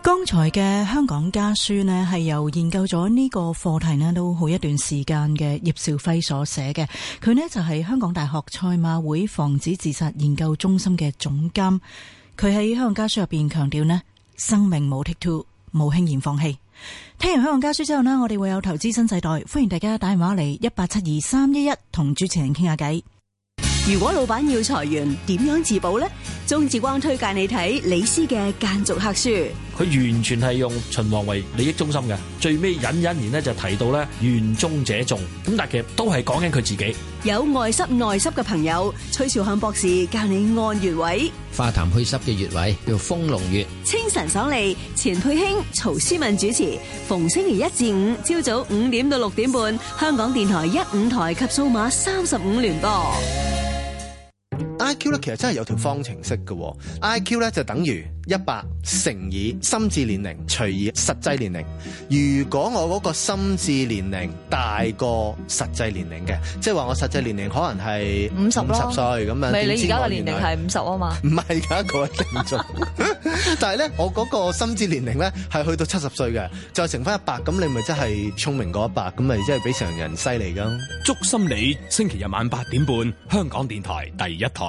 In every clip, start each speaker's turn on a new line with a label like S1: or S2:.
S1: 剛才嘅香港家書呢，係由研究咗呢個課題呢都好一段時間嘅葉兆輝所寫嘅。佢呢就係香港大學賽馬會防止自殺研究中心嘅總監。佢喺香港家書入邊強調呢，生命冇 take two，冇輕言放棄。聽完香港家書之後呢，我哋會有投資新世代，歡迎大家打電話嚟一八七二三一一同主持人傾下偈。
S2: 如果老闆要裁員，點樣自保呢？鍾志光推介你睇李斯嘅間續客書。
S3: 佢完全係用秦王為利益中心嘅，最尾隱隱然咧就提到咧願中者眾，咁但係其實都係講緊佢自己。
S2: 有外濕內濕嘅朋友，崔兆漢博士教你按穴位，
S4: 化痰祛濕嘅穴位叫豐隆穴。
S2: 清晨爽利，錢佩卿、曹思敏主持，逢星期一至五朝早五點到六點半，香港電台一五台及數碼三十五聯播。
S5: I.Q 咧其實真係有條方程式嘅，I.Q 咧就等於一百乘以心智年齡除以實際年齡。如果我嗰個心智年齡大過實際年齡嘅，即係話我實際年齡可能係
S6: 五十
S5: 五十歲咁啊。
S6: 咪你而家嘅年齡係五十啊嘛？
S5: 唔係㗎，各位聽眾。 但係咧，我嗰個心智年齡咧係去到七十歲嘅，再乘翻一百，咁你咪真係聰明過一百，咁咪即係比常人犀利㗎。
S7: 祝心理星期日晚八點半，香港電台第一台。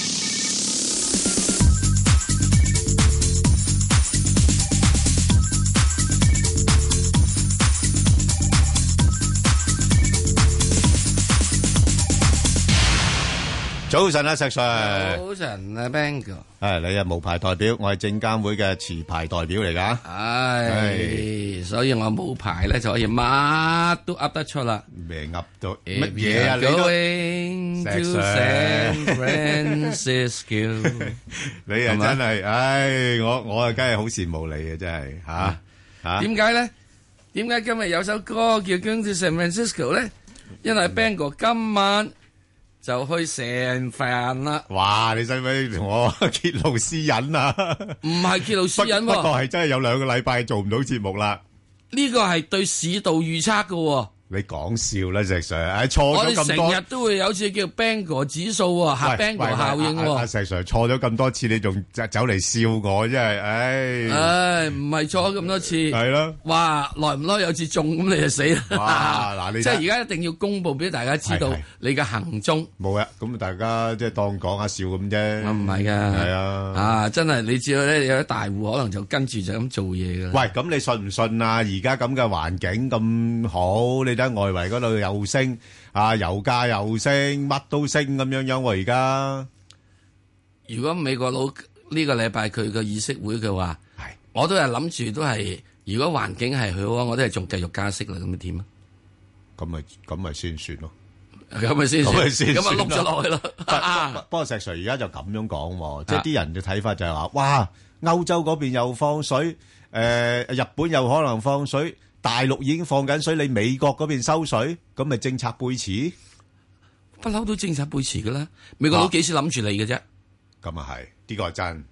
S8: 早晨啊，石 Sir。
S9: 早晨啊，Bang 哥。
S8: 係你係無牌代表，我係證監會嘅持牌代表嚟㗎。
S9: 唉，所以我冇牌咧就可以乜都噏得出啦。
S8: 咩噏到乜嘢啊？你都
S9: 石 Sir，
S8: 你啊真係，唉，我我啊梗係好羨慕你嘅真係嚇嚇。
S9: 點解咧？點解今日有首歌叫《Going to San Francisco》咧？因為 Bang 哥今晚。就去成飯啦！
S8: 哇，你使唔使同我揭露私隱啊？
S9: 唔係揭露私隱，
S8: 不過係真係有兩個禮拜做唔到節目啦。
S9: 呢個係對市道預測㗎。
S8: 你講笑啦，石 Sir！唉，錯咗咁多，
S9: 我哋成日都會有次叫 Bangor 指數喎，嚇 Bangor 效應喎。
S8: 石 Sir 錯咗咁多次，你仲走嚟笑我，真係唉！
S9: 唉，唔係錯咗咁多次，
S8: 係咯。
S9: 哇，耐唔耐有次中咁你就死啦！
S8: 哇， 嗱你
S9: 即係而家一定要公佈俾大家知道你嘅行蹤。
S8: 冇啊，咁大家即係當講下笑咁啫。
S9: 我唔係㗎，
S8: 係啊，
S9: 啊真係你知道咧，有啲大戶可能就跟住就咁做嘢㗎。
S8: 喂，咁你信唔信啊？而家咁嘅環境咁好，你？喺外圍嗰度又升，啊油價又升，乜都升咁樣樣喎。而家
S9: 如果美國佬呢個禮拜佢個議息會佢話，我都係諗住都係，如果環境係好啊，我都係仲繼續加息啦。咁點啊？
S8: 咁咪咁咪先算咯。
S9: 咁咪先，
S8: 咁咪先，
S9: 咁咪碌咗落去咯。
S8: 不過石 Sir 而家就咁樣講喎，即係啲人嘅睇法就係話，哇，歐洲嗰邊又放水，誒，日本又可能放水。大陸已經放緊水，你美國嗰邊收水，咁咪政策背馳？
S9: 不嬲都政策背馳噶啦，美國佬幾時諗住你嘅啫？
S8: 咁啊係，呢個係真。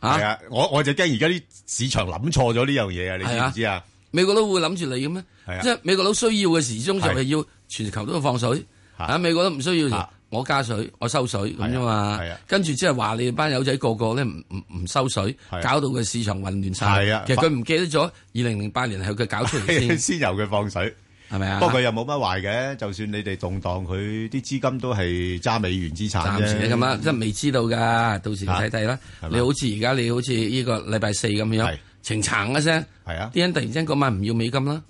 S8: 係啊，我我就驚而家啲市場諗錯咗呢樣嘢啊！你知唔知啊？
S9: 美國佬會諗住你嘅咩？即係美國佬需要嘅時鐘就係要全球都放水，啊美國都唔需要我加水，我收水咁啫嘛。跟住即係啊話你班友仔個個咧唔唔唔收水，搞到個市場混亂晒。其實佢唔記得咗二零零八年啊係佢搞出 嚟先，
S8: 先由佢放水
S9: 係咪啊？
S8: 不過佢又冇乜壞嘅，就算你哋動盪，佢啲資金都係揸美元資產啫。
S9: 暫時你咁啦，即係啊未知道㗎，到時睇睇啦。你好似而家你好似呢個禮拜四咁樣，情撐一聲，
S8: 係啊，
S9: 啲人突然之間嗰晚唔要美金啦。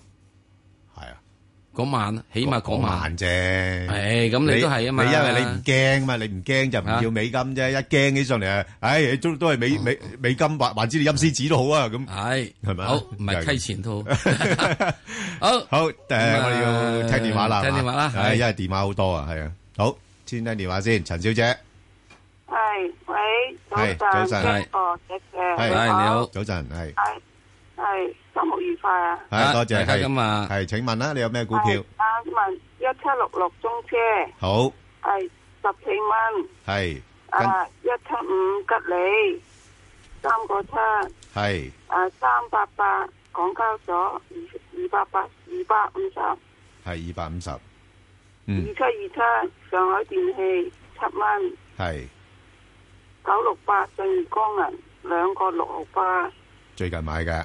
S9: 嗰晚，啊起碼啊嗰
S8: 晚啫。
S9: 係咁，你都係啊嘛。
S8: 你因為你唔驚嘛，你唔驚就唔要美金啫。一驚起上嚟啊，唉，都都係美美美金，還還知你陰司紙都好啊。咁
S9: 係
S8: 係咪？
S9: 好 唔係溪錢 都好。好
S8: 好誒，我哋要聽電話啦，
S9: 聽電話啦。
S8: 係因為電話好多啊，係啊。好，先聽電話先，陳小姐。
S10: 係，喂，
S8: 早晨，
S10: 早晨，哦，謝謝，
S8: 係你好，早晨，係。
S10: 係係周末愉快啊！
S8: 係多謝，
S9: 係咁啊。
S8: 係請問啦，你有咩股票？
S10: 啊，問一七六六中車，
S8: 好
S10: 係十四蚊，
S8: 係。
S10: 誒、
S11: 啊一七五吉利，三個七，
S8: 係
S11: 啊三八八港交所，二二八八二百五十，二
S8: 係二百五十，嗯
S11: 七二七上海電器七蚊，
S8: 係
S11: 九六八信義光銀兩個六毫八，
S8: 最近買嘅，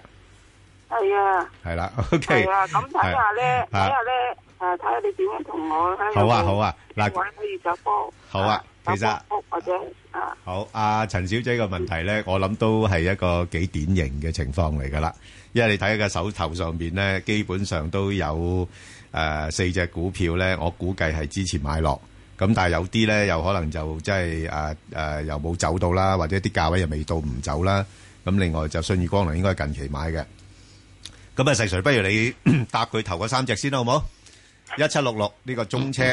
S11: 係啊。
S8: 係啦，OK，
S11: 系啊，咁睇下咧，
S8: 係啊
S11: 睇下咧，诶，睇下你點樣同我喺
S8: 好啊好啊嗱
S11: 位可以走波，
S8: 好啊，其實。
S11: 波或者啊，
S8: 好，阿陳小姐嘅問題咧，我諗都係一個幾典型嘅情況嚟噶啦，因為你睇個手頭上邊咧，基本上都有誒四隻股票咧，我估計係之前買落，咁但係有啲咧又可能就即係誒誒又冇走到啦，或者啲價位又未到唔走啦，咁另外就信義光能應該係近期買嘅，咁啊石 Sir，不如你答佢頭嗰三隻先啦，好冇？一七六六呢個中車。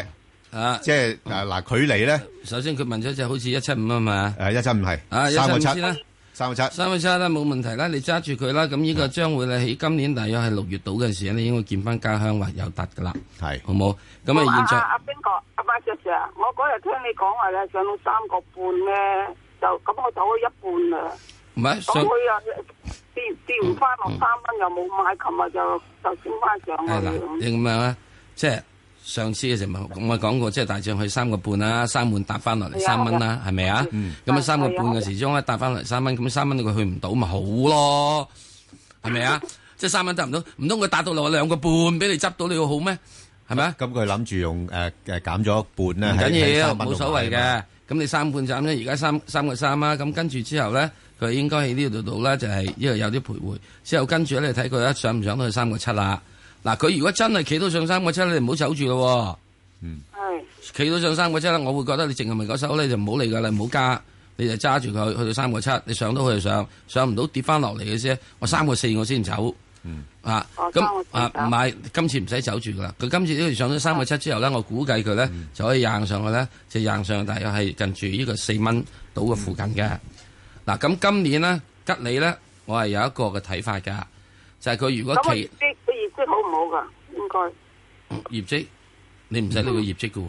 S9: 啊，
S8: 即係嗱嗱距離咧，
S9: 首先佢問咗只好似一七五啊嘛，
S8: 誒一七五係，
S9: 啊
S8: 三個
S9: 175先啦
S8: 七，三個七，
S9: 三位差啦，冇問題啦，你揸住佢啦。咁呢個將會咧喺今年大約係六月度嘅時候，你應該見翻家鄉或有突噶啦，
S8: 係
S9: 好冇？咁啊，現在
S11: 阿邊個阿馬 Sir 啊，我嗰日聽你講話咧上到三個半咧，就咁我走咗一半啦，
S9: 唔係
S11: 咁
S9: 啊上嗯
S11: 佢又跌跌唔翻落三蚊，又冇買，琴日就就升翻
S9: 係
S11: 上去
S9: 嗱，你咁樣啊，即係上次嘅時候，咁我講過，即係大漲去三個半啦，三半搭翻落嚟
S11: 係啊
S9: 三蚊啦，係咪啊？
S8: 嗯
S9: 咁啊，三個半嘅時鐘咧搭翻落嚟三蚊，咁三蚊佢去唔到咪好咯，係咪 啊？即係三蚊搭唔到，唔通佢搭到落兩個半俾你執到你好咩？係咪啊？
S8: 咁佢諗住用誒誒減咗一半
S9: 唔
S8: 咧，
S9: 緊
S8: 喺
S9: 要，
S8: 喺3蚊
S9: 冇
S8: 度
S9: 所謂
S8: 買啊
S9: 嘅。咁你三半斬啫，而家三三個三啦。咁跟住之後咧，佢應該喺呢度度咧，就係因為有啲徘徊。之後跟住咧，你睇佢一上唔上到去三個七啦。嗱，佢如果真係企到上三個七，你唔好走住咯。
S11: 嗯，
S9: 企到上三個七咧，我會覺得你淨係咪嗰手咧就唔好理㗎啦，唔好加，你就揸住佢去到三個七，你上到去就上，上唔到跌翻落嚟嘅啫。我三個四我先走。啊，
S11: 哦
S9: 咁啊唔係，今次唔使走住噶啦。佢今次呢度上咗三
S11: 哦
S9: 個七之後咧，我估計佢咧就可以硬上去咧，就硬上大約係近住呢個四蚊到嘅附近嘅。嗱，咁今年咧吉利咧，我係有一個嘅睇法㗎，就係佢如
S11: 咁
S9: 果
S11: 咁我業
S9: 期
S11: 績個業績好唔好噶？應該
S9: 業績，你唔使理佢業績嘅喎，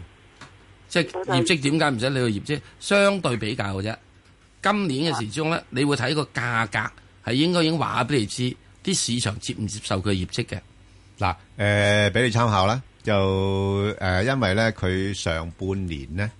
S9: 即係業績點解唔使理佢業績？相對比較嘅啫。今年嘅時鐘咧，你會睇個價格係應該已經話俾你知，啲市場接唔接受佢嘅業績嘅。
S8: 嗱，誒俾你參考啦，就誒因為咧佢上半年咧，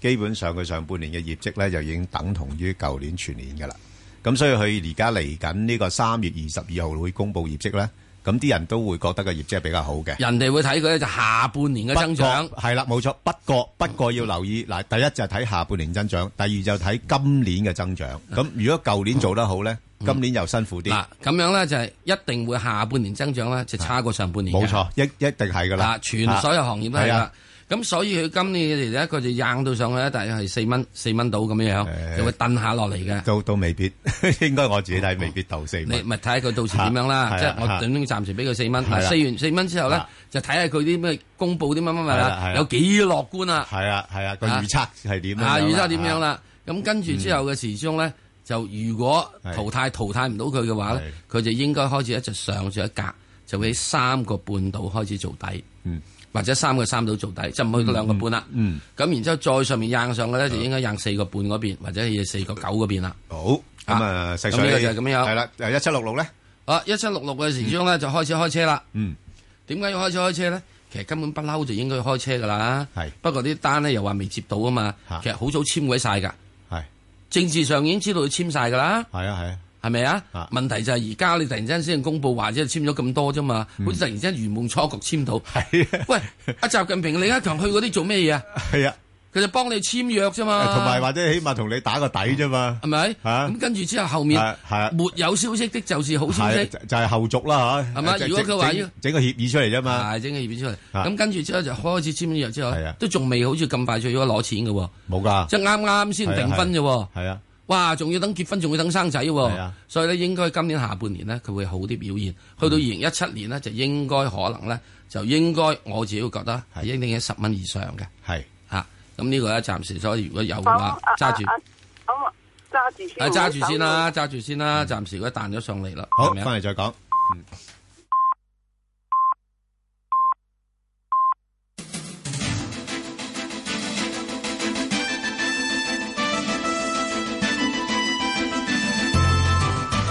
S8: 基本上佢上半年嘅業績咧就已經等同於舊年全年噶啦，咁所以佢而家嚟緊呢個三月二十二號會公布業績咧，咁啲人都會覺得個業績係比較好嘅。
S9: 人哋會睇佢咧就下半年嘅增長。
S8: 不過係啦，冇錯。不過不過要留意嗱，第一就係睇下半年增長，第二就睇今年嘅增長。咁如果舊年做得好咧，今年又辛苦啲。
S9: 嗱，咁樣咧就係一定會下半年增長咧，就差過上半年嘅。
S8: 冇錯，一一定係噶啦啊
S9: 啊，。全所有行業都係啦。咁所以佢今年嚟咧，佢就硬到上去咧，大約係四蚊四蚊到咁樣樣，就會蹬下落嚟嘅。
S8: 都都未必， 應該我自己睇未必到四
S9: 你
S8: 蚊。
S9: 咪睇下佢到時點樣啦，
S8: 啊
S9: 即係我
S8: 係啊
S9: 頂多暫時俾佢四蚊。
S8: 係啊
S9: 嗱，四元四蚊之後咧，就睇下佢啲咩公佈啲乜乜乜
S8: 係啊係
S9: 啦
S8: 啊，
S9: 有幾樂觀啊？
S8: 係啊係啊，個
S9: 啊
S8: 預測係點樣
S9: 啊，
S8: 樣
S9: 預
S8: 啦
S9: 測點樣？啦？咁跟住之後嘅時鐘咧，就如果淘汰淘汰唔到佢嘅話
S8: 嗯
S9: 咧，佢就應該開始一直上住一格，就會喺三個半度開始做底，
S8: 嗯
S9: 或者三個三度做底，就唔去到兩個半啦。
S8: 嗯，
S9: 咁然之後再上面硬上嘅咧，就應該硬四個半嗰邊，或者係四個九嗰邊啦。
S8: 好，咁啊，細
S9: 咁呢個
S8: 水
S9: 就係咁樣。
S8: 係啦，誒一七六六咧，
S9: 啊，一七六六嘅時鐘咧就開始開車啦。
S8: 嗯，
S9: 點解要開始開車咧？其實根本不嬲就應該開車噶啦。
S8: 係，
S9: 不過啲單咧又話未接到啊嘛。其實好早簽鬼晒㗎。
S8: 係，
S9: 政治上已經知道佢簽晒㗎啦。
S8: 係啊係啊。
S9: 係咪啊？問題就係而家你突然之間先公佈話，即係簽咗咁多啫嘛，好似突然之間圓夢初局簽到。
S8: 嗯係啊
S9: 喂，阿習近平、李克強去嗰啲做咩嘢啊？
S8: 係啊，
S9: 佢就幫你簽約啫嘛。
S8: 同埋或者起碼同你打個底啫嘛。
S9: 係咪？
S8: 嚇
S9: 咁跟住之後後面
S8: 係係啊
S9: 沒有消息的就是好消
S8: 係啊
S9: 息
S8: 就。就係後續啦嚇。
S9: 係嘛
S8: 即
S9: 如果佢話
S8: 整
S9: 要
S8: 整個協議出嚟啫嘛。
S9: 係整個協議出嚟。
S8: 啊
S9: 咁跟住之後就開始簽咗約之後
S8: 係啊，
S9: 都仲未好似咁快脆咗攞錢嘅喎，
S8: 冇㗎，
S9: 即係啱啱先訂婚啫喎。
S8: 係啊，
S9: 哇！仲要等結婚，仲要等生仔
S8: 係
S9: 喎
S8: 啊，
S9: 所以咧應該今年下半年呢，佢會好啲表現。去到二零一七年呢，就應該可能呢，就應該我自己會覺得係應定喺十蚊以上嘅。
S8: 係
S9: 嚇，咁呢個咧暫時，所以如果有
S11: 咁
S9: 嘅話
S11: 啊，
S9: 揸住
S11: 啊啊咁啊揸住先，
S9: 啊揸住先。啦，揸住先啦，暫時如果彈咗上嚟啦，
S8: 好
S9: 係，咪啊
S8: 翻嚟再講。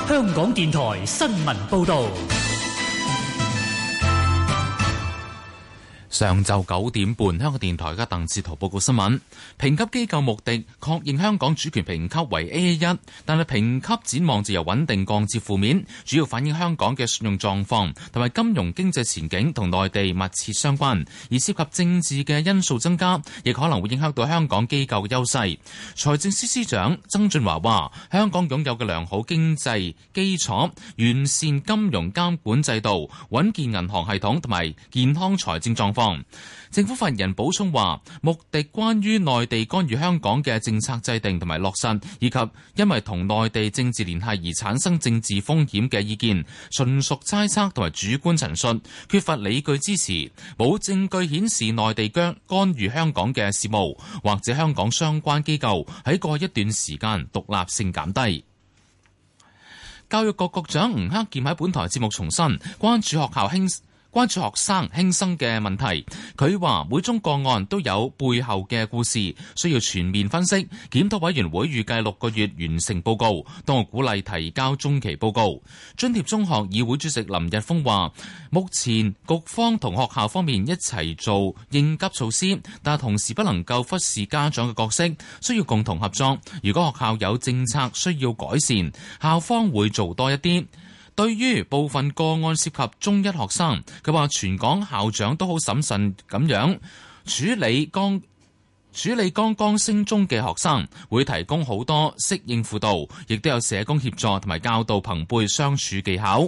S12: Hãy subscribe cho kênh Ghiền Mì Gõ Để không bỏ lỡ 香港電台新聞報道。
S13: 上晝九點半，香港電台嘅鄧志圖報告新聞。評級機構穆迪確認香港主權評級為 A 一，但係評級展望就由穩定降至負面，主要反映香港嘅信用狀況同埋金融經濟前景同內地密切相關，而涉及政治嘅因素增加，亦可能會影響到香港機構嘅優勢。財政司司長曾俊華話：香港擁有嘅良好經濟基礎、完善金融監管制度、穩健銀行系統同埋健康財政狀況。政府發言人補充話，穆迪關於內地干預香港嘅政策制定同埋落實，以及因為同內地政治聯繫而產生政治風險嘅意見，純屬猜測同埋主觀陳述，缺乏理據支持，冇證據顯示內地干干預香港嘅事務，或者香港相關機構喺過去一段時間獨立性減低。教育局局長吳克儉喺本台節目重申，關注學校興關注學生輕生嘅問題，佢話每宗個案都有背後嘅故事，需要全面分析。檢討委員會預計六個月完成報告，當局鼓勵提交中期報告。津貼中學議會主席林日峰話：目前局方同學校方面一齊做應急措施，但同時不能夠忽視家長嘅角色，需要共同合作。如果學校有政策需要改善，校方會做多一啲。對於部分個案涉及中一學生，佢話全港校長都好審慎咁樣處理剛處理剛剛升中嘅學生，會提供好多適應輔導，亦都有社工協助同埋教導朋輩相處技巧。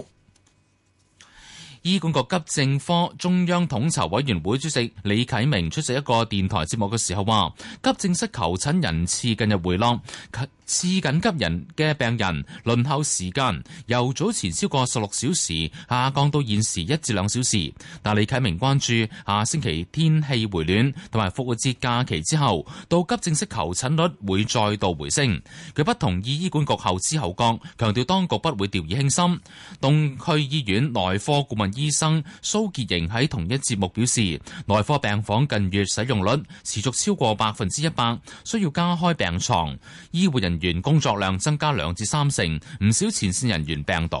S13: 醫管局急症科中央統籌委員會主席李啟明出席一個電台節目嘅時候話，急症室求診人次近日回落，次緊急人嘅病人輪候時間由早前超過十六小時下降到現時一至兩小時。但李啟明關注下星期天氣回暖同埋復活節假期之後，到急症室求診率會再度回升。佢不同意醫管局後知後覺，強調當局不會掉以輕心。東區醫院內科顧問醫生蘇潔瑩喺同一節目表示，內科病房近月使用率持續超過百分之一百，需要加開病床，醫護人員工作量增加兩至三成，唔少前線人員病倒。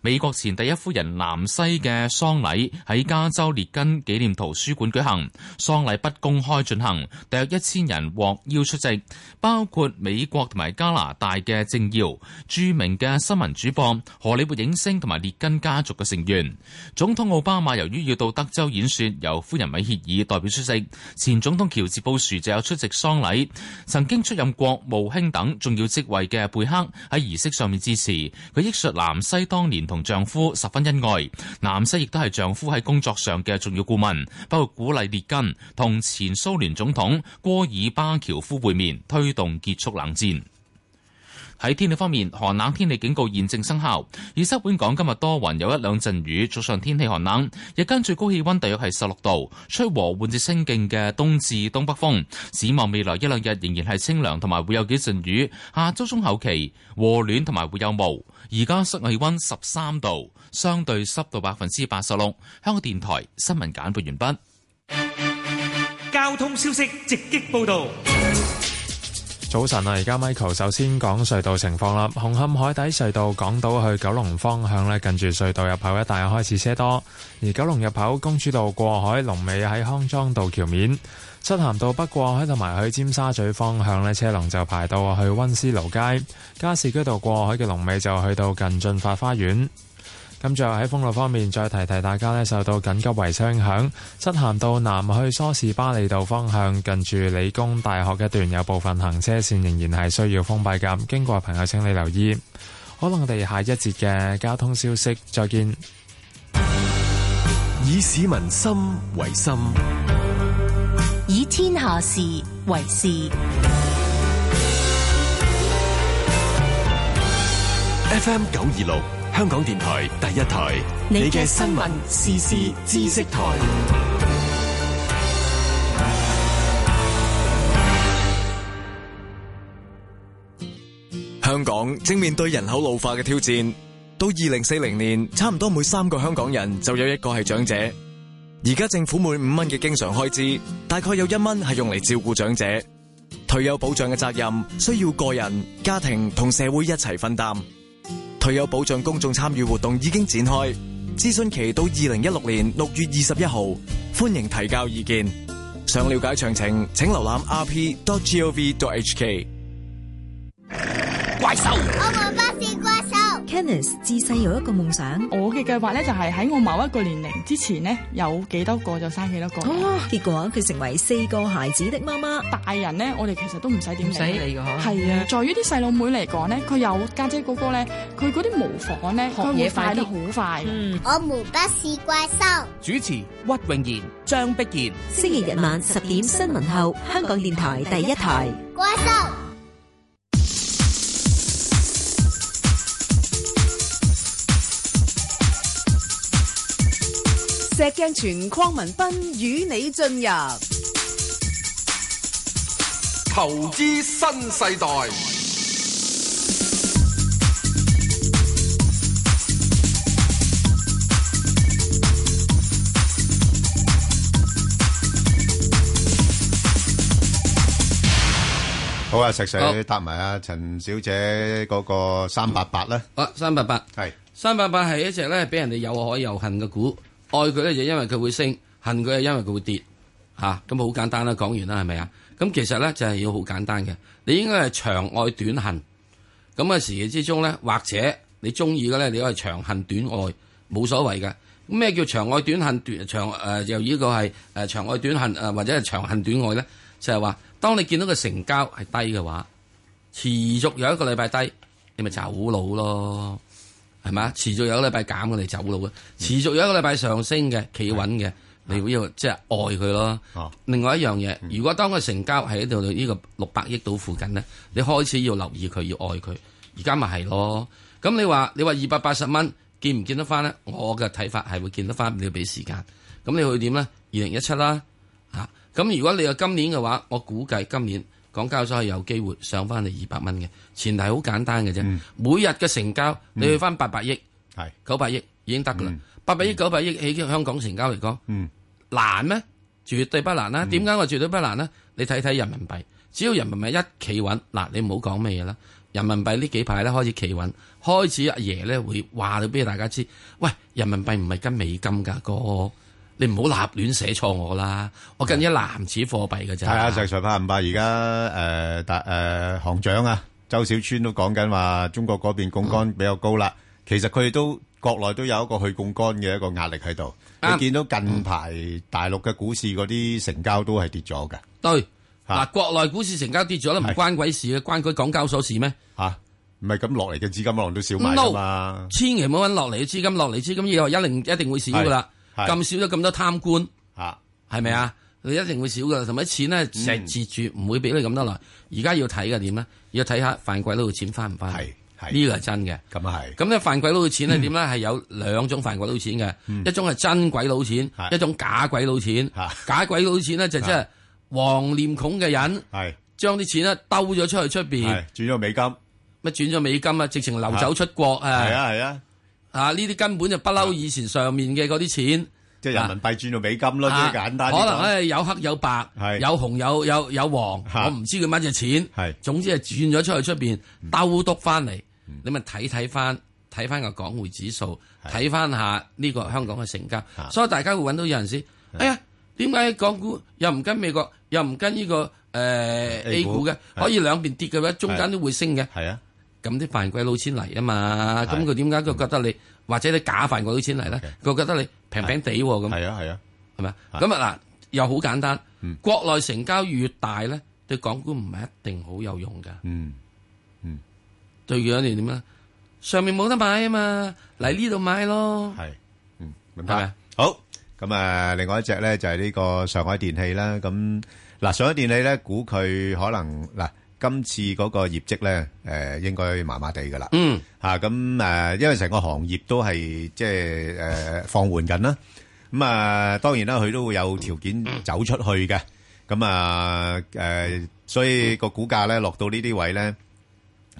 S13: 美國前第一夫人南西嘅喪禮喺加州列根紀念圖書館舉行，喪禮不公開進行，大約一千人獲邀出席，包括美國同埋加拿大嘅政要、著名嘅新聞主播、荷里活影星同埋列根家族嘅成員。總統奧巴馬由於要到德州演說，由夫人米歇爾代表出席，前總統喬治布殊就有出席喪禮。曾經出任國務卿等重要職位嘅貝克喺儀式上面致辭，佢憶述南西當年同丈夫十分恩愛，南西亦都係丈夫喺工作上嘅重要顧問，包括鼓勵列根同前蘇聯總統戈爾巴喬夫會面，推動結束冷戰。喺天氣方面，寒冷天氣警告現正生效。而西本港今日多雲，有一兩陣雨，早上天氣寒冷，日間最高氣温大約係十六度，吹和緩至清勁嘅東至東北風。展望未來一兩日仍然係清涼，同埋會有幾陣雨。下周中後期和暖同埋會有霧。而家室外氣温十三度，相對濕度百分之八十六。香港電台新聞簡報完畢。
S12: 交通消息直擊報道。
S14: 早晨啊！而家 Michael 首先講隧道情況啦。紅磡海底隧道港島去九龍方向呢，近住隧道入口一帶開始車多；而九龍入口公主道過海龍尾喺康莊道橋面；漆咸道北過海同埋去尖沙咀方向呢，車龍就排到去溫思勞街；加士居道過海嘅龍尾就去到近駿發花園。咁最後喺封路方面，再提提大家呢，受到緊急維修影響，漆咸道南去梳士巴利道方向，近住理工大學一段有部分行車線仍然係需要封閉㗎。經過朋友請你留意。好啦，我哋下一節嘅交通消息再見。
S15: 以市民心為心，
S16: 以天下事為事。
S15: FM 九二六。香港電台第一台，
S16: 你嘅新聞時事知識台。
S17: 香港正面對人口老化嘅挑戰，到二零四零年，差唔多每三個香港人就有一個係長者。而家政府每五蚊嘅經常開支，大概有一蚊係用嚟照顧長者。退休保障嘅責任需要個人、家庭同社會一齊分擔。退休保障公眾參與活動已經展開，諮詢期到二零一六年六月二十一號，歡迎提交意見。想了解詳情，請瀏覽 rp.gov.hk。
S18: 怪獸，
S19: 我玩巴士怪獸。
S20: Kenneth 自細有一個夢想，
S21: 我嘅計劃咧就係喺我某一個年齡之前呢，有幾多個就生幾多個。
S20: 哦，結果佢成為四個孩子的媽媽。
S21: 大人呢，我哋其實都唔使點
S22: 唔使理㗎嗬。
S21: 係
S20: à,
S21: 啊，在於啲細佬妹嚟講呢，佢有家姐哥哥咧，佢嗰啲模仿咧，佢會快得好快。
S19: 嗯，我們不是怪獸。
S23: 主持屈穎妍、張碧賢。
S16: 星期日晚十點新聞後，香港電台第一台。
S19: 怪獸。
S24: 石鏡泉鄺民彬與你進入
S25: 投資新世代。
S8: 好啊，石 Sir 答埋阿陳小姐嗰個三八八啦。
S9: 啊，三八八
S8: 係
S9: 三八八係一隻咧，俾人哋又愛又恨嘅股。愛佢咧就因為佢會升，恨佢係因為佢會跌，嚇咁好簡單啦，講完啦係咪啊？咁其實咧就係要好簡單嘅，你應該係長愛短恨。咁嘅時期之中咧，或者你中意嘅咧，你可以長恨短愛，冇所謂嘅。咁咩叫長愛短恨？短長誒又呢個係誒長愛短恨誒，或者係長恨短愛咧，就係話當你見到個成交係低嘅話，持續有一個禮拜低，你咪走佬咯。係嘛？持續有一個禮拜減嘅，你走路嘅；持續有一個禮拜上升嘅，企穩嘅，你要即係愛佢咯。另外一樣嘢，如果當個成交喺度呢個六百億度附近咧，你開始要留意佢，要愛佢。而家咪係咯。咁你話你話二百八十蚊見唔見得翻咧？我嘅睇法係會見得翻，你要俾時間。咁你去點咧？二零一七啦，嚇。咁如果你有今年嘅話，我估計今年港交所係有機會上翻嚟二百蚊嘅，前提好簡單嘅啫。每日嘅成交你去翻八百億、九百億已經得噶啦。八百億、九百億喺香港成交嚟講，難咩？絕對不難啦。
S8: 嗯
S9: 點解我絕對不難呢？你睇睇人民幣，只要人民幣一企穩，嗱你唔好講咩嘢啦。人民幣呢幾排咧開始企穩，開始阿爺咧會話到俾大家知，喂，人民幣唔係跟美金㗎哥。你唔好立亂寫錯我啦！我近一籃子貨幣嘅咋。
S8: 係啊，石 Sir 怕唔怕？而家誒大誒行長啊，周小川都講緊話，中國嗰邊槓桿比較高啦。其實佢哋都國內都有一個去槓桿嘅一個壓力喺度。你見到近排大陸嘅股市嗰啲成交都係跌咗嘅。
S9: 對，嗱，國內股市成交跌咗啦，唔關鬼事嘅，關佢港交所事咩？
S8: 嚇，唔係咁落嚟嘅資金浪都少埋㗎嘛。
S9: 千祈唔好揾落嚟嘅資金，落嚟資金以後一定一定會少㗎啦。咁少咗咁多貪官，
S8: 嚇
S9: 係咪啊？你一定會少噶，同埋錢咧
S8: 嗯
S9: 成截住，唔會俾你咁多耐。而家要睇嘅點咧？要睇下犯鬼佬嘅錢翻唔翻？
S8: 係
S9: 呢個係真嘅。
S8: 咁啊係。嗯
S9: 咁咧犯鬼佬嘅錢咧點咧？係有兩種犯鬼佬錢嘅，一種係真鬼佬錢，一種假鬼佬錢。假鬼佬錢咧就即係黃臉孔嘅人，
S8: 係
S9: 將啲錢咧兜咗出去出邊，
S8: 轉咗美金，
S9: 乜轉咗美金啊？直情流走出國啊！
S8: 係啊係啊！
S9: 啊！呢啲根本就不嬲，以前上面嘅嗰啲錢，啊
S8: 即係人民幣轉到美金咯，最簡單。
S9: 可能咧有黑有白，有紅有有有黃，我唔知佢乜嘢錢。
S8: 係，嗯
S9: 總之係轉咗出去出邊兜篤翻嚟，你咪睇睇翻，睇翻個港匯指數，睇翻下呢個香港嘅成交。所以大家會揾到有陣時，哎呀，點解港股又唔跟美國，又唔跟呢個誒 A 股嘅，可以兩邊跌嘅話，中間都會升嘅。
S8: 係啊。
S9: 咁啲犯鬼佬錢嚟啊嘛，咁佢點解佢覺得
S8: 嗯
S9: 你或者你假犯鬼佬錢嚟咧？佢覺得你平平地喎咁。
S8: 係啊係啊，嗯
S9: 係咪啊？咁啊嗱，又好簡單。國內成交越大咧，對港股唔係一定好有用㗎。
S8: 嗯嗯，
S9: 對佢一年點咧？上面冇得買啊嘛，嚟呢度買咯。
S8: 係，嗯，明白。好，咁啊，另外一隻咧就係呢個上海電氣啦。咁嗱，上海電氣咧，估佢可能嗱。今次嗰個業績咧，誒應該麻麻地㗎啦。
S9: 嗯，
S8: 嚇咁誒，因為成個行業都係即係誒放緩緊啦。咁啊，當然啦，佢都會有條件走出去嘅。咁啊誒，所以個股價咧落到呢啲位咧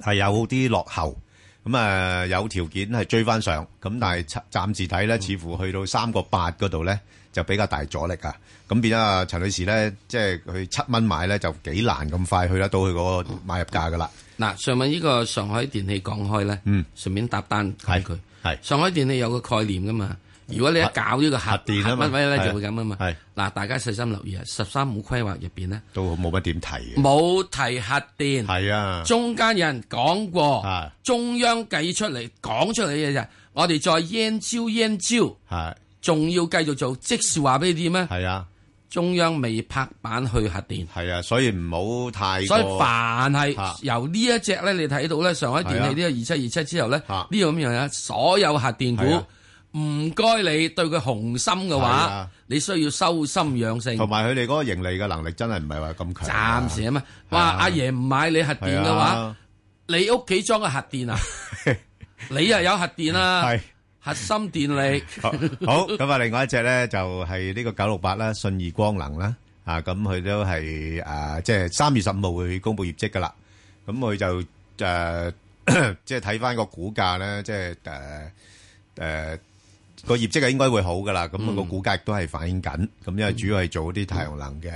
S8: 係有啲落後。咁啊有條件係追翻上，咁但係暫暫時睇咧，似乎去到三個八嗰度咧就比較大阻力啊。咁變咗啊，陳女士咧，即係佢七蚊買咧就幾難咁快去得到佢嗰個買入價噶啦。
S9: 嗱，上面呢個上海電器講開咧，
S8: 嗯，
S9: 順便搭單講佢。
S8: 係
S9: 上海電器有個概念噶嘛，如果你一搞呢個核
S8: 電啊嘛
S9: 乜位咧
S8: 係
S9: 就會咁啊嘛。
S8: 係
S9: 嗱，大家細心留意啊，十三五規劃入邊咧
S8: 都冇乜點提嘅。
S9: 冇提核電，
S8: 係啊，
S9: 中間有人講過，中央計出嚟講出嚟嘅嘢就係我哋再 yen 招 yen 招，
S8: 係
S9: 仲要繼續做，即是話俾你知咩？
S8: 係啊，
S9: 中央未拍板去核電，
S8: 係啊，所以唔好太過
S9: 所以凡係
S8: 嚇
S9: 由呢一隻咧，你睇到咧上海電
S8: 係啊
S9: 器呢個二七二七之後咧，呢個咁樣嘢，所有核電股
S8: 係啊
S9: 唔該你對佢雄心嘅
S8: 係
S9: 話
S8: 啊，
S9: 你需要收心養性。
S8: 同埋佢哋嗰個盈利嘅能力真係唔係話咁強啊。
S9: 暫時啊嘛，哇！阿爺唔買你核電嘅
S8: 係
S9: 話
S8: 啊，
S9: 你屋企裝嘅核 電啊，你又有核電啦，核心電力。
S8: 好好咁啊，另外一隻咧就係呢個九六八啦，信義光能啦，啊咁佢都係啊，即係三月十五號會公布業績噶啦，咁佢就誒 即係睇翻個股價咧，即係誒誒個業績係應該會好噶啦，咁個股價亦都係反映緊，咁因為主要係做啲太陽能嘅。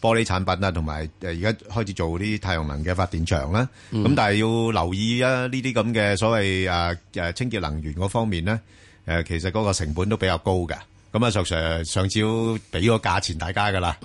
S8: 玻璃產品啦，同埋誒而家開始做啲太陽能嘅發電場啦。咁、
S1: 嗯
S8: 但係要留意啊，呢啲咁嘅所謂誒誒清潔能源嗰方面咧，誒、其實嗰個成本都比較高嘅。咁啊，石 Sir 上次都俾個價錢大家噶啦。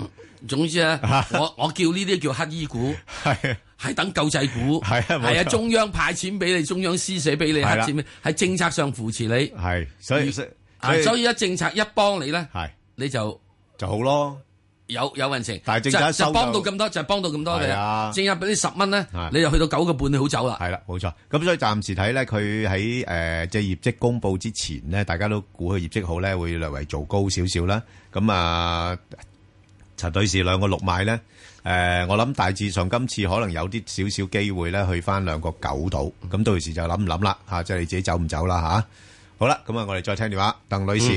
S9: 總之咧， 我我叫呢啲叫乞衣股，
S8: 係
S9: 係等救濟股，係
S8: 啊冇錯
S9: 係啊，中央派錢俾你，中央施捨俾你，
S8: 係
S9: 黑
S8: 啦
S9: 錢俾喺政策上扶持你，
S8: 係所以所以
S9: 啊所以一政策一幫你咧，
S8: 係
S9: 你就
S8: 就好咯，
S9: 有有運程，
S8: 但係政
S9: 就
S8: 策一收
S9: 就幫到
S8: 就
S9: 咁多，就幫到咁多你
S8: 係啊
S9: 啊，政策俾你十蚊咧，你就去到九個半，你好走啦。
S8: 係啦，冇錯。咁所以暫時睇咧，佢喺誒即係業績公佈之前咧，大家都估佢業績好咧，會略為做高少少啦。咁啊，陳女士兩個六買咧，誒、我諗大致上今次可能有啲少少機會咧，去翻兩個九度。咁到時就諗唔諗啦嚇，即係你自己走唔走啦嚇、好啦，咁啊，我哋再聽電話，鄧女士，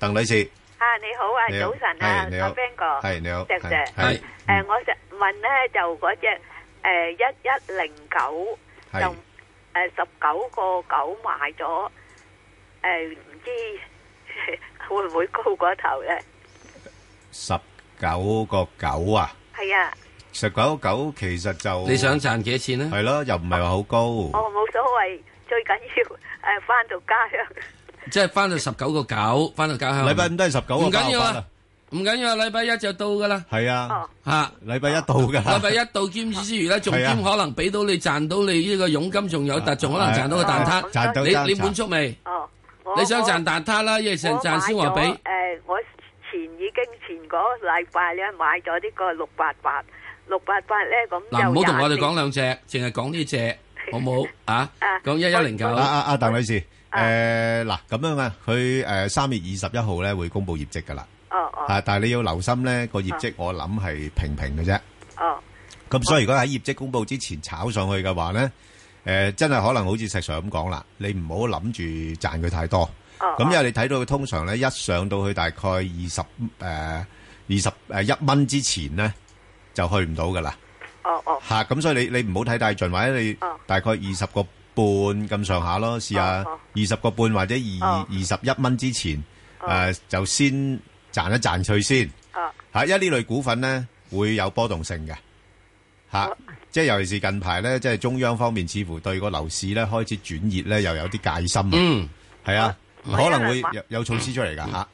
S8: 鄧女士，
S26: 啊，你好啊，
S8: 你好
S26: 早晨啊
S8: 係，你好
S26: 阿 Ben 哥，
S8: 係你好
S26: 石
S8: 係
S26: Sir，
S8: 係
S26: 誒，我想問咧就嗰只誒一一零九就
S8: 係
S26: 誒十九個九買咗，誒唔知會唔會高過頭咧？
S8: 十九個九啊，
S26: 係啊，
S8: 十九個九其實就
S9: 你想賺幾多錢咧？
S8: 係咯，又唔係話好高。
S26: 我冇所謂，最緊要誒翻到家鄉。
S9: 即係翻到十九個九，翻到家鄉。
S8: 禮拜五都係19個
S9: 唔緊要
S8: 八號返
S9: 啊，唔緊要啊，禮拜一就 到噶啦。
S8: 係啊，
S9: 嚇，
S8: 禮拜一到㗎啦
S9: 禮拜一到兼之餘咧，仲
S8: 係啊
S9: 兼可能俾到你賺到你呢個佣金，仲有但仲可能賺到個蛋
S8: 係啊賺到
S9: 撻。
S8: 蛋撻
S9: 你你滿足未？
S26: 哦，我
S9: 你想賺蛋撻啦，一
S26: 我
S9: 係成
S26: 買
S9: 賺先話
S26: 咗
S9: 俾。
S26: 誒，我前已經前嗰禮拜咧買咗呢個六八八，六八八咧咁
S9: 嗱，
S26: 就
S9: 唔好同我哋
S26: 廿四
S9: 講兩隻，淨係講呢只，好冇啊？講一一零九
S8: 啊。啊啊，鄧女士，誒嗱咁樣啊，佢誒三月二十一號咧會公布業績㗎啦。
S26: 哦哦
S8: 啊，但係你要留心咧個業績，我諗係平平嘅啫。
S26: 哦，
S8: 咁所以如果喺業績公佈之前炒上去嘅話咧，誒、真係可能好似石 Sir 咁講啦，你唔好諗住賺佢太多。咁、因為你睇到佢通常咧一上到去大概二十誒二十誒一蚊之前咧，就去唔到噶啦。
S26: 哦哦。
S8: 嚇！咁所以你你唔好睇太盡，或者你大概二十個半咁上下咯，試下二十個半或者二
S26: 哦
S8: 二十一蚊之前，誒就先賺一賺佢先。
S26: 哦
S8: 嚇！因為呢類股份咧會有波動性嘅嚇，
S26: 哦
S8: 即係尤其是近排咧，即係中央方面似乎對個樓市咧開始轉熱咧，又有啲戒心啊。
S9: 嗯，
S8: 係啊，
S26: 啊
S8: 可能會有有措施出嚟㗎嚇。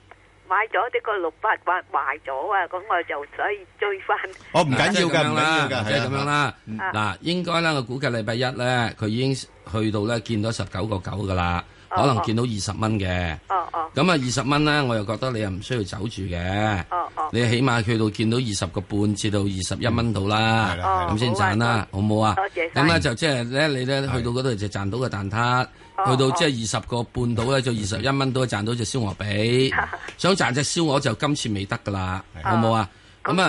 S26: 買咗呢個六八八賣咗啊，咁我就所以追翻。
S8: 哦唔緊要㗎
S9: 即係咁樣
S8: 唔
S9: 啦
S8: 緊要㗎
S9: 啊即係咁樣啦。
S26: 係啊
S9: 嗱，應該啦，我估計禮拜一咧，佢已經去到咧見到十九個九噶啦，
S26: 哦
S9: 可能見到二十蚊嘅。
S26: 哦哦
S9: 咁啊，二十蚊咧，我又覺得你又唔需要走住嘅。
S26: 哦哦
S9: 你起碼去到見到二十個半至到二十
S8: 嗯
S9: 一蚊度
S26: 啦
S9: 啦，
S26: 係啦
S9: 咁先賺啦，好唔好啊
S26: 多謝？晒
S9: 咁咧就即係咧，你咧去到嗰度就賺到個蛋撻，
S26: 哦
S9: 去到即係二十個半度咧，就二十一蚊度賺到隻燒鵝 髀。想賺隻燒鵝就今次未得噶啦，好唔好啊？
S26: 哦
S9: 咁啊，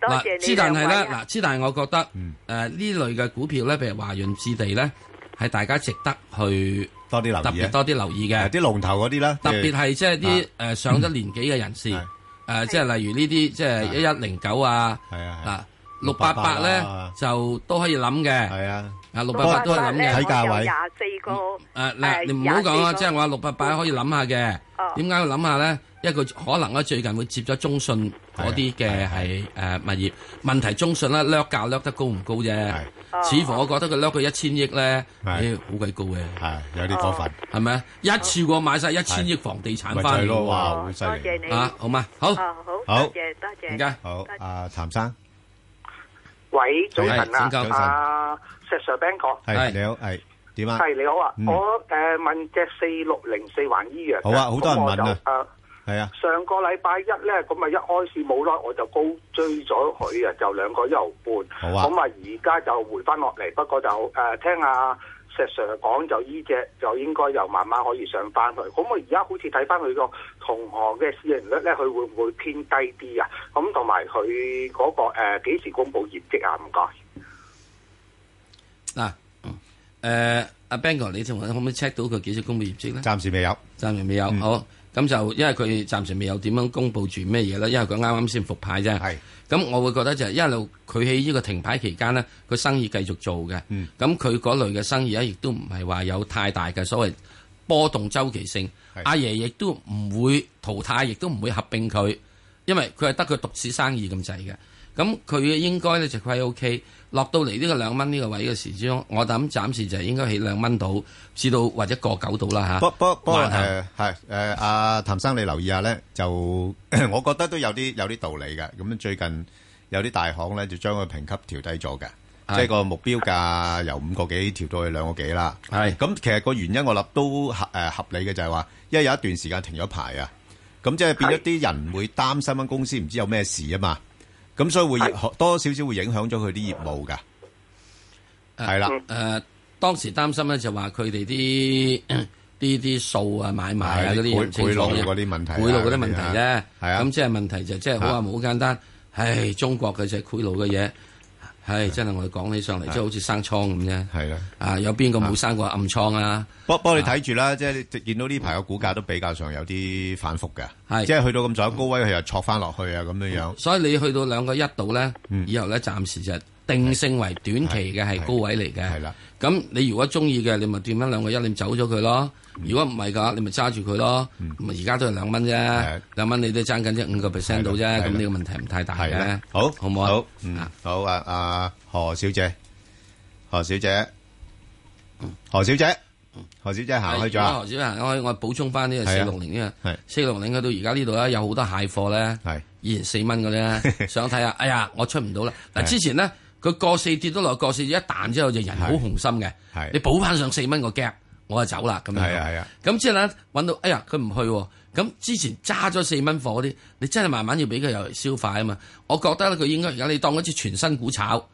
S26: 多謝
S9: 嗱，
S26: 你
S9: 之但係
S26: 兩
S9: 咧，
S26: 位啊
S9: 嗱，之但係我覺得誒呢類嘅股票咧，譬如華潤置地咧，係大家值得去
S8: 多啲留意
S9: 特別多啲留意嘅，
S8: 啲龍頭嗰啲啦，
S9: 特別係即係啲呃誒呃上咗年紀嘅人士，誒即係例如呢啲即係一一零九啊，
S8: 係啊
S9: 啊六八八咧就都可以諗嘅。係
S8: 啊，
S9: 啊六八八都係諗嘅，
S26: 睇價位。廿四個
S9: 誒嗱，你唔好講啊，即係我話六八八可以諗下嘅。點解要諗下咧？因為佢可能咧最近會接咗中信嗰啲嘅係誒物業問題，中信咧掠價掠得高唔高啫？
S8: 哦
S9: 似乎我覺得佢掠佢一千億咧，誒好鬼高嘅，
S8: 係有啲過分，
S9: 係咪啊？一次過買晒一千億房地產翻嚟，
S8: 咯，哇！好犀利
S9: 啊！好嘛，好，好，
S26: 哦多謝多謝，
S9: 唔該，
S8: 好，阿譚生，
S1: 喂，早晨啊，
S8: 早晨
S1: 阿石 Sir Ben 哥，
S8: 係你好，係點啊？
S1: 係你好啊，我誒問隻四六零四環醫藥，
S8: 好啊，好多人問
S1: 啊。
S8: 係啊，
S1: 上個禮拜一咧，咁啊一開始冇耐我就高追咗佢啊，就兩個一毫半。
S8: 好啊
S1: 咁啊而家就回翻落嚟，不過就誒、呃、聽阿石 Sir 講就依只就應該又慢慢可以上翻去。咁我而家好似睇翻佢個同行嘅市盈率咧，佢會唔會偏低啲啊？咁同埋佢嗰個呃誒幾、時公布業績啊？唔該。
S9: 嗱，
S8: 嗯
S9: 誒阿 Bang 哥，你仲可唔可以 check 到佢幾時公布業績咧？
S8: 暫時未有，嗯
S9: 暫時未有。好，咁就因為佢暫時未有點樣公布住咩嘢咧，因為佢啱啱先復牌啫。係。咁我會覺得就係一路佢喺呢個停牌期間呢，佢生意繼續做嘅。
S8: 嗯。
S9: 咁佢嗰類嘅生意咧，亦都唔係話有太大嘅所謂波動周期性。阿爺亦都唔會淘汰，亦都唔會合併佢，因為佢係得佢獨市生意咁滯嘅。咁佢應該咧就虧 OK，落到嚟呢個兩蚊呢個位嘅時之中，我諗暫時就應該喺兩蚊度，至到或者過九度啦嚇。
S8: 不不不過
S9: 橫行
S8: 誒係誒阿譚生你留意下咧，就 我覺得都有啲有啲道理嘅。咁最近有啲大行咧就將個評級調低咗嘅，即
S9: 係
S8: 係個目標價由五個幾調到去兩個幾啦。
S9: 係
S8: 咁，其實個原因我諗都合誒合理嘅就係話，因為有一段時間停咗牌啊，咁即係變咗啲人會擔心間公司唔知有咩事啊嘛，咁所以會多少少會影響咗佢啲業務㗎。係啦
S9: 誒當時擔心咧就話佢哋啲 啲啲數啊買賣啊
S8: 係
S9: 嗰啲
S8: 賄
S9: 唔清楚
S8: 賄賂嗰啲問題啊
S9: 賄賂嗰啲問題咧，
S8: 係啊
S9: 咁即係問題就即係好話冇好簡單，唉，中國嘅就係賄賂嘅嘢。唉，真係我哋講起上嚟，即係好似生瘡咁啫。
S8: 啊係啦，
S9: 啊，有邊個冇生過暗瘡啊？
S8: 不不過你睇住啦，即係你見到呢排個股價都比較上有啲反覆嘅，
S9: 係
S8: 即係去到咁上下高位，佢又挫翻落去啊咁樣嗯樣。
S9: 所以你去到兩個一度咧，以後咧暫時就定性為短期嘅係高位嚟嘅。係
S8: 啦。
S9: 咁你如果中意嘅，你咪斷翻兩個一，你走咗佢咯。
S8: 嗯
S9: 如果唔係㗎，你咪揸住佢咯。咪而家都係兩蚊啫，兩蚊你都爭緊啫五個 percent 到啫。
S8: 係啦
S9: 咁呢個問題唔太大
S8: 係
S9: 嘅
S8: 啦。好，
S9: 好唔好啊
S8: 好，嗯，好啊，阿何小姐，何小姐，何小姐，何小姐行開咗
S9: 啊
S8: 啊
S9: 何，小姐行開，我補充翻呢個
S8: 係
S9: 四
S8: 啊
S9: 六零呢
S8: 個
S9: 四六零去到而家呢度咧，啊有好多蟹貨咧，以前四蚊 嘅咧，想睇下，哎呀，我出唔到啦。嗱，
S27: 係
S9: 之前咧佢過四跌咗落過四，一彈之後就人好雄心嘅
S27: 係，
S9: 你補翻上四蚊個 gap，我就走啦咁樣。
S27: 係啊係啊，
S9: 咁之後咧揾到，哎呀，佢唔去喎。咁之前揸咗四蚊貨嗰啲，你真係慢慢要俾佢有消化啊嘛。我覺得咧，佢應該而家你當一支全新股炒，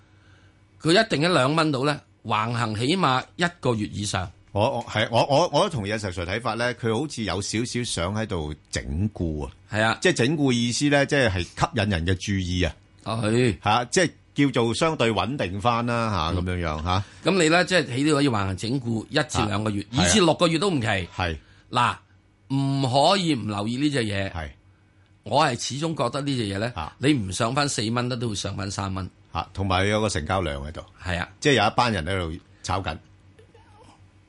S9: 佢一定一兩蚊到咧，橫行起碼一個月以上。
S8: 我我係我我我都同意阿石 Sir 睇法咧，佢好似有少少想喺度整固啊，
S9: 係啊，
S8: 即係整固意思咧，即係係吸引人嘅注意啊，
S9: 哦係
S8: 嚇，即係叫做相對穩定翻啦嚇咁樣樣嚇。
S9: 嗯咁你咧即係起呢個要橫行整固一至兩個月，
S8: 係啊
S9: 二至六個月都唔奇。
S8: 係
S9: 嗱，唔可以唔留意呢只嘢。
S8: 係，
S9: 我係始終覺得呢只嘢咧，你唔上翻四蚊咧，都會上翻三蚊。
S8: 嚇，啊同埋有個成交量喺度，
S9: 係啊，
S8: 即係有一班人喺度炒緊。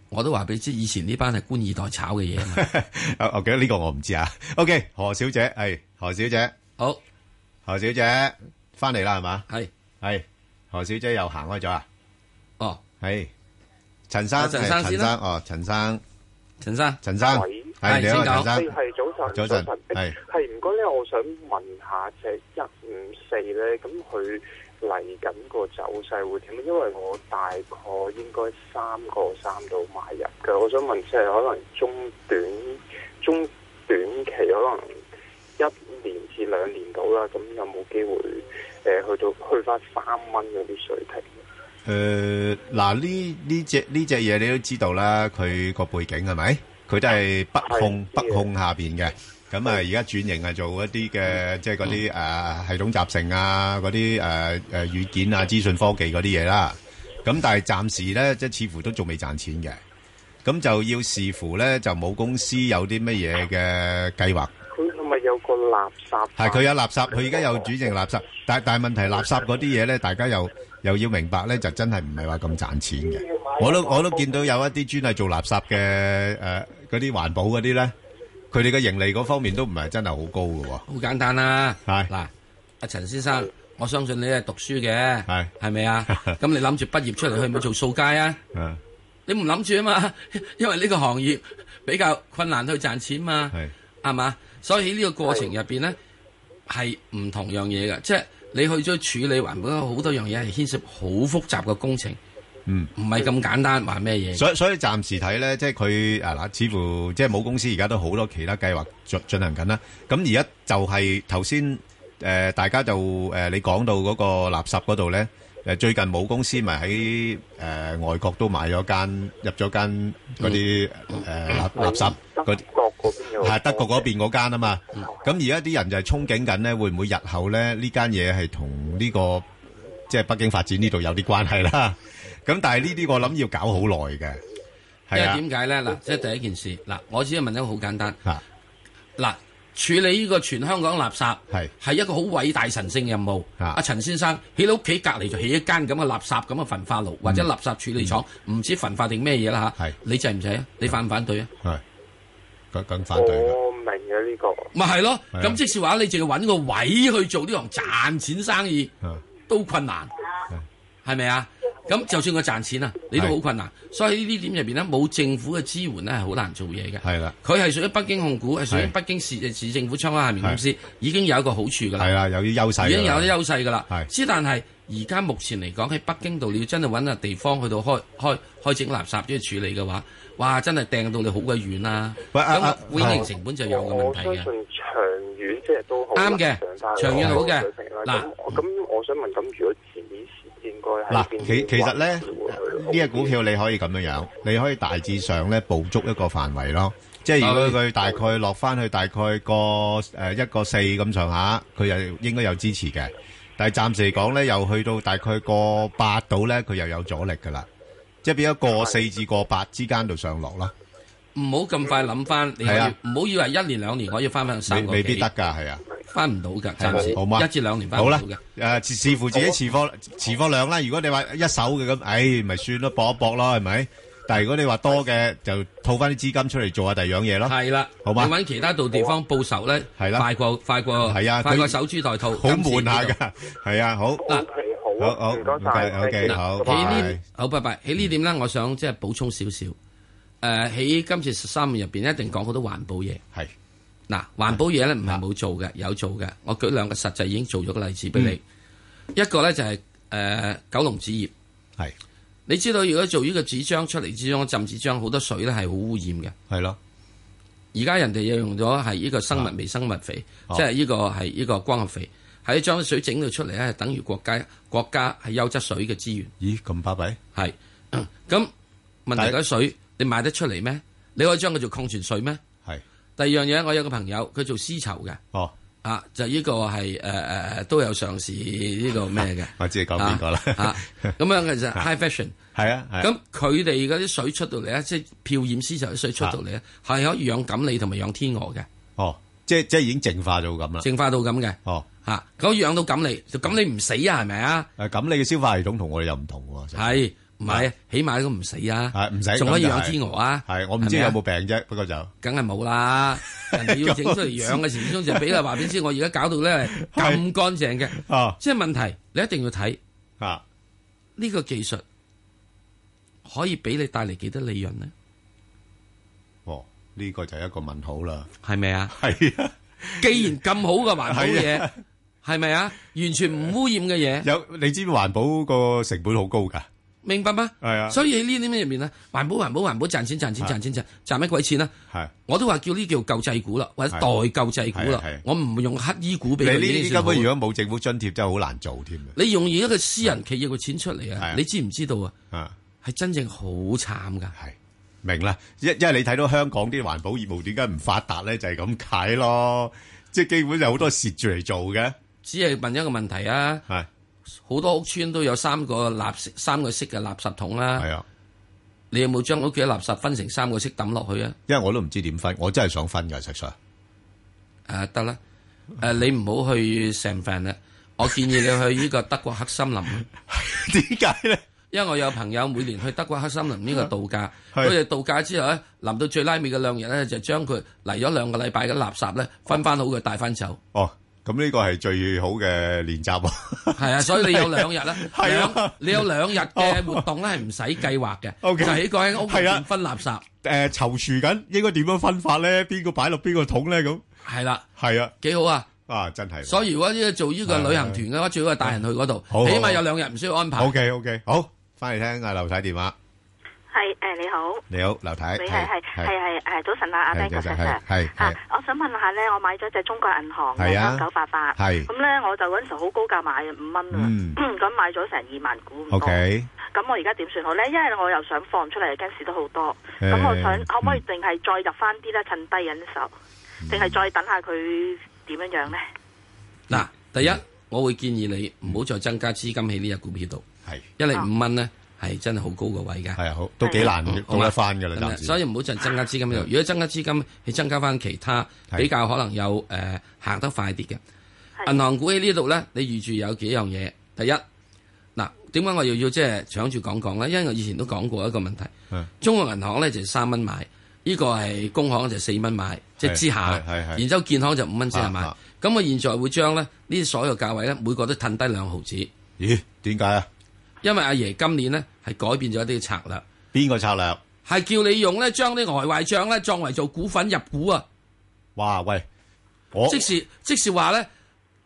S9: 我都話俾你知，以前呢班係官二代炒嘅嘢啊嘛。
S8: 啊我記得呢個我唔知啊。OK，何小姐係何小姐，
S9: 好，
S8: 何小姐翻嚟啦係嘛？
S9: 係
S8: 係何小姐又行開咗啊？
S9: 哦，
S8: 係陳生，
S28: 啊陳生
S8: 係陳
S28: 先啦
S8: 生哦，陳生，
S9: 陳生，
S8: 陳生
S28: 喂，
S8: 係你好，陳生，
S28: 係早晨，
S8: 早晨，
S28: 係
S8: 係
S28: 係唔該咧，我想問下隻一五四咧，咁佢嚟緊個走勢會點？因為我大概應該三個三度買入嘅，我想問即係可能中短中短期可能一年至兩年到啦，咁有冇機會誒、呃去到去翻三蚊嗰啲水平？
S8: 誒呃嗱呢呢隻呢隻嘢你都知道啦，佢個背景係咪？佢都係北控北控下邊嘅，咁啊而家轉型係做一啲嘅即係嗰啲誒系統集成啊，嗰啲誒誒軟件啊、資訊科技嗰啲嘢啦。咁但係暫時咧，即係似乎都仲未賺錢嘅，咁就要視乎咧就冇公司有啲乜嘢嘅計劃。
S28: 佢係咪有個個垃圾法
S8: 係佢有垃圾，佢而家有主營垃圾，但但係問題垃圾嗰啲嘢咧，大家又又要明白咧，就真係唔係話咁賺錢嘅。我
S28: 啊
S8: 都我都見到有一啲專係做垃圾嘅誒嗰啲環保嗰啲咧，佢哋嘅盈利嗰方面都唔係真係好高嘅喎。
S9: 好簡單啦。
S8: 係
S9: 嗱，阿陳先生，我相信你係讀書嘅，
S8: 係
S9: 係 咪啊？咁你諗住畢業出嚟去唔去做掃街啊？
S8: 嗯，
S9: 你唔諗住啊嘛， 因為呢個行業比較困難去賺錢嘛，係嘛？所以喺呢個過程入邊咧，係唔同樣嘢嘅，即係你去咗處理環保好多樣嘢係牽涉好複雜嘅工程，
S8: 嗯，
S9: 唔係咁簡單話咩嘢。
S8: 所以所以暫時睇咧，即係佢啊嗱，似乎即係冇公司而家都好多其他計劃進進行緊啦。咁而家就係頭先誒，大家就誒、呃、你講到嗰個垃圾嗰度咧，誒、呃、最近冇公司咪喺誒外國都買咗間入咗間嗰啲誒垃垃圾嗰啲。
S28: 各嗰邊有
S8: 係德國嗰邊嗰間啊嘛。
S28: 嗯
S8: 咁而家啲人就係憧憬緊咧，會唔會日後咧呢間嘢係同呢個即係北京發展呢度有啲關係啦？咁但係呢啲我諗要搞好耐嘅，
S9: 因
S8: 係啊，
S9: 為點解咧？嗱，即係第一件事，嗱，我只係問一個好簡單，
S8: 嚇
S9: 嗱，處理呢個全香港垃圾
S8: 係
S9: 係一個好偉大神聖任務。阿陳先生喺你屋企隔離就起一間咁嘅垃圾咁嘅焚化
S8: 嗯
S9: 爐或者垃圾處理廠，唔知焚化定咩嘢啦嚇。你制唔制啊？你反唔反對啊？
S8: 係咁咁反對啦。
S28: 我明嘅呢個，
S9: 咪係咯，
S8: 係啊
S9: 咁即是話你淨係揾個位去做呢行賺錢生意都困難，係咪啊？咁就算佢賺錢啊，你都好困難。所以呢啲點入邊咧，冇政府嘅支援咧係好難做嘢嘅。
S8: 係啦，
S9: 佢係屬於北京控股，係屬於
S8: 係
S9: 北京市呃市政府窗口下面公司，已經有一個好處㗎啦。
S8: 係啦，有啲優勢㗎啦，
S9: 已經有啲優勢㗎啦。
S8: 係
S9: 之但係而家目前嚟講，喺北京度你要真係揾個地方去到開開開整垃圾即係處理嘅話，哇！真係掟到你好鬼遠啦。
S8: 喂啊
S9: 咁
S8: 啊
S9: 會形成本就有個
S28: 我
S9: 問題
S28: 相
S9: 嘅
S28: 信。長遠即係都好
S9: 啱嘅
S28: 難上返去
S9: 長遠
S28: 嗰
S9: 好嘅
S28: 個水平啦
S9: 嗱
S28: 咁我咁我想問，咁如果指示應該喺邊
S8: 嗱，
S28: 啲
S8: 其其實咧，
S28: 位置會去
S8: 呢只股票你可以咁樣樣，你可以大致上咧捕捉一個範圍咯。即係如果佢大概
S28: 嗯
S8: 落翻去大概個呃誒一個四咁上下，佢又應該有支持嘅。但係暫時嚟講咧，又去到大概個八度咧，佢又有阻力噶啦。即係變咗個四至個八之間度上落啦，
S9: 唔好咁快諗翻，你可以
S8: 係啊
S9: 唔好以為一年兩年可以翻翻
S8: 未
S9: 三個幾
S8: 未必得㗎，係啊。
S9: 翻唔到㗎，
S8: 係啊
S9: 暫時
S8: 好嘛
S9: 一至兩年翻
S8: 好
S9: 唔到
S8: 啦
S9: 嘅。，啊
S8: 誒視乎自己持貨持貨量啦。如果你話一手嘅咁，唉，咪算咯，搏一搏咯，係咪？但係如果你話多嘅，就套翻啲資金出嚟做下第二樣嘢咯。
S9: 係啦，
S8: 好嘛
S9: 你揾其他度地方報仇咧，
S8: 係啦
S9: 快過快過，
S8: 係啊
S9: 快過
S8: 佢
S9: 守株待兔，
S8: 好悶下
S9: 㗎。
S8: 㗎，係啊，好，好好，
S28: 啊唔該
S8: 唔該
S28: 晒
S8: ，OK，好，
S9: 喺
S8: 拜嗯
S9: 呢。好拜拜。喺呢點咧，我想即係補充少少。誒，喺今次十三日入邊一定講好多環保嘢。
S8: 係
S9: 嗱，環保嘢咧唔係冇做嘅，有做嘅。我舉兩個實際已經做咗嘅例子俾你。一個咧就係誒九龍紙業。
S8: 嗯係。
S9: 你知道如果做呢個紙張出嚟之中，浸紙張好多水咧係好污染嘅。
S8: 係咯。
S9: 而家人哋又用咗係呢個生物微生物肥，
S8: 哦
S9: 即係呢個係呢個光合肥，喺將水整到出嚟咧，係等於國家國家係優質水嘅資源。
S8: 咦，咁巴閉？
S9: 係 咁問題嗰水你賣得出嚟咩？你可以將佢做礦泉水咩？
S8: 係。
S9: 第二樣嘢，我有個朋友佢做絲綢嘅。
S8: 哦。。
S9: 啊，就呢個係誒誒誒都有上市呢個咩嘅
S8: 我知你講邊個啦
S9: 啊啊咁樣嘅就 high fashion。
S8: 係啊，係啊
S9: 咁佢哋嗰啲水出到嚟咧，即係漂染絲綢嘅水出到嚟咧，
S8: 啊
S9: 係可以養錦鯉同埋養天鵝嘅。
S8: 哦，即係即係已經淨化到咁啦。
S9: 淨化到咁嘅。
S8: 哦，
S9: 嚇，咁養到錦鯉，就錦鯉唔死啊，係咪啊？
S8: 誒，咁你嘅消化系統同我哋又唔同喎。
S9: 係，唔係？起碼都唔死啊，
S8: 係唔使，
S9: 仲可以
S8: 咁就係
S9: 養天鵝啊。
S8: 係，我唔知有
S9: 係咪啊
S8: 冇病啫，不過就
S9: 梗係冇 啦，人哋要整出嚟養嘅時鐘就俾啦，話俾你知，我而家搞到 咧咁乾淨嘅，即係問題，你一定要睇
S8: 啊
S9: 呢個技術可以俾你帶嚟幾多 利潤呢？
S8: 哦，呢個就係一個問號啦。
S9: 係咪啊？
S8: 係啊，
S9: 既然咁好嘅環保
S8: 係
S9: 嘢
S8: 啊，
S9: 係咪啊？完全唔污染嘅嘢，
S8: 有你知唔知環保個成本好高㗎？
S9: 明白嗎？
S8: 係啊
S9: 所以喺呢啲咩入面咧，環保環保環保賺錢賺錢賺錢賺賺乜鬼錢啊？
S8: 係，
S9: 我都話叫呢叫救濟股啦，或者代
S8: 係
S9: 救濟股
S8: 係
S9: 啦
S8: 啊係啊。
S9: 我唔用乞衣股
S8: 你
S9: 俾
S8: 呢
S9: 佢已
S8: 啲
S9: 經算
S8: 根
S9: 好啦
S8: 本如果冇政府津貼，真係好難做添啊！
S9: 你用而家個私人企業嘅錢出嚟啊，你知唔知道
S8: 啊？
S9: 係真正好慘噶。
S8: 係明啦，因因為你睇到香港啲環保業務點解唔發達咧，就係咁解咯。即係基本有好多蝕住嚟做嘅。
S9: 只係問一個問題啊。
S8: 係
S9: 好多屋村都有三個垃圾三個色嘅垃圾桶啦。
S8: 係啊。
S9: 你有冇將屋企嘅垃圾分成三個色抌落去啊？
S8: 因為我都唔知點分，我真係想分㗎，石 Sir。
S9: 啊誒得啦，誒，你唔好去 San Fran 啦，我建議你去呢個德國黑森林。 點解咧？因為我有朋友每年去德國黑森林呢個度假，
S8: 啊係
S9: 佢哋度假之後咧，臨到最拉尾嘅兩日咧，就將佢嚟咗兩個禮拜嘅垃圾咧，分翻好佢帶翻走。
S8: 哦，咁呢個係最好嘅練習喎。
S9: 係啊，所以你有兩日啦，
S8: 係啊哦
S9: 兩你有兩日嘅活動咧係唔使計劃嘅，
S8: OK
S9: 就喺個喺屋入
S8: 係啊
S9: 邊分垃圾。
S8: 真係。誒，躊躇緊應該點樣分法呢？邊個擺落邊個桶呢？咁。係啊。啊，真係喎。
S9: 所以如果呢個做呢個旅行團嘅話，最好係帶人去嗰度，
S8: 好
S9: 起
S8: 好
S9: 碼有兩日唔需要安排。
S8: OK，OK，好，返嚟聽阿劉太電話。你好，劉太。
S27: 系诶，你好，你系
S8: 係，
S27: 系系系诶，早晨啊，阿 Ben
S8: 係，
S27: 哥 Sir
S8: 係，係，
S27: 吓，我想問下咧，我買咗隻中國銀行嘅
S8: 係啊
S27: 三九八八，
S8: 係
S27: 咁咧我就嗰阵时好高價買啊，五蚊啊，
S8: 嗯
S27: 咁買咗成二萬股咁多，
S8: OK。
S27: 咁我而家點算好咧？因為我又想放出嚟，嗰陣時都好多，咁我想
S8: 誒嗯
S27: 可唔可以淨係再入翻啲咧，趁低緊手，
S8: 嗯
S27: 定係再等下佢點樣樣咧？
S9: 嗱，第一，我會建議你唔好再增加資金喺呢只股票度，
S8: 係，啊
S9: 因為五蚊咧係真係好高個位㗎，係啊
S8: 好都幾難到得返㗎啦暫時
S9: 所以唔好再增加資金喺度。如果增加資金，你增加翻其他
S8: 係
S9: 比較可能有誒行得快啲嘅銀行股喺呢度咧，你預住有幾樣嘢。第一，嗱點解我又要即係搶住講講咧？因為我以前都講過一個問題，
S8: 嗯
S9: 中國銀行咧就三蚊買，呢個係工行就四蚊買，即係之下
S8: 係，係係
S9: 然之後建行就五蚊之下
S8: 啊
S9: 買
S8: 啊。
S9: 咁我現在會將咧呢啲所有價位咧，每個都褪低兩毫子。
S8: 咦？點解啊？
S9: 因為阿爺今年咧係改變咗一啲策略，
S8: 邊個策略？
S9: 係叫你用咧將啲外匯帳咧作為做股份入股啊！
S8: 哇喂，我
S9: 即是即是話咧，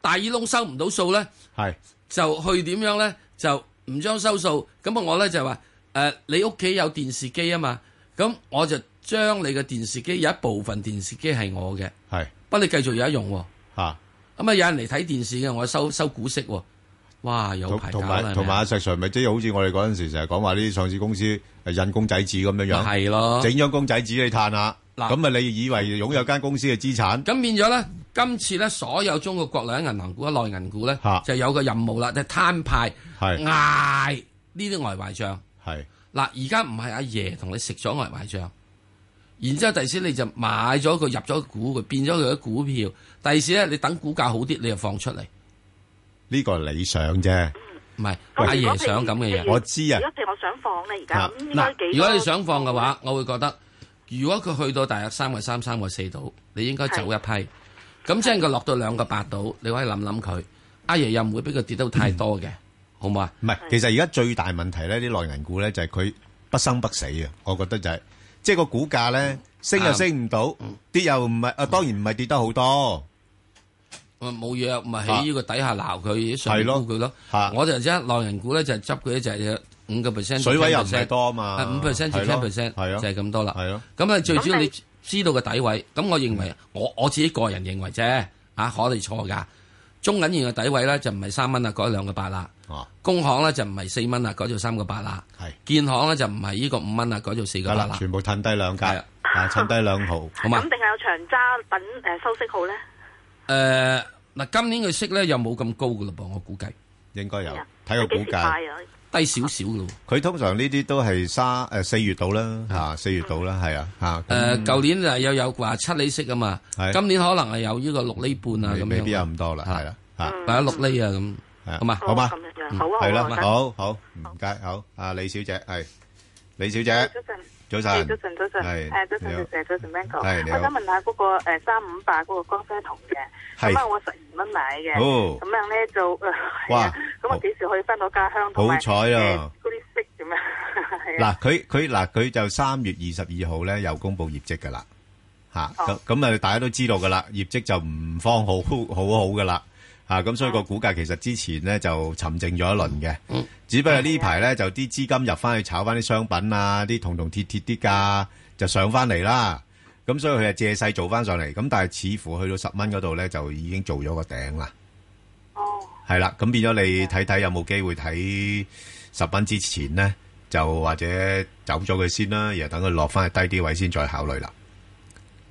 S9: 大耳窿收唔到數咧，
S8: 係
S9: 就去點樣咧？就唔將收數。咁啊，我咧就話誒、呃你屋企有電視機啊嘛，咁我就將你嘅電視機有一部分電視機係我嘅，
S8: 係
S9: 不過你繼續有得用喎。
S8: 嚇
S9: 咁啊，有人嚟睇電視嘅，我收收股息喎。哇，有
S8: 同
S9: 排搞
S8: 同
S9: 啦
S8: 埋
S9: 係咪
S8: 同埋阿石 Sir 咪即係好似我哋嗰陣時成日講話啲上市公司誒印公仔紙咁樣樣，
S9: 咪係咯
S8: 整張公仔紙你嘆下，
S9: 嗱
S8: 咁咪你以為擁有間公司嘅資產？
S9: 咁變咗咧，今次咧所有中國國內銀行股、內銀股咧，就有個任務啦，就係攤派
S8: 係
S9: 嗌呢啲外壞帳。
S8: 係
S9: 嗱，而家唔係阿爺同你食咗外壞帳，然之後第時你就買咗佢入咗股，佢變咗佢嘅股票。第時咧，你等股價好啲，你就放出嚟。
S8: 呢個係理想啫，
S9: 唔係
S27: 咁
S9: 阿
S27: 如果
S9: 爺
S27: 譬如
S9: 想咁嘅
S27: 譬
S9: 嘢，
S27: 如如果譬如我想放咧，而
S9: À,
S27: 家咁應該
S9: 啊嗱，
S27: 幾
S9: 如
S27: 多？
S9: 果你想放嘅話，我會覺得，如果佢去到大約三個三、三個四度，你應該走一批。咁即係佢落到兩個八度，你可以諗諗佢。阿爺又唔會俾佢跌到
S8: Ừ.
S9: 太多嘅，好唔好啊？
S8: 唔係其實而家最大問題咧，啲內銀股咧就係佢不生不死啊！我覺得就係即係個股價咧升又
S9: 啱
S8: 升唔到，跌又唔係啊，當然唔係跌得好多，
S9: 我啊冇嘢，咪喺呢個底下鬧佢，上
S8: 啊係
S9: 面
S8: 咯
S9: 沽佢咯。
S8: 嚇
S9: 我就即係內人股咧，就係執佢就係五個 percent，啊
S8: 水位又唔係多嘛
S9: 五 percent 至
S8: 係
S9: ten
S8: 咯
S9: percent，
S8: 係咯
S9: 就係咁多啦。
S8: 係咯，
S9: 咁啊，最主要
S27: 咁你
S9: 你知道個底位。咁我認為，啊我我自己個人認為啫，啊，我哋錯㗎。中銀業嘅底位咧就唔係三蚊啦，改兩個八啦。
S8: 哦，
S9: 工行咧就唔係四蚊啦，改做三個八啦。
S8: 係
S9: 建行咧就唔係呢個五蚊啦，改做四個
S8: 得
S9: 八
S8: 啦，
S9: 啦。
S8: 全部褪低兩格，啊，褪低兩毫，
S9: 好嘛
S27: 咁？定係有長揸等诶收息好咧？
S9: 誒嗱，今年嘅息咧又冇咁高噶嘞噃，我估計
S8: 應該有睇個股
S27: 快
S8: 價。
S27: 啊！
S9: 低少少咯。
S8: 佢通常呢啲都係三誒四月到啦，嚇四月到啦，係啊嚇。咁
S9: 誒，舊年就又有話七厘息啊嘛，
S8: 係
S9: 今年可能係有呢個六厘半啊
S8: 未
S9: 咁樣，
S8: 未必有咁多啦，係啦嚇，
S9: 或者六厘啊咁，好嘛？
S8: 好嘛
S27: 咁樣，
S8: 嗯
S27: 好啊
S8: 係啦
S27: 好啊，
S8: 好好唔該，好啊，李小姐係李小姐，
S5: 早晨，
S8: 早
S5: 係
S8: 晨，
S5: 早晨，早晨，誒，
S8: 係
S5: 早晨，
S8: 你好
S5: 早晨，早晨，Ben 哥，
S8: 係你好
S5: 我想問下嗰個誒三五八嗰個光輝銅
S8: 係
S5: 嘅，咁啊，我十二蚊買嘅，
S8: 哦
S5: 咁樣咧就誒，係
S8: 哇
S5: 啊咁我幾時可以翻到家鄉同埋
S8: 好彩啊
S5: 誒嗰啲息點樣？係啊
S8: 嗱，佢佢嗱佢就三月二十二號咧又公布業績噶啦，吓咁
S5: 哦
S8: 咁啊大家都知道噶啦，業績就唔方好 好好噶啦，吓咁所以個
S5: 哦
S8: 股價其實之前咧就沉靜咗一輪嘅，只不過呢排咧就啲資金入翻去炒翻啲商品啊，啲銅銅鐵鐵啲價就上翻嚟啦，咁所以佢係借勢做翻上嚟，咁但係似乎去到十蚊嗰度咧就已經做咗個頂啦。系啦，咁變咗你睇睇有冇機會睇十蚊之前呢，就或者走咗佢先啦，然後等佢落翻去低啲位先再考慮啦。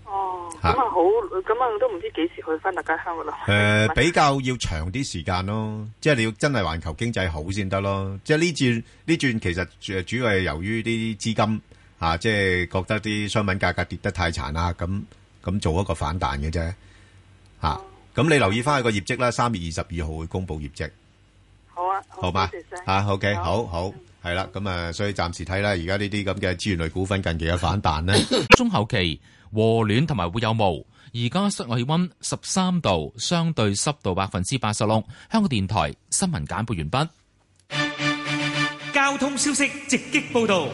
S5: 哦，咁
S8: 嚇
S5: 啊好，咁啊都唔知幾時可以翻到家鄉噶啦。
S8: 诶、比較要長啲時間咯，即係你要真係環球經濟好先得咯。即係呢轉呢轉其實主主要係由於啲資金啊，即係覺啊得啲商品價格跌得太殘啦，咁咁做一個反彈嘅啫。吓、啊咁你留意翻佢個業績啦，三月二十二號會公布業績，
S5: 好啊，
S8: 好嘛？啊，OK，好好。係啦，咁啊，所以暫時睇啦，而家呢啲咁嘅資源類股份近期嘅反彈呢，
S13: 中後期和暖同埋會有霧。而家室外氣溫十三度，相對濕度百分之八十六。香港電台新聞簡報完
S12: 畢。交通消息直擊報導。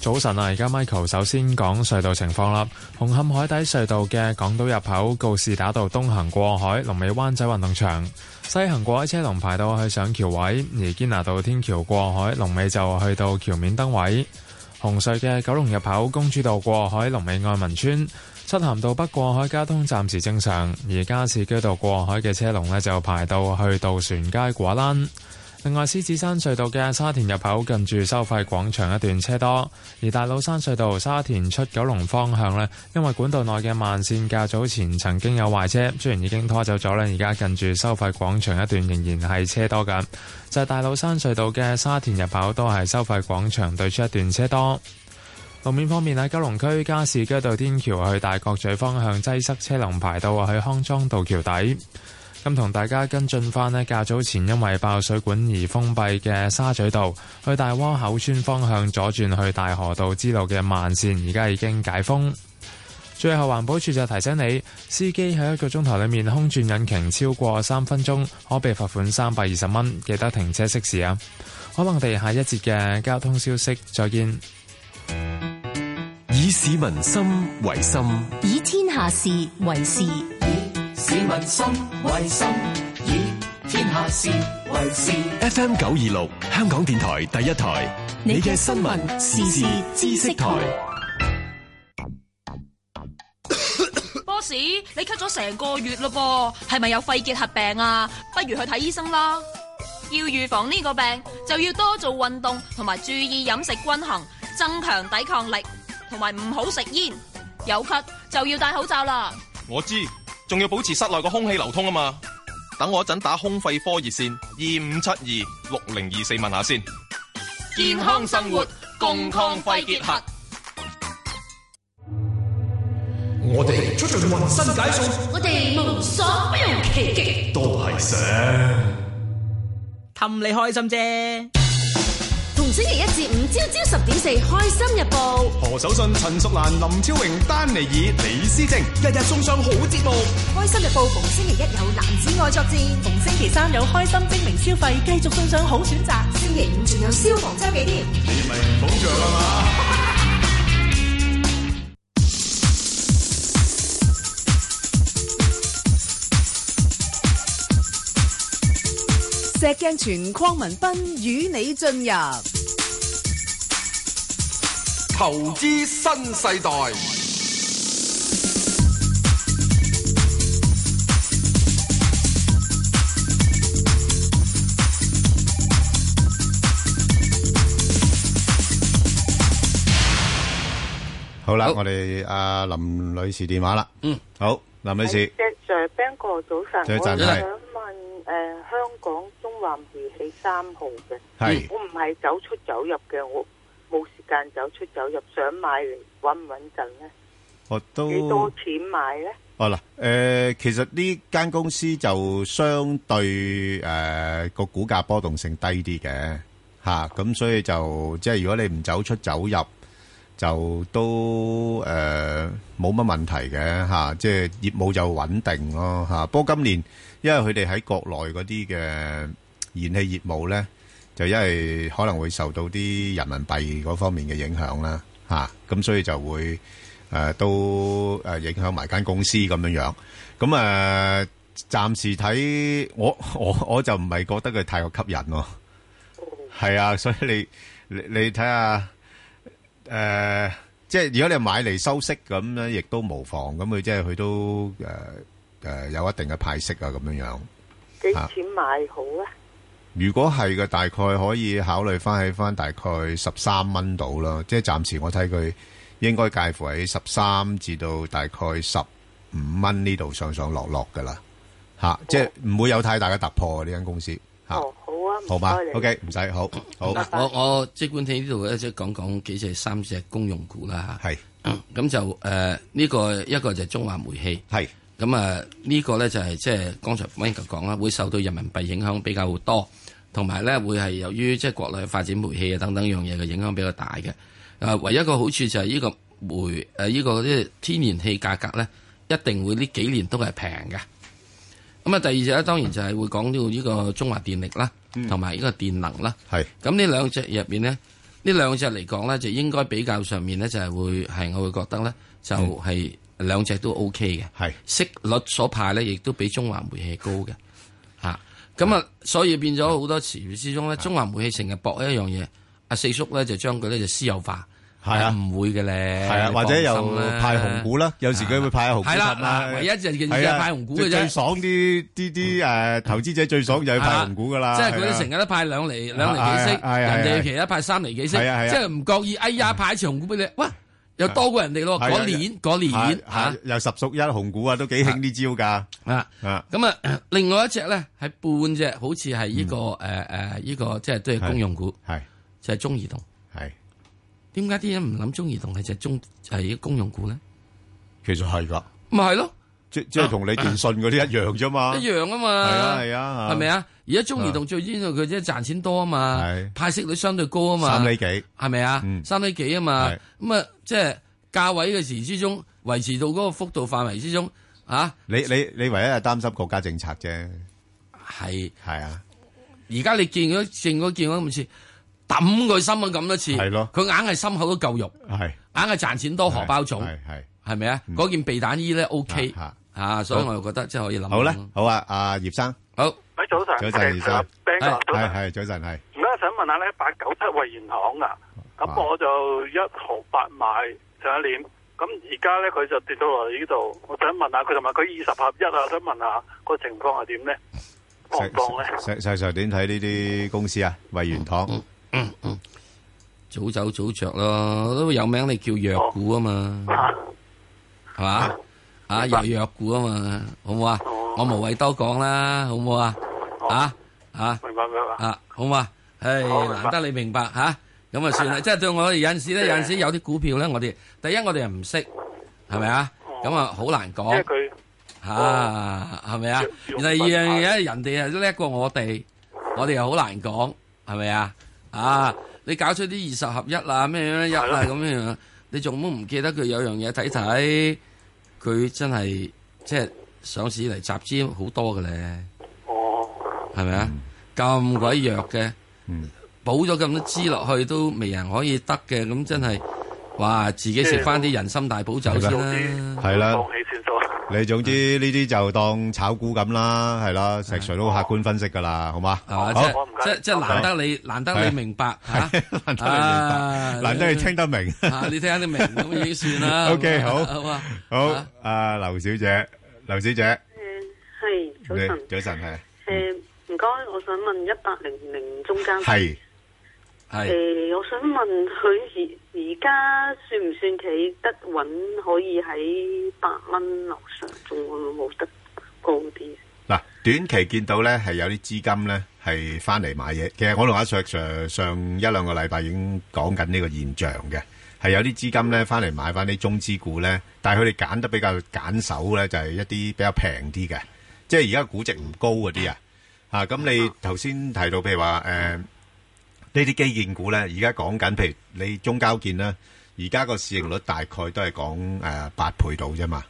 S14: 早晨啊！而家 Michael 首先講隧道情況啦。紅磡海底隧道嘅港島入口告士打道東行過海，龍尾灣仔運動場；西行過海車龍排到去上橋位。而堅拿道天橋過海，龍尾就去到橋面燈位。紅隧嘅九龍入口公主道過海，龍尾愛民村；漆咸道北過海交通暫時正常。而加士居道過海嘅車龍呢，就排到去渡船街果欄。另外，獅子山隧道嘅沙田入口近住收費廣場一段車多，而大老山隧道沙田出九龍方向呢，因為管道內嘅慢線較早前曾經有壞車，雖然已經拖走咗呢，而家近住收費廣場一段仍然係車多㗎。就係、是、大老山隧道嘅沙田入口都係收費廣場對出一段車多。路面方面喺九龍區加士居道天橋去大角咀方向擠塞車龍排到去康莊道橋底。咁同大家跟進翻呢，較早前因為爆水管而封閉嘅沙咀道去大窩口村方向左轉去大河道支路嘅慢線，而家已經解封。最後環保署就提醒你，司機喺一個鐘頭裏面空轉引擎超過三分鐘，可被罰款三百二十蚊。記得停車熄匙啊！可能我哋下一節嘅交通消息再見。
S15: 以市民心為心，
S16: 以天下事為事。
S3: 市民心為心，以天下事為事。
S15: FM 九二六，香港電台第一台，你嘅新聞時事知識台。
S6: Boss，你咳咗成個月嘞噃，係咪有肺結核病啊？不如去睇醫生啦。要預防呢個病，就要多做運動，同埋注意飲食均衡，增強抵抗力，同埋唔好食煙。有咳就要戴口罩啦。
S29: 我知。仲要保持室內個空氣流通啊嘛！等我一陣打空肺科熱線二五七二六零二四問下先。
S6: 健康生活，共抗肺結核。
S18: 我哋出盡渾身解數，
S22: 我哋無所不用其極，
S18: 都係想
S30: 氹你開心啫。
S2: 逢星期一至五朝朝十點四《開心日報》，
S18: 何守信、陳淑蘭、林超榮、丹尼爾、李思正，日日送上好節目。
S31: 《開心日報》逢星期一有男子愛作戰，
S32: 逢星期三有開心精明消費，繼續送上好選擇。
S31: 星期五仲有消防周記添，
S18: 你咪唔捧場啊嘛！
S24: 石鏡泉鄺民彬與你進入
S25: 投資新世代。
S8: 好啦，我哋阿林女士電話啦。嗯，好，林女士。
S10: Sir Ben 哥早晨，
S8: 早晨係。
S10: 誒、呃、香港中環匯起三號嘅，我唔係走出走入嘅，我冇時間走出走入，想買嚟穩唔穩陣咧？
S8: 我都
S10: 幾多錢買咧？
S8: 哦嗱，誒、呃、其實呢間公司就相對誒個、呃、股價波動性低啲嘅嚇，咁、啊、所以就即係如果你唔走出走入，就都誒冇乜問題嘅嚇、啊，即係業務就穩定咯嚇、啊。不過今年因為佢哋喺國內嗰啲嘅燃氣業務咧， 就因為可能會受到啲人民幣嗰方面嘅影響啦，嚇、啊、咁所以就會誒、呃、都誒影響埋間公司咁樣樣。咁誒、呃、暫時睇我我我就唔係覺得佢太過吸引喎，係啊，所以你你你睇下誒，即係如果你買嚟收息咁咧，亦都無妨。咁佢即係佢都誒。呃誒、呃、有一定嘅派息啊，咁樣樣
S10: 幾錢買好啊？
S8: 如果係嘅，大概可以考慮翻喺翻大概十三蚊度啦。即係暫時我睇佢應該介乎喺十三至到大概十五蚊呢度上上落落噶啦。嚇、啊，哦、即係唔會有太大嘅突破呢間公司嚇。
S10: 哦，好啊，
S8: 好
S10: 嘛
S8: ，OK，唔使好好。
S9: 好我我即管喺呢度咧，即係講講幾隻三隻公用股啦。
S8: 係
S9: 咁、嗯、就誒呢、呃呢個一個就係中華煤氣
S8: 係。
S9: 咁啊，呢個咧就係即係剛才 Wing 講啦，會受到人民幣影響比較多，同埋咧會係由於即係國內發展煤氣啊等等樣嘢嘅影響比較大嘅。啊，唯一一個好處就係呢個煤誒呢、呃呢個即係天然氣價格咧，一定會呢幾年都係平嘅。咁啊，第二隻咧當然就係會講到呢個中華電力啦，同埋呢個電能啦。
S8: 嗯係
S9: 咁呢兩隻入邊咧，呢兩隻嚟講咧，就應該比較上面咧就係會係我會覺得咧就係、是。兩隻都 O K 嘅，
S8: 嗯係
S9: 息率所派咧，亦都比中華煤氣高嘅，嚇咁啊，所以變咗好多詞語之中咧，中華煤氣成日搏一樣嘢，阿四叔咧就將佢咧就私有化，
S8: 係啊，
S9: 唔會嘅咧，
S8: 係啊，或者又派紅股啦，有時佢會派紅股，
S9: 係啦，唯一就係
S8: 啊
S9: 派紅股嘅啫，
S8: 最爽啲啲啲誒投資者最爽就係派紅股噶啦，啊
S9: 即係佢成日都派兩厘兩厘幾息，人哋其他派三厘幾息，即係唔覺意，哎呀派一次紅股俾你，喂！又多過人哋
S8: 啊
S9: 咯，嗰年嗰年嚇，
S8: 又十屬一紅股啊，都幾興呢招㗎。
S9: 啊啊，咁啊， 另外一隻咧係半隻，好似係呢個誒誒呢個即係都係公用股，
S8: 嗯係
S9: 就係中移動。
S8: 係
S9: 點解啲人唔諗中移動係隻中係公用股咧？
S8: 其實係㗎，
S9: 咪係咯，
S8: 即即係同你電信嗰啲一樣啫嘛，
S9: 一樣啊嘛，
S8: 係啊係啊，
S9: 係咪啊？而家中移動最緊要佢即係賺錢多啊嘛，派息率相對高啊嘛，
S8: 三厘幾
S9: 係咪啊？三厘幾啊嘛，咁啊即係價位嘅時之中維持到嗰個幅度範圍之中啊！
S8: 你你你唯一係擔心國家政策啫，
S9: 係
S8: 係啊！
S9: 而家你見咗見咗見咗咁次揼佢心啊咁多次，
S8: 係咯，
S9: 佢硬係心口都夠肉，
S8: 係
S9: 硬係賺錢多荷包重，
S8: 係
S9: 係咪啊？嗰件避彈衣咧 OK 啊，所以我又覺得即係可以諗
S8: 好啦，好啊，阿葉生
S9: 好。
S1: 喂，早晨，啊
S8: 早晨，葉啊生，
S1: 係
S8: 係早晨，係。
S1: 而家想問下咧，八九七惠元行啊，咁我就一毫八買上一年，咁而家咧佢就跌到落嚟呢度，我想問下佢同埋佢二十合一啊，想問下個情況係點咧？放唔放
S8: 細
S1: 咧？
S8: 細細點睇呢啲公司啊？惠元堂，
S9: 嗯嗯，早走早着咯，都有名你叫藥股啊嘛，係嘛？啊，又藥股啊嘛，好唔好啊？我無謂多講啦，好唔好啊？啊啊，
S1: 明白明白
S9: 啊，好嘛？唉，難得你明白吓，咁啊算啦。即係對我哋有陣時咧，有陣時有啲股票咧，我哋第一我哋又唔識，係咪啊？咁啊好難講。
S1: 即係佢
S9: 吓係咪啊？第二樣嘢，人哋啊叻過我哋，我哋又好難講，係咪啊？啊，你搞出啲二十合一啦，咩咩一啦咁樣樣，你仲都唔記得佢有樣嘢睇睇，佢真係即係上市嚟集資好多嘅咧。係咪啊？咁鬼弱嘅，補咗咁多支落去都未人可以得嘅，咁真係，哇！自己食翻啲人參大補酒先啦，
S8: 係啦，
S1: 放棄算數。
S8: 你總之呢啲就當炒股咁啦，係啦，石 Sir 都好客觀分析㗎啦，好嘛？
S9: 係嘛？即即即難得你難得你明白嚇，
S8: 難得你明白，難得你聽得明，
S9: 你聽得明咁已經算 啦。
S8: OK，好，
S9: 好，
S8: 阿劉小姐，劉小姐，
S26: 誒係早晨，
S8: 早晨係
S26: 誒。唔該，我想問一八零零中間
S8: 係
S26: 係誒，我想問佢而而家算唔算企得穩？可以喺八蚊樓上，仲會冇得高啲？
S8: 嗱，短期見到咧係有啲資金咧係翻嚟買嘢。其實我同阿 Sir Sir 上一兩個禮拜已經講緊呢個現象嘅，係有啲資金咧翻嚟買翻啲中資股咧，但係佢哋揀得比較揀手咧，就係一啲比較平啲嘅，即係而家估值唔高嗰啲啊。啊，咁你頭先提到譬如話誒呢啲基建股咧，而家講緊譬如你中交建啦，而家個市盈率大概都係講誒八倍到啫嘛，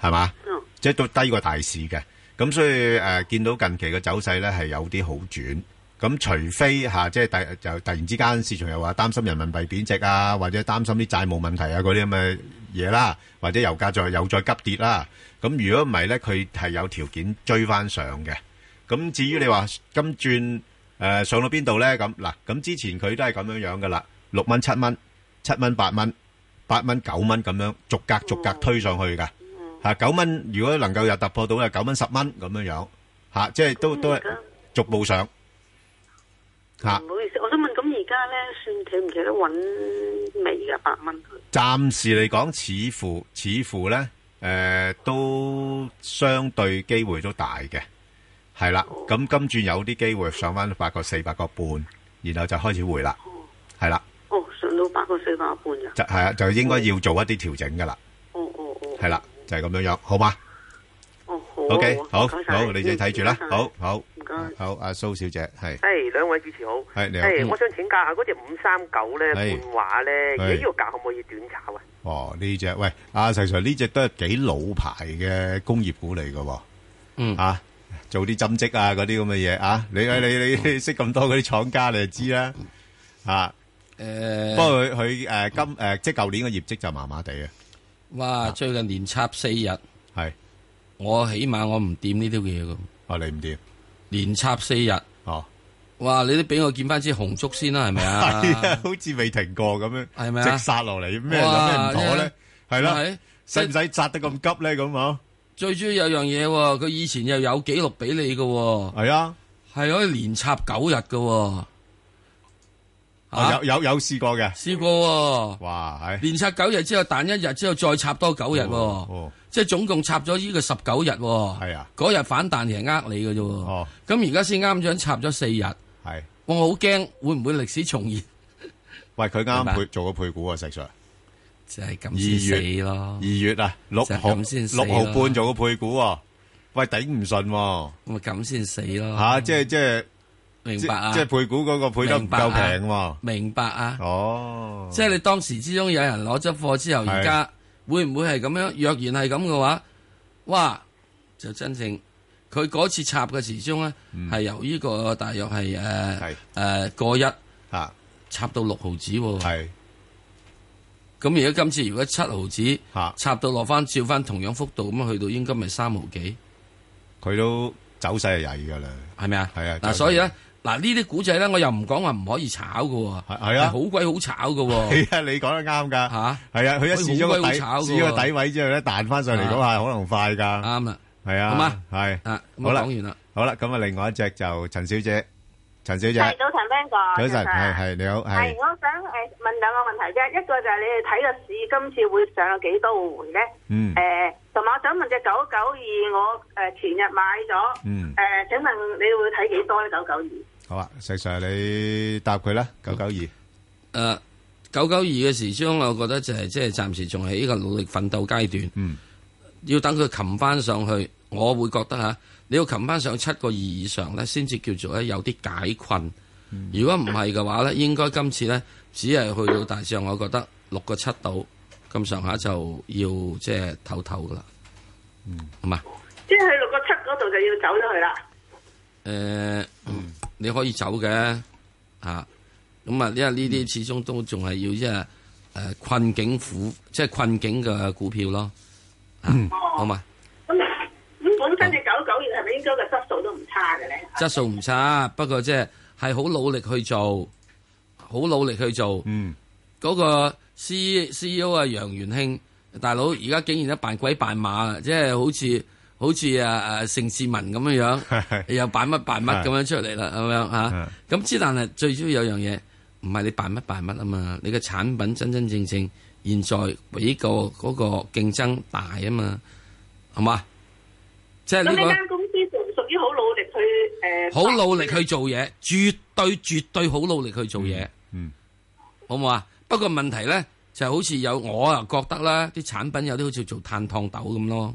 S8: 係嘛？
S26: 嗯，
S8: 即係都低過大市嘅，咁所以誒見到近期嘅走勢咧係有啲好轉，咁除非嚇即係突就突然之間市場又話擔心人民幣貶值啊，或者擔心啲債務問題啊嗰啲咁嘅嘢啦，或者油價再又再急跌啦，咁如果唔係咧，佢係有條件追翻上嘅。咁至於你話今轉誒上到邊度咧？咁嗱，咁之前佢都係咁樣樣噶啦，六蚊、七蚊、七蚊、八蚊、八蚊、九蚊咁樣逐格逐格推上去噶嚇。九蚊如果能夠又突破到咧，九蚊十蚊咁樣樣嚇，即係都都係逐步上
S26: 嚇。唔好意思，我想問，咁而家咧算企唔企得穩未㗎？八蚊佢
S8: 暫時嚟講，似乎似乎咧誒都相對機會都大嘅。係啦，咁今轉有啲機會上翻八個四、八個半，然後就開始回啦，係啦。
S26: 哦，上到八個四、八個半啊！
S8: 就係啊，就應該要做一啲調整噶啦。
S26: 哦哦哦。哦
S8: 係啦，就係咁樣樣，好嘛？ OK，
S27: 好
S8: 好，
S27: 講
S8: 好，
S27: 晒
S8: 你自己睇住啦，
S27: 嗯
S8: 好好，
S27: 唔該
S8: 好，阿蘇小姐係
S27: 係兩位主持好，
S8: 係你好
S27: 係
S8: 嗯
S27: 我想請教下嗰只五三九咧
S8: 係
S27: 半畫咧，而家
S8: 係
S27: 呢個價可唔可以短炒啊？
S8: 哦，呢只喂，阿石 Sir 呢只都係幾老牌嘅工業股嚟噶，
S9: 嗯
S8: 啊，做啲針織啊嗰啲咁嘅嘢啊，你你你你識咁多嗰啲廠家你就知啦，啊，
S9: 誒，
S8: 不過佢佢誒今誒即係舊年嘅業績就麻麻地嘅，
S9: 哇！最近連插四日，
S8: 係
S9: 我起碼我唔掂呢啲嘢噶。
S8: 啊，你唔掂？
S9: 連插四日。
S8: 哦，
S9: 哇！你都俾我見翻支紅竹先啦，係咪啊？
S8: 係啊， 好似未停過咁樣，
S9: 係咪啊
S8: 即殺落嚟咩有
S9: 哇
S8: 咩唔妥咧？係啦
S9: 係，
S8: 使唔使殺得咁急咧？咁啊？
S9: 最主要有樣嘢喎，佢以前又有記錄俾你嘅喎。
S8: 係啊，
S9: 係可以連插九日嘅喎。
S8: 啊有有有試過嘅，
S9: 試過喎。
S8: 哇！係
S9: 連插九日之後，彈一日之後再插多九日喎
S8: 哦。
S9: 即係總共插咗呢個十九日喎。
S8: 係啊，哦
S9: 嗰日反彈係呃你嘅啫喎。咁而家先啱咗插咗四日。
S8: 係。
S9: 我好驚會唔會歷史重現？
S8: 喂，佢
S9: 明
S8: 啱
S9: 白
S8: 配做個配股啊，石 Sir。
S9: 就係
S8: 二
S9: 咁先
S8: 月
S9: 死咯。
S8: 二月啊，六
S9: 就係
S8: 毫
S9: 咁先死
S8: 六毫
S9: 咯
S8: 半做個配股喎，喂頂唔順喎。
S9: 咪咁先死咯。
S8: 吓，即係即係
S9: 明白啊
S8: 即係配股嗰個配得唔夠平喎。
S9: 明白啊？
S8: 哦，
S9: 即係你當時之中有人攞咗貨之後，
S8: 係
S9: 而家會唔會係咁樣？若然係咁嘅話，哇，就真正佢嗰次插嘅時鐘咧，
S8: 嗯
S9: 係由呢個大約係誒誒過一
S8: 嚇
S9: 插到六毫子喎。
S8: 係。
S9: 咁而家今次如果七毫子插到落翻，照翻同樣幅度咁去到應該咪三毫幾？
S8: 佢都走勢係曳㗎啦，
S9: 係咪啊？
S8: 係啊，
S9: 嗱，所以咧，嗱呢啲古仔咧，我又唔講話唔可以炒嘅喎，
S8: 係啊
S9: 好鬼好 炒嘅喎。
S8: 係啊，你講得啱㗎。
S9: 嚇，
S8: 係啊，佢一試咗個
S9: 佢好鬼好
S8: 底，
S9: 炒㗎
S8: 試咗個
S9: 喎
S8: 底位之後咧，彈翻上嚟嗰下可能快㗎。啱
S9: 啦，
S8: 係啊，
S9: 好嘛，
S8: 係
S9: 啊，咁啊
S8: 好啦，
S9: 講完啦，
S8: 好啦，咁啊，另外一隻就陳小姐，陳小姐，
S28: 係早晨 Ben 哥，
S8: 早晨，係係你好，
S28: 係
S8: 係
S28: 我想誒問兩個問題啫，一個就係你哋睇個市今次會上有幾多回咧？
S8: 嗯
S28: 誒，同埋我想問只九九二，我誒前日買咗，
S8: 嗯
S28: 誒，請問你會睇幾多咧？九九二？
S8: 好啊，石 Sir 你答佢啦，九九二。
S9: 誒九九二嘅時鐘，我覺得就係即係暫時仲喺呢個努力奮鬥階段。
S8: 嗯，
S9: 要等佢擒翻上去，我會覺得嚇你要擒翻上七個二以上咧，先至叫做咧有啲解困。
S8: 嗯
S9: 如果唔係嘅話咧，應該今次咧只係去到大致上，我覺得六個七度咁上下就要即係唞唞噶啦。嗯，好嘛？
S28: 即係去六個七嗰度就要走咗佢啦。
S9: 誒、呃嗯你可以走嘅嚇，咁啊，因為呢啲始終都仲係要即係誒困境苦，即係困境嘅股票咯，啊好嘛？
S28: 咁咁本身只九九二係咪應該個質素都唔差嘅咧？
S9: 質素唔差，不過即係係好努力去做，好努力去做。
S8: 嗯，
S9: 嗰個 C C E O 啊，楊元慶大佬，而家竟然一扮鬼扮馬啊，即係好似好似啊啊盛志文咁樣樣，又扮乜扮乜咁樣出嚟啦，咁樣嚇。咁之但係最主要有樣嘢，唔係你扮乜扮乜啊嘛，你嘅產品真真正正現在比個嗰個競爭大啊嘛，係嘛？即係
S28: 咁
S9: 呢
S28: 呢
S9: 個。
S28: 間公司屬唔屬於好努力去誒？
S9: 好努力去做嘢，絕對絕對好努力去做嘢。
S8: 嗯，
S9: 好唔好啊？不過問題咧就好似有我啊覺得啦，啲產品有啲好似做炭燙豆咁咯。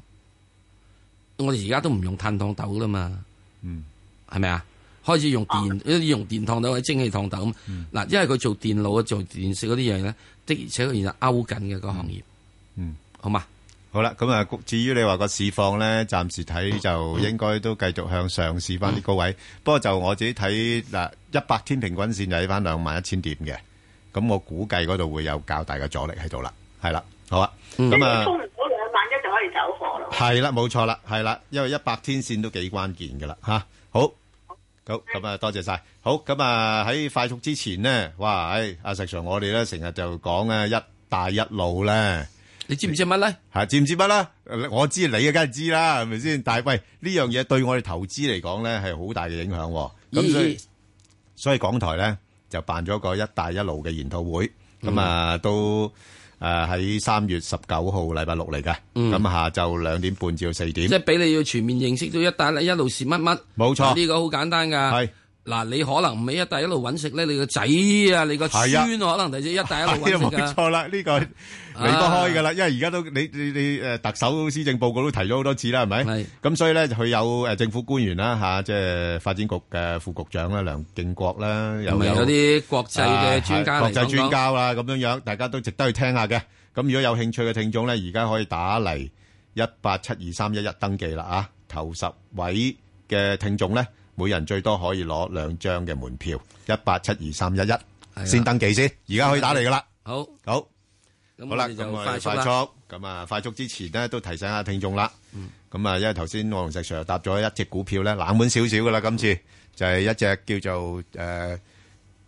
S9: 我哋而家都唔用炭燙豆啦嘛，
S8: 嗯，
S9: 係咪啊？開始用電，用電燙豆或者蒸汽燙豆咁。
S8: 嗯
S9: 嗱、因為佢做電腦啊、做電視嗰啲嘢咧，的而且確現在勾緊嘅個行業。
S8: 嗯，
S9: 好嘛？
S8: 好啦，咁啊，至於你話個市況咧，暫時睇
S9: 嗯
S8: 就應該都繼續向上試翻啲高位。不過就我自己睇嗱，一百天平均線就喺翻兩萬一千點嘅，咁我估計嗰度會有較大嘅阻力喺度啦。係啦，好啊，
S9: 嗯
S28: 即
S8: 咁
S28: 係
S8: 啊
S28: 你，衝唔到兩萬一就可以走貨咯。
S8: 係啦，冇錯啦，係啦，因為一百天線都幾關鍵噶啦，吓，好。好，咁啊，多謝晒。好，咁啊，喺快速之前呢，哇，唉，阿石 Sir，我哋咧成日就講啊，一帶一路咧，
S9: 你知唔知乜咧？
S8: 吓，知唔知乜啦？呃我知，你啊，梗係知啦，係咪先？但係喂，呢樣嘢對我哋投資嚟講咧，係好大嘅影響喎。咁所以
S9: 咦，
S8: 所以港台咧就辦咗個一帶一路嘅研討會，咁啊都誒喺三月十九號禮拜六嚟嘅，咁下晝兩點半至到四點
S9: 即。係俾你要全面認識到一帶一路是乜乜。
S8: 冇錯
S9: 呢個好簡單㗎。係嗱，你可能唔係一帶一路揾食咧，你個仔啊，你個
S8: 係啊
S9: 孫可能就一帶一路揾食
S8: 冇
S9: 噶。
S8: 錯啦，呢個離不開噶啦，因為而家都你你你誒特首施政報告都提咗好多次啦，係咪？咁所以咧，佢有誒政府官員啦嚇，即係發展局嘅副局長啦，梁敬國啦，又
S9: 同埋有啲國際嘅專家
S8: 啊係
S9: 嚟
S8: 國際專
S9: 講講。
S8: 家啦，咁樣樣大家都值得去聽下嘅。咁如果有興趣嘅聽眾咧，而家可以打嚟一八七二三一一登記啦啊！頭十位嘅聽眾咧，每人最多可以攞兩張嘅門票，一八七二三一一先登記先。而家可以打嚟噶啦。
S9: 好，
S8: 好，
S9: 咁
S8: 好啦，
S9: 我哋就
S8: 咁我
S9: 快
S8: 哋
S9: 速
S8: 快
S9: 啦
S8: 速咁啊，快速之前咧都提醒下聽眾啦。咁啊，因為頭先我同石 Sir 搭咗一隻股票咧，冷門少少噶啦，今次就係一隻叫做誒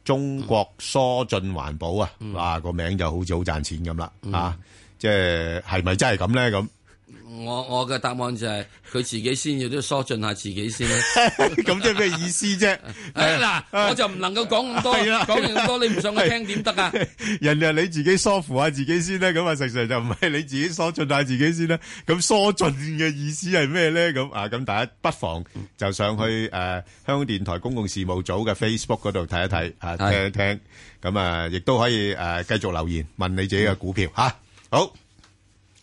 S8: 中國疏浚環保啊，哇個名就好似好賺錢咁啦，啊，即係係咪真係咁咧？咁
S9: 我我嘅答案就係佢自己先要都疏進下自己 先啦。
S8: 咁即係咩意思啫？
S9: 誒嗱，我就唔能夠講咁多，
S8: 係啦
S9: 講完咁多你唔想我聽點得啊？
S8: 人哋話你自己疏乎下自己先咧，咁啊石 Sir 就唔係你自己疏浚下自己先啦。咁疏浚嘅意思係咩咧？咁啊，咁大家不妨就上去誒、呃香港電台公共事務組嘅 Facebook 嗰度睇一睇啊，聽一聽。咁啊，亦都可以誒、呃、繼續留言問你自己嘅股票吓、好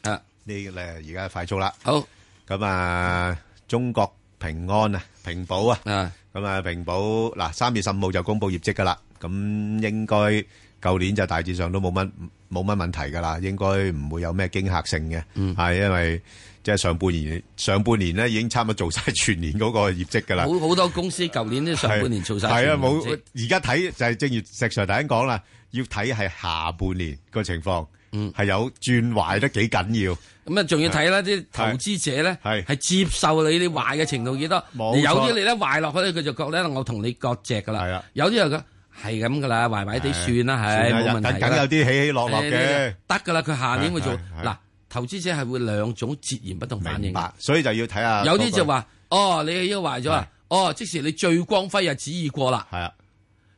S9: 啊，
S8: 呢咧而家快速啦。
S9: 好，
S8: 咁啊，中國平安啊，平保啊，咁啊，平保嗱三月十五號就公布業績噶啦，咁應該舊年就大致上都冇乜冇乜問題噶啦，應該唔會有咩驚嚇性嘅，係、因為即係上半年上半年咧已經差唔多做晒全年嗰個業績噶啦。
S9: 好好多公司舊年都上半年做晒全
S8: 係啊，
S9: 年
S8: 冇
S9: 業績。
S8: 而家睇就係正如石 Sir 頭先講啦，要睇係下半年個情況，嗯，係有轉壞得幾緊要。
S9: 咁啊，仲要睇啦，啲投資者咧係接受你啲壞嘅程度幾多。
S8: 冇錯
S9: 有啲你咧壞落去咧，佢就覺得我同你割席噶啦。有啲又覺得係咁噶啦，壞壞地算啦，係
S8: 啊算啦
S9: 冇問題㗎啦。
S8: 梗梗有啲起起落落嘅
S9: 誒得噶啦。佢下年會做
S8: 係係係
S9: 嗱，投資者係會兩種截然不同反應。
S8: 所以就要睇下
S9: 有
S8: 嗰
S9: 啲
S8: 個
S9: 就話哦，你已經壞咗啊，哦，即時你最光輝日子已過啦。
S8: 係啊。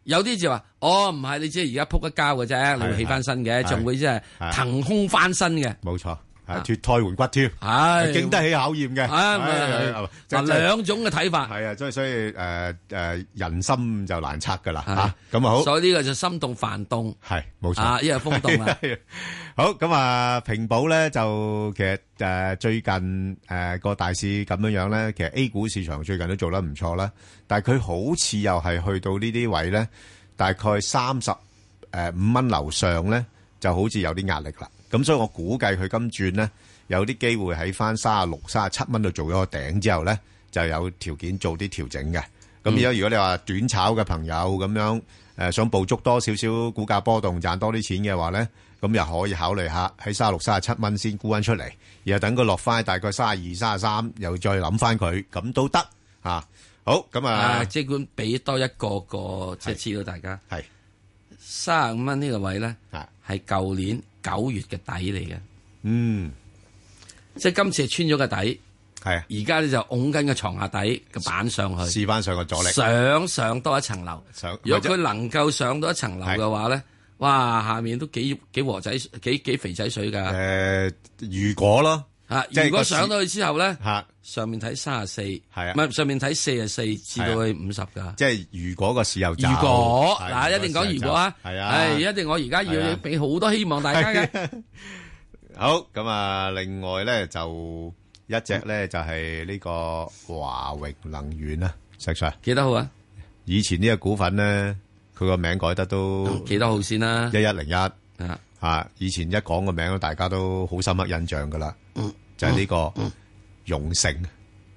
S9: 有啲就話：哦，唔係，你只係而家撲一跤嘅啫，你會起翻身嘅，
S8: 係
S9: 仲會即係
S8: 係
S9: 騰空翻身嘅。
S8: 冇錯，係脱胎換骨添，啊
S9: 係
S8: 經得起考驗嘅。
S9: 啊
S8: 唉
S9: 咪
S8: 真真
S9: 嗱兩種嘅睇法。
S8: 係啊，所以所以誒誒人心就難測噶啦
S9: 係
S8: 嚇，咁啊好。
S9: 所以呢個就心動煩動。
S8: 係冇錯
S9: 啊，因為風動 啦。
S8: 係啊好咁啊，平保咧就其實誒最近誒個大市咁樣樣咧，其實 A 股市場最近都做得唔錯啦，但係佢好似又係去到呢啲位咧，大概三十誒五蚊樓上咧，就好似有啲壓力啦。咁所以我估計佢今轉咧有啲機會喺翻三十六、三十七蚊度做咗個頂之後咧，就有條件做啲調整嘅。咁
S9: 嗯
S8: 而家如果你話短炒嘅朋友咁樣，誒、想捕捉多少少股價波動賺多啲錢嘅話咧，咁又可以考慮下喺三十六、三十七蚊先沽翻出嚟，然後等佢落翻大概三十二、三十三，又再諗翻佢，咁都得啊。好，咁啊
S9: 啊，，即管俾多一個個即係資料大家。
S8: 係啊
S9: 三十五蚊呢個位咧，係舊年九月嘅底嚟嘅。
S8: 嗯，
S9: 即係今次係穿咗個底。
S8: 係啊，
S9: 而家咧就拱緊個床下底個板上去，
S8: 試翻上個阻力
S9: 想上多一層樓。
S8: 想
S9: 如果佢能夠上到一層樓嘅話咧，哇，下面都幾幾和仔幾幾肥仔水㗎。
S8: 誒，如果咯，
S9: 啊，
S8: 即係
S9: 如果
S8: 個市
S9: 上到去之後咧，
S8: 嚇
S9: 上面睇三十四，係
S8: 啊
S9: 唔係上面睇四十四至到去五十㗎。
S8: 即係如果個市又走
S9: 如果
S8: 係
S9: 嗱，
S8: 如
S9: 一定
S8: 個市
S9: 講
S8: 又
S9: 如果啊，
S8: 走係啊，
S9: 唉一定我而家
S8: 係
S9: 要
S8: 啊
S9: 俾好多希望大家 嘅。
S8: 好，咁啊，另外咧就一隻咧就係呢個華榮能源啦，石 Sir
S9: 幾多號啊？
S8: 以前呢個股份咧，佢個名改得都
S9: 幾多號先啦？
S8: 一一零一
S9: 啊，
S8: 吓以前一講個名，大家都好深刻印象噶啦，就係呢個融盛，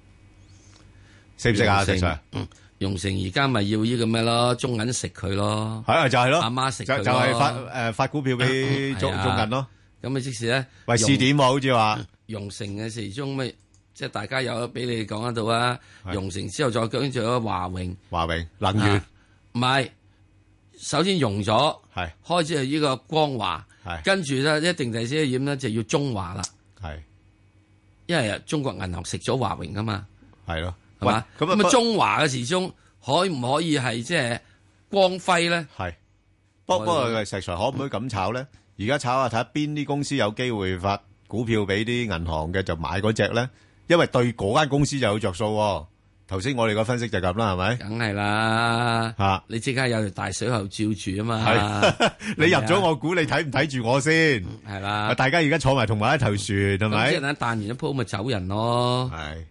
S8: 識唔識啊？石
S9: 用
S8: Sir
S9: 成？嗯用成而家咪要呢個咩咯？中銀食佢咯，
S8: 係啊，就係咯，
S9: 阿媽食
S8: 就
S9: 佢
S8: 就係發
S9: 咯
S8: 誒發股票俾中
S9: 係啊
S8: 中銀咯。
S9: 咁啊，即使咧
S8: 喂試點喎，好似話
S9: 融成嘅時鐘咪，即係大家有俾你講得到啊。融成之後再跟住有華榮，
S8: 華榮能源
S9: 啊唔係，首先融咗，
S8: 係
S9: 開始係呢個光華，
S8: 係
S9: 跟住咧一定第四點咧就要中華啦，
S8: 係，
S9: 因為中國銀行食咗華榮噶嘛，
S8: 係咯，
S9: 係
S8: 喂咁
S9: 嘛？
S8: 啊
S9: 咁
S8: 不
S9: 啊，中華嘅時鐘可唔可以係即係光輝咧？
S8: 係，不不
S9: 我哋
S8: 過石 Sir 可唔可以咁炒咧？而家炒下睇下邊啲公司有機會發股票俾啲銀行嘅，就買嗰只咧，因為對嗰間公司就有着數喎。頭先我哋個分析就咁啦，係咪？
S9: 梗係啦，
S8: 吓
S9: 你即刻有條大水喉照住啊嘛
S8: 係，， 你入咗我股，你睇唔睇住我先？
S9: 係啦，
S8: 大家而家坐埋同埋一頭船，係咪
S9: 咁即？係等彈完一鋪咪走人咯。
S8: 係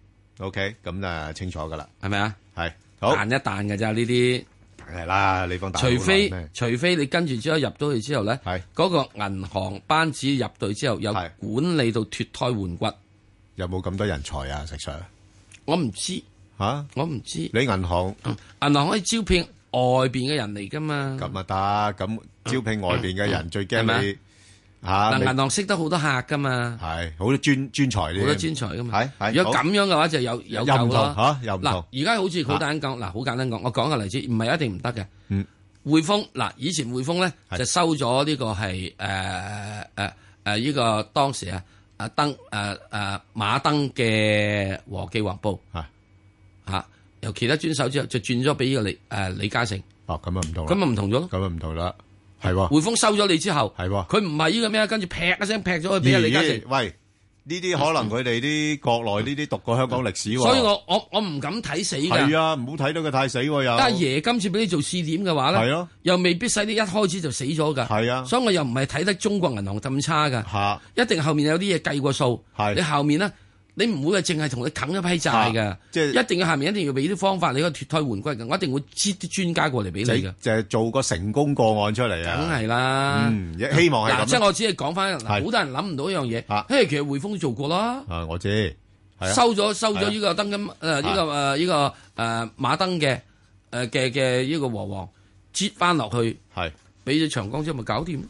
S8: ，OK，咁啊清楚噶啦，
S9: 係咪啊？
S8: 係，好
S9: 彈一彈嘅咋呢啲？
S8: 係啦，你幫大佬
S9: 除
S8: 諗
S9: 非
S8: 咩
S9: 除非你跟住之後入到去之後咧，嗰個銀行班子入到去之後有管理到脱胎換骨，
S8: 有冇咁多人才啊？石 Sir，
S9: 我唔知
S8: 吓，
S9: 我唔知
S8: 你銀行
S9: 銀行可以招聘外邊嘅人嚟噶嘛？
S8: 咁啊得，咁招聘外邊嘅人最
S9: 係咪
S8: 驚
S9: 啊
S8: 你吓，
S9: 嗱，
S8: 你
S9: 銀行識得好多客噶嘛，
S8: 係好多專專才呢
S9: 好多專才噶嘛。
S8: 係
S9: 如果
S8: 好
S9: 咁樣嘅話，就有
S8: 又
S9: 有
S8: 唔
S9: 救
S8: 同
S9: 啦。
S8: 嚇又唔
S9: 嗱
S8: 同，
S9: 而家好似好簡單講，嗱，好簡單講，我講個例子，唔係一定唔得嘅。
S8: 嗯，
S9: 匯豐嗱，以前匯豐咧就收咗呢個係誒誒誒呢個當時啊阿登誒誒馬登嘅和記黃埔
S8: 係
S9: 嚇，由其他專手之後就轉咗俾呢個李誒李嘉誠。
S8: 哦，咁啊唔同啦，
S9: 咁啊唔同咗咯，
S8: 咁啊唔同啦，係喎。
S9: 匯豐收咗你之後，
S8: 係喎，
S9: 佢唔係呢個咩，啊跟住劈一聲劈咗去俾阿李嘉誠
S8: 咦。喂，呢啲可能佢哋啲國內呢啲讀過香港歷史喎，
S9: 所以我我我唔敢睇死㗎。
S8: 係啊，唔好睇到佢太死喎又。
S9: 但係爺今次俾你做試點嘅話咧，
S8: 係咯
S9: 又未必使你一開始就死咗㗎。
S8: 係啊
S9: 所以我又唔係睇得中國銀行咁差㗎。
S8: 嚇，
S9: 一定後面有啲嘢計過數。你後面咧，你唔會係淨係同你啃一批債㗎。
S8: 即係
S9: 一定要下面一定要俾啲方法你個脱胎換骨㗎。我一定會知啲專家過嚟俾你
S8: 就
S9: 㗎。
S8: 就係做個成功個案出嚟啊！
S9: 梗係啦，
S8: 嗯希望係咁
S9: 嗱，即係我只係講翻，嗱
S8: 係
S9: 好多人諗唔到一樣嘢，嘿，其實匯豐都做過啦，
S8: 啊，我知，係啊
S9: 收咗收咗呢個登金誒呢個誒呃呢個誒馬登嘅誒嘅嘅呢個和黃折翻落去，
S8: 係
S9: 俾咗長江之後咪搞掂咯。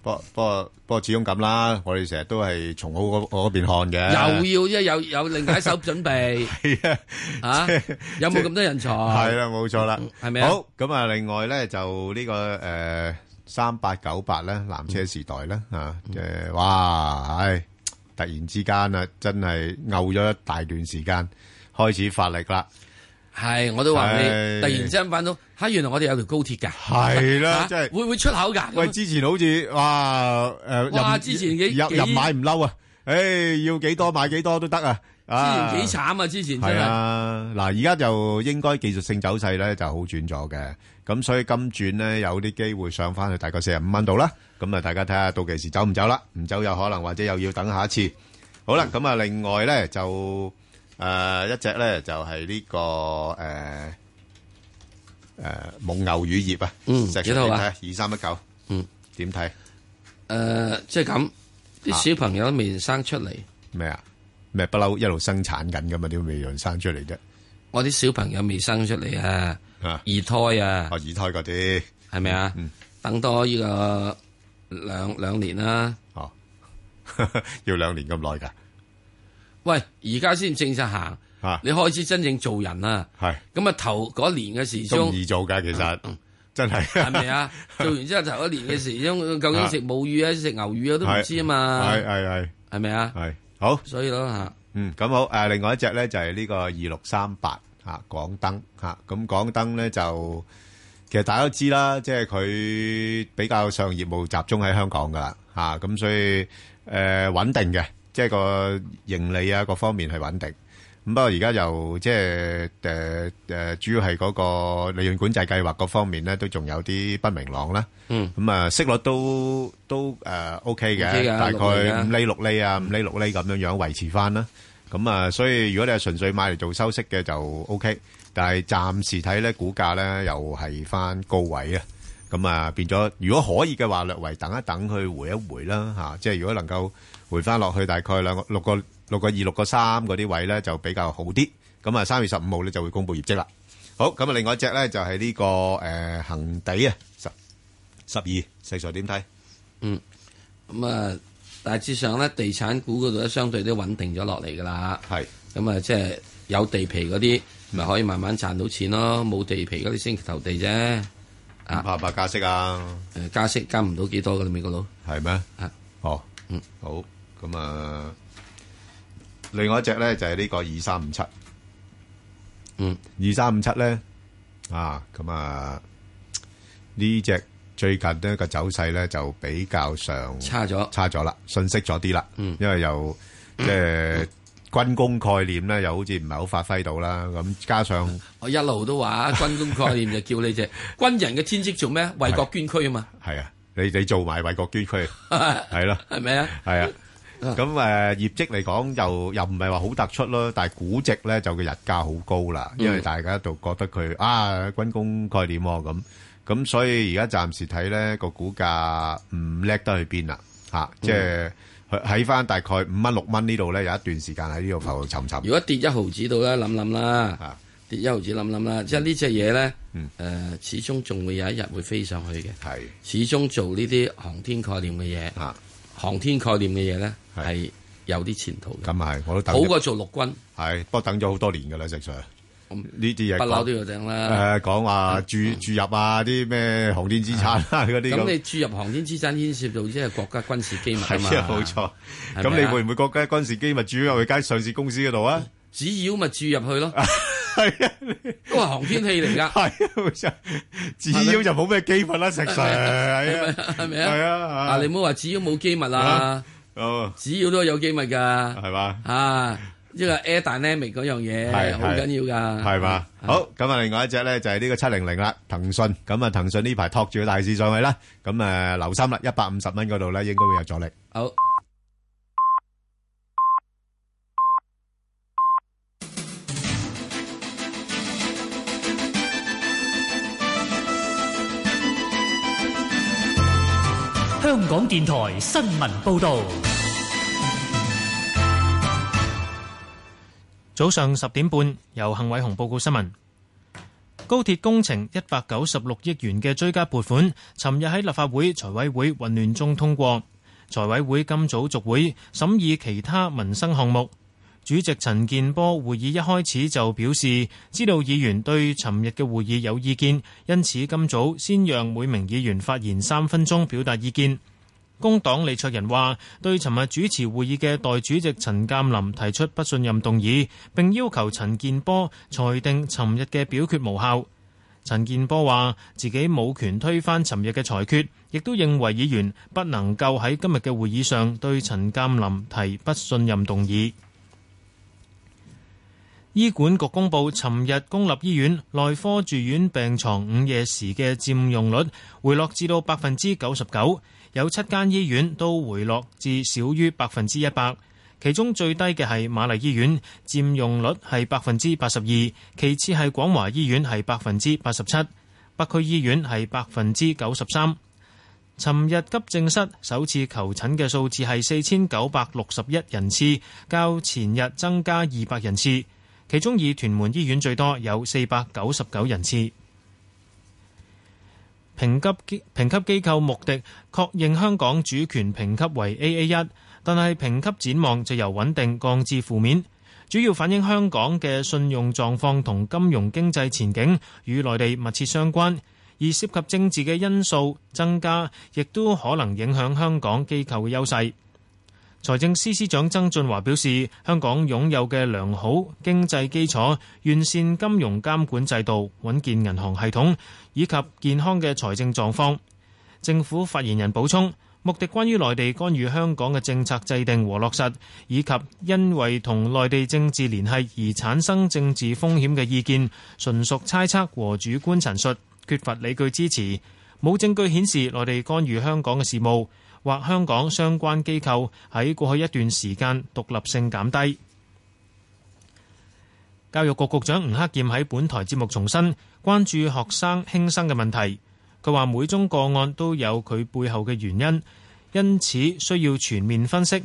S8: 不過不過不過，始終咁啦，我哋成日都係從好嗰嗰邊看嘅。
S9: 又要即係有有另解手準備，
S8: 係
S9: 啊，有冇咁多人才？
S8: 係啦，冇錯啦，
S9: 係咪啊
S8: 好咁啊，另外咧就呢個誒三八九八咧，南車時代咧啊，誒哇，唉，突然之間啊，真係漚咗一大段時間，開始發力啦。
S9: 係，我都話你
S8: 係
S9: 突然之間翻到，哎嚇原來我哋有條高鐵㗎，
S8: 係啦
S9: 啊
S8: 真係
S9: 會唔會出口㗎？啊
S8: 喂，之前好似哇誒，
S9: 哇
S8: 任
S9: 之前幾
S8: 任
S9: 幾
S8: 任買唔嬲啊！誒，要幾多買幾多都得啊！啊
S9: 之前幾慘啊！之前真
S8: 係
S9: 係。
S8: 啊，嗱，而家就應該技術性走勢咧就好轉咗嘅，咁所以金轉咧有啲機會上翻去大概四十五蚊度啦，咁啊大家睇下到期時走唔走啦，唔走有可能或者又要等下一次。好
S9: 嗯
S8: 啦，咁啊另外咧就呃誒一隻咧就係呢個誒誒蒙牛乳業啊，
S9: 嗯
S8: 石 Sir，
S9: 幾多啊
S8: 你睇下二三一九，
S9: 嗯，
S8: 點睇？
S9: 誒，呃即係咁，
S8: 啊
S9: 啲小朋友都未生出嚟，
S8: 咩啊？咩不嬲一路生產緊噶嘛，點會未人生出嚟啫？
S9: 我啲小朋友未生出嚟啊，二胎啊，
S8: 哦二胎嗰啲嗯
S9: 係咪啊？等多呢個兩兩年啦。
S8: 哦， 要兩年咁耐㗎？
S9: 喂，而家先正式行
S8: 啊，
S9: 你開始真正做人啦。
S8: 係
S9: 咁啊，頭嗰年嘅時
S8: 都
S9: 鐘嗯
S8: 唔易做㗎，其實真係
S9: 係 咪啊？做完之後頭一年嘅時鐘，究竟食母乳啊，食牛乳啊，都唔知啊嘛。
S8: 係係係，
S9: 係咪啊？
S8: 係好，
S9: 所以咯嚇。
S8: 嗯，咁好。誒，另外一隻咧就係呢個二六三八嚇，港燈嚇。咁港燈咧就其實大家都知啦，即係佢比較上業務集中喺香港㗎啦嚇，咁所以誒穩定嘅，即係個盈利啊各方面係穩定。咁不過而家就即係誒誒，主要係嗰個利潤管制計劃嗰方面咧，都仲有啲不明朗啦。
S9: 嗯，
S8: 咁啊息率都都誒 OK 嘅
S9: OK，㗎
S8: 大
S9: 六厘
S8: 概
S9: 㗎
S8: 五厘六厘啊，五厘六厘咁樣樣維持翻啦。咁啊，所以如果你係純粹買嚟做收息嘅就 OK，但係暫時睇咧股價咧又係翻高位啊。咁啊變咗，如果可以嘅話，略為等一等去回一回啦嚇、即係如果能夠回翻落去大概兩個六個六個二六個三嗰啲位咧，就比較好啲。咁啊，三月十五號咧就會公布業績啦。好，咁啊，另外一隻咧就係呢、個誒、呃、恒地啊，十十二，石 Sir 點睇？
S9: 嗯，咁啊，大致上咧，地產股嗰度咧，相對都穩定咗落嚟噶啦。
S8: 係，
S9: 咁啊，即係有地皮嗰啲，咪可以慢慢賺到錢咯。冇地皮嗰啲先投地啫。啊，
S8: 怕唔怕加息啊？
S9: 誒，加息加唔到幾多噶啦，美國佬。
S8: 係咩？
S9: 啊，
S8: 哦，
S9: 嗯，
S8: 好，咁啊，另外一隻咧就係呢個二三五七，
S9: 嗯，
S8: 二三五七咧，啊，咁啊，呢只最近呢個走勢咧就比較上
S9: 差咗
S8: 差咗啦，遜息咗啲啦，
S9: 嗯
S8: 因為又即係季軍工概念咧，又好似唔係好發揮到啦。咁加 上
S9: 我一路都話啊軍工概念就叫 你隻軍人嘅天職做咩？為國捐軀啊嘛。
S8: 係啊，你你做埋為國捐軀， 係咯，
S9: 係咪 啊？
S8: 係啊。咁誒業績嚟講，又又唔係話好突出咯，但係估值咧就個日價好高啦，因為大家都覺得佢啊軍工概念喎咁，咁所以而家暫時睇咧個股價唔叻得去邊啦嚇，即係喺翻大概五蚊六蚊呢度咧有一段時間喺呢度浮浮沉啊沉。
S9: 如果跌一毫子到咧，諗諗啦，跌一毫子諗諗啦，
S8: 嗯
S9: 即係呢隻嘢咧誒，始終仲會有一日會飛上去嘅，
S8: 係啊
S9: 始終做呢啲航天概念嘅嘢
S8: 嚇。
S9: 航天概念嘅嘢咧，係有啲前途嘅。
S8: 咁係，我都等
S9: 好過做陸軍。
S8: 係，不過等咗好多年㗎啦，石 Sir。呢啲嘢
S9: 不嬲都要整啦
S8: 誒，啊講話注注入啊，啲咩航天資產嗯啊，嗰啲
S9: 咁你注入航天資產牽涉到即係國家軍事機密啊嘛。
S8: 係啊，冇錯。咁你會唔會國家軍事機密注入去間上市公司嗰度啊？
S9: 只要咪注入 去咯。係啊，都係航天器嚟㗎。
S8: 係啊，冇錯。只要就冇咩機密啦，石 Sir。係啊，
S9: 係咪
S8: 係啊，
S9: 啊，你唔好話只要冇機密啦。
S8: 哦，
S9: 只要都有機密㗎。係
S8: 嘛？
S9: 啊，呢個 air dynamic 嗰樣嘢
S8: 係
S9: 好緊要㗎。
S8: 係嘛？好，咁啊啊，另外一隻咧就係呢個七零零啦，騰訊。咁啊，騰訊呢排托住個大市上去啦，咁誒留心啦，一百五十蚊嗰度咧應該會有阻力。
S9: 好。
S5: 香港電台新聞報道，
S11: 早上十點半，由幸偉雄報告新聞。高鐵工程一百九十六億元嘅追加撥款，尋日喺立法會財委會混亂中通過。財委會今早續會審議其他民生項目。主席陳健波會議一開始就表示，知道議員對尋日嘅會議有意見，因此今早先讓每名議員發言三分鐘表達意見。工黨李卓人話，對尋日主持會議嘅代主席陳鑑林提出不信任動議，並要求陳健波裁定尋日嘅表決無效。陳健波話：自己冇權推翻尋日嘅裁決，亦都認為議員不能夠喺今日嘅會議上對陳鑑林提不信任動議。醫管局公布，尋日公立醫院內科住院病床午夜時嘅佔用率回落至到百分之九十九，有七間醫院都回落至少於百分之一百。其中最低嘅係瑪麗醫院，佔用率係百分之八十二；其次係廣華醫院係百分之八十七，北區醫院係百分之九十三。尋日急症室首次求診嘅數字係四千九百六十一人次，較前日增加二百人次，其中以屯門醫院最多，有四百九十九人次。評級機評級機構穆迪確認香港主權評級為 AA 一。但係評級展望就由穩定降至負面，主要反映香港嘅信用狀況同金融經濟前景與內地密切相關，而涉及政治嘅因素增加，亦都可能影響香港機構嘅優勢。財政司司長曾俊華表示，香港擁有嘅良好經濟基礎、完善金融監管制度、穩健銀行系統以及健康嘅財政狀況。政府發言人補充。目的關於內地干預香港嘅政策制定和落實，以及因為同內地政治聯繫而產生政治風險嘅意見，純屬猜測和主觀陳述，缺乏理據支持，冇證據顯示內地干預香港嘅事務，或香港相關機構喺過去一段時間獨立性減低。教育局局長吳克儉喺本台節目重申關注學生輕生嘅問題。佢話每宗個案都有佢背後嘅原因，因此需要全面分析。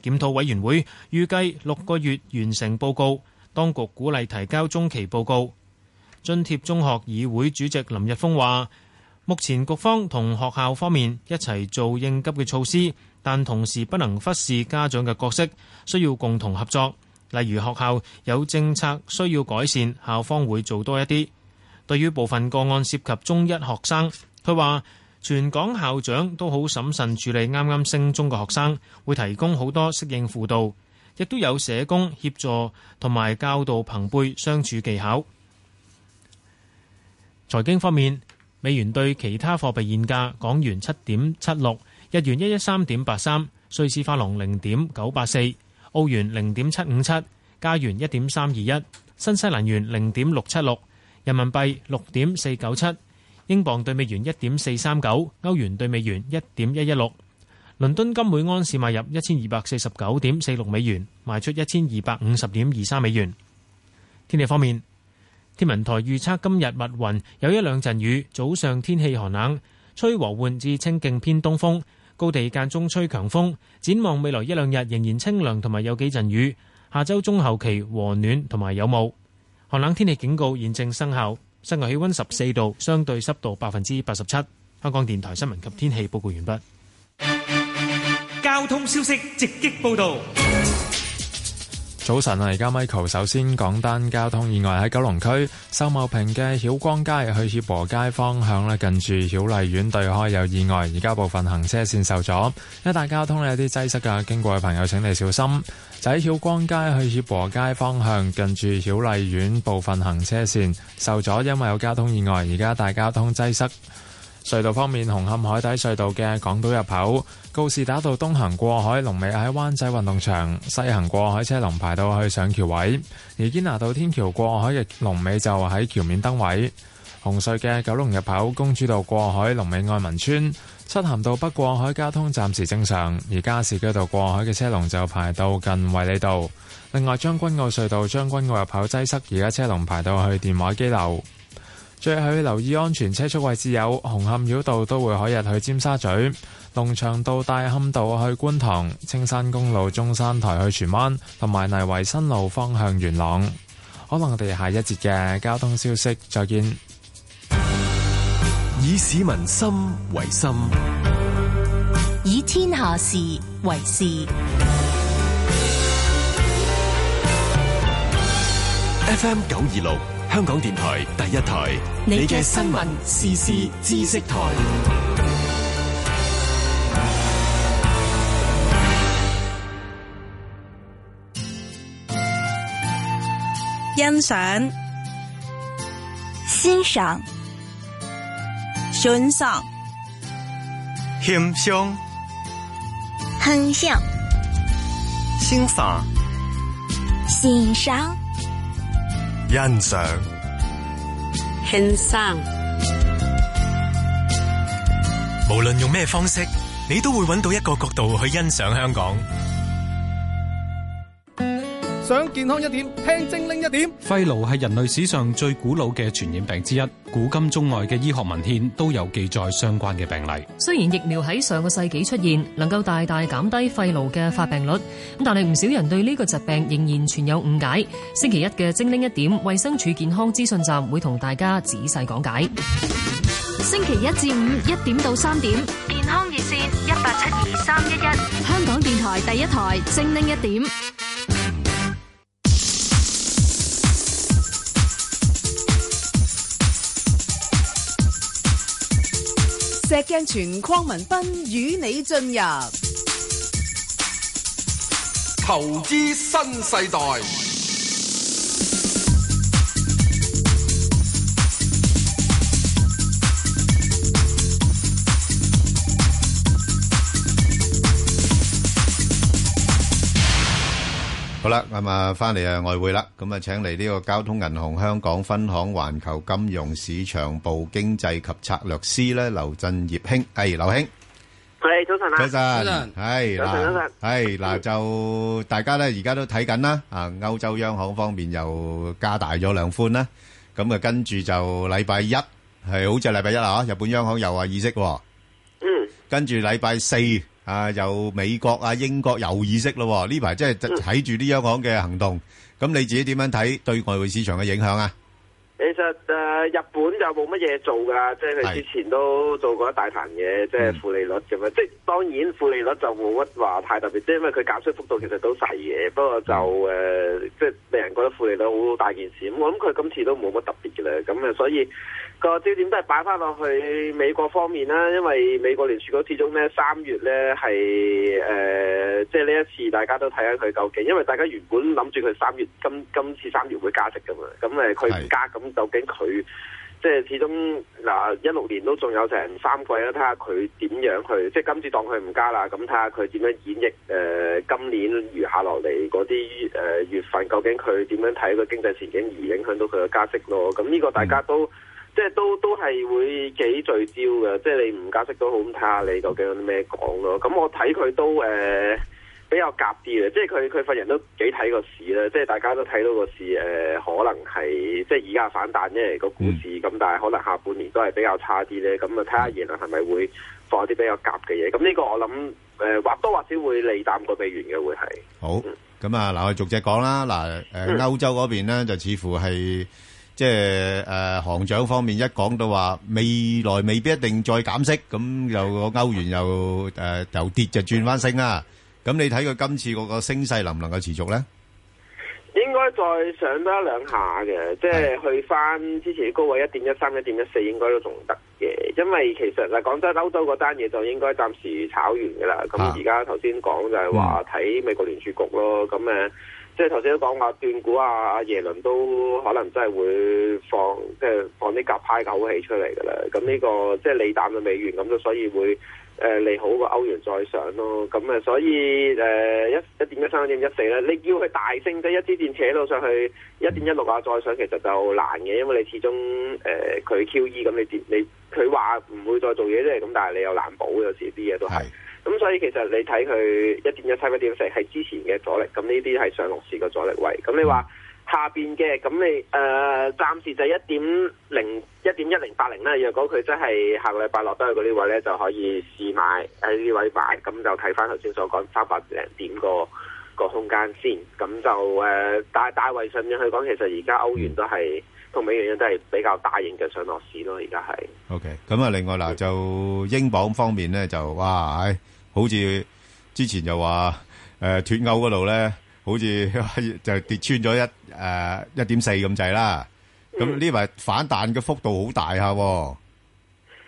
S11: 檢討委員會預計六個月完成報告，當局鼓勵提交中期報告。津貼中學議會主席林日峰話：目前局方同學校方面一齊做應急嘅措施，但同時不能忽視家長嘅角色，需要共同合作。例如學校有政策需要改善，校方會做多一啲。對於部分個案涉及中一學生，佢話全港校長都好審慎處理啱啱升中嘅學生，會提供好多適應輔導，亦都有社工協助同埋教導朋輩相處技巧。財經方面，美元對其他貨幣現價：港元七點七六，日元一一三點八三，瑞士法郎零點九八四，澳元零點七五七，加元一點三二一，新西蘭元零點六七六，人民幣六點四九七，英鎊對美元一點四三九，歐元對美元一點一一六。倫敦金每安士買入一千二百四十九點四六美元，賣出一千二百五十點二三美元。天氣方面，天文台預測今日密雲有一兩陣雨，早上天氣寒冷，吹和緩至清勁偏東風，高地間中吹強風。展望未來一兩日仍然清涼同埋有幾陣雨，下周中後期和暖同埋有霧。寒冷天氣警告現正生效，室外氣溫十四度，相對濕度百分之八十七。香港電台新聞及天氣報告完畢。
S12: 交通消息直擊報道。
S14: 早晨啊！而家 Michael 首先講單交通意外喺九龍區秀茂坪嘅曉光街去協和街方向咧，近住曉麗苑對開有意外，而家部分行車線受阻，一帶交通咧有啲擠塞㗎，經過嘅朋友請你小心。就喺曉光街去協和街方向，近住曉麗苑部分行車線受阻，因為有交通意外，而家大交通擠塞。隧道方面，紅磡海底隧道嘅港島入口告士打道東行過海，龍尾喺灣仔運動場；西行過海車龍排到去上橋位。而堅拿道天橋過海嘅龍尾就喺橋面燈位。紅隧嘅九龍入口公主道過海，龍尾愛民村；漆咸道北過海交通暫時正常。而加士居道過海嘅車龍就排到近衛理道。另外，將軍澳隧道將軍澳入口擠塞，而家車龍排到去電話機樓。最後要留意安全車速位置有紅磡繞道都會海日去尖沙咀、龍翔道大磡道去觀塘、青山公路中山台去荃灣，同埋泥圍新路方向元朗。可能我哋下一節嘅交通消息再見。
S15: 以市民心為心，
S16: 以天下事為事。
S15: FM 九二六。香港電台第一台，你嘅新聞時事知識台。
S33: 欣賞、
S34: 欣賞、
S33: 選擇、
S35: 欣賞、
S34: 哼向、
S35: 欣賞、
S34: 欣賞。
S35: 欣賞，
S33: 欣賞。
S15: 無論用咩方式，你都會揾到一個角度去欣賞香港。
S5: 想健康一點，聽精靈一點。
S36: 肺癆係人類史上最古老嘅傳染病之一，古今中外嘅醫學文獻都有記載相關嘅病例。
S21: 雖然疫苗喺上個世紀出現，能夠大大減低肺癆嘅發病率，咁但係唔少人對呢個疾病仍然存有誤解。星期一嘅精靈一點，衛生署健康資訊站會同大家仔細講解。
S2: 星期一至五一點到三點，
S6: 健康熱線一八七二三一一，
S2: 香港電台第一台精靈一點。
S24: 石鏡泉鄺民彬與你進入
S25: 投資新世代。
S8: 好啦，咁啊，翻嚟啊，外匯啦，咁啊，請嚟呢個交通銀行香港分行環球金融市場部經濟及策略師咧，劉振業兄，係劉兄，
S27: 係早晨啊，
S8: 早晨，係嗱，係嗱就大家咧而家都睇緊啦，啊，歐洲央行方面又加大咗量寬啦，咁啊跟住就禮拜一係好似禮拜一啊，日本央行又話議息喎，
S27: 嗯，
S8: 跟住禮拜四。啊！又美國啊、英國又議息咯，呢排真係睇住啲央行嘅行動。咁你自己點樣睇對外匯市場嘅影響啊？
S27: 其實誒，日本就冇乜嘢做㗎，即係佢之前都做過一大壇嘢，即係負利率咁樣。即係當然負利率就冇乜話太特別，即係因為佢減息幅度其實都細嘅。不過就誒，即係令人覺得負利率好大件事。咁我諗佢今次都冇乜特別嘅啦。咁啊，所以。個焦點都係擺翻落去美國方面啦，因為美國聯儲局始終咧三月咧係誒，即係呢一次大家都睇下佢究竟，因為大家原本呃諗住佢三月今今次三月會加息噶嘛，咁誒佢唔加，咁究竟佢即係始終嗱一六年都仲有成三季啦，睇下佢點樣去，即係今次當佢唔加啦，咁睇下佢點樣演繹誒、呃今年餘下落嚟嗰啲誒月份，究竟佢點樣睇個經濟前景而影響到佢嘅加息咯？咁呢個大家都。即係都都係會幾聚焦嘅，即係你唔加息都好，咁睇下你究竟有啲咩講咯。咁我睇佢都誒、呃比較夾啲嘅，即係佢佢份人都幾睇個市啦，即係大家都睇到個市誒、呃可能係即係而家反彈，因為個股市咁，但係可能下半年都係比較差啲咧。咁啊，睇下耶倫係咪會放啲比較夾嘅嘢？咁呢個我諗誒、呃或多或少會利淡個美元嘅，會係。
S8: 好，咁啊，嗱，我哋逐隻講啦。嗱，誒，歐洲嗰邊呢，就似乎係，即係，誒，行長方面一講到話未來未必一定再減息，咁又個歐元又，誒，由跌就轉返升啦。咁你睇佢今次嗰個升勢能唔能夠持續呢？
S27: 應該再上多一兩下嘅，即係去翻之前嘅高位一點一三、一點一四，應該都仲得嘅。因為其實嗱，講真，歐洲嗰單嘢就應該暫時炒完㗎啦。咁而家頭先講就係話睇美國聯儲局咯，咁誒。即係頭先都講話斷估啊，阿耶倫都可能真係會放即係放啲鴿派嘅口氣出嚟㗎啦。咁呢、個即係利淡嘅美元，咁就所以會誒、呃利好個歐元再上咯。咁啊，所以誒、呃一一點一三、一點一四咧，你叫佢大升即係一支箭扯到上去一點一六啊，再上其實就難嘅，因為你始終誒佢、QE 咁，你跌你佢話唔會再做嘢啫，咁但係你又難保有時啲嘢都係。咁所以其實你睇佢一點一三、一點四係之前嘅阻力，咁呢啲係上落市嘅阻力位。咁你話下邊嘅，咁你誒、呃、暫時就一點零、一點一零八零啦。若果佢真係下個禮拜落低去嗰啲位咧，就可以試買喺呢位買，咁就睇翻頭先所講三百零點個個空間先。咁就誒、呃，但係大圍上面去講，其實而家歐元都係同美元都係比較大型嘅上落市咯，而家係。
S8: OK，咁啊，另外嗱，就英鎊方面呢，就，哇，唉，好似之前就話，誒，脫歐嗰度呢，好似 就跌穿咗一-誒，1.4咁滯啦。咁呢排反彈嘅幅度好大下喎。
S27: 誒、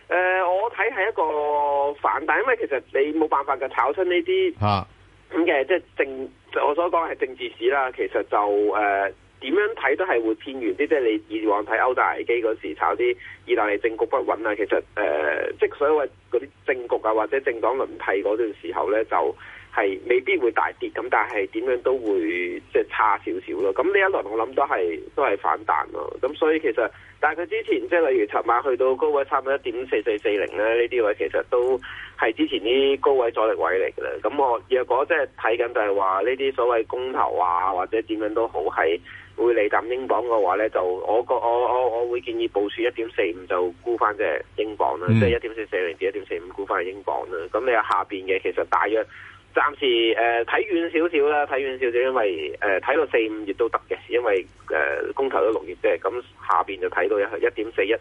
S27: 呃我睇係一個反彈，因為其實你冇辦法嘅炒出呢啲。咁嘅，即係政我所講係政治史啦。其實就誒點、樣睇都係會偏遠啲，即係你以往睇歐債危機嗰時炒啲意大利政局不穩啊，其實誒、呃即係所謂嗰啲政局啊或者政黨輪替嗰段時候咧，就係未必會大跌，咁但係點樣都會即係差少少咯。咁呢一輪我諗都係都係反彈咯。咁所以其實，但係佢之前即係例如尋晚去到高位差唔多一點四四四零咧，呢啲位其實都係之前啲高位阻力位嚟嘅啦。咁我若果即係睇緊就係話呢啲所謂公投啊或者點樣都好係。會利淡英鎊嘅話咧，就我個我我我會建議部署一點四五就沽翻隻英鎊啦，
S1: 嗯
S27: 即係一點四四零至一點四五沽翻隻英鎊啦。咁你話下邊嘅其實大約暫時誒睇遠少少啦，睇遠少少，因為誒睇、到四五月都得嘅，因為誒、呃公投都六月啫，咁下邊就睇到一一點四一。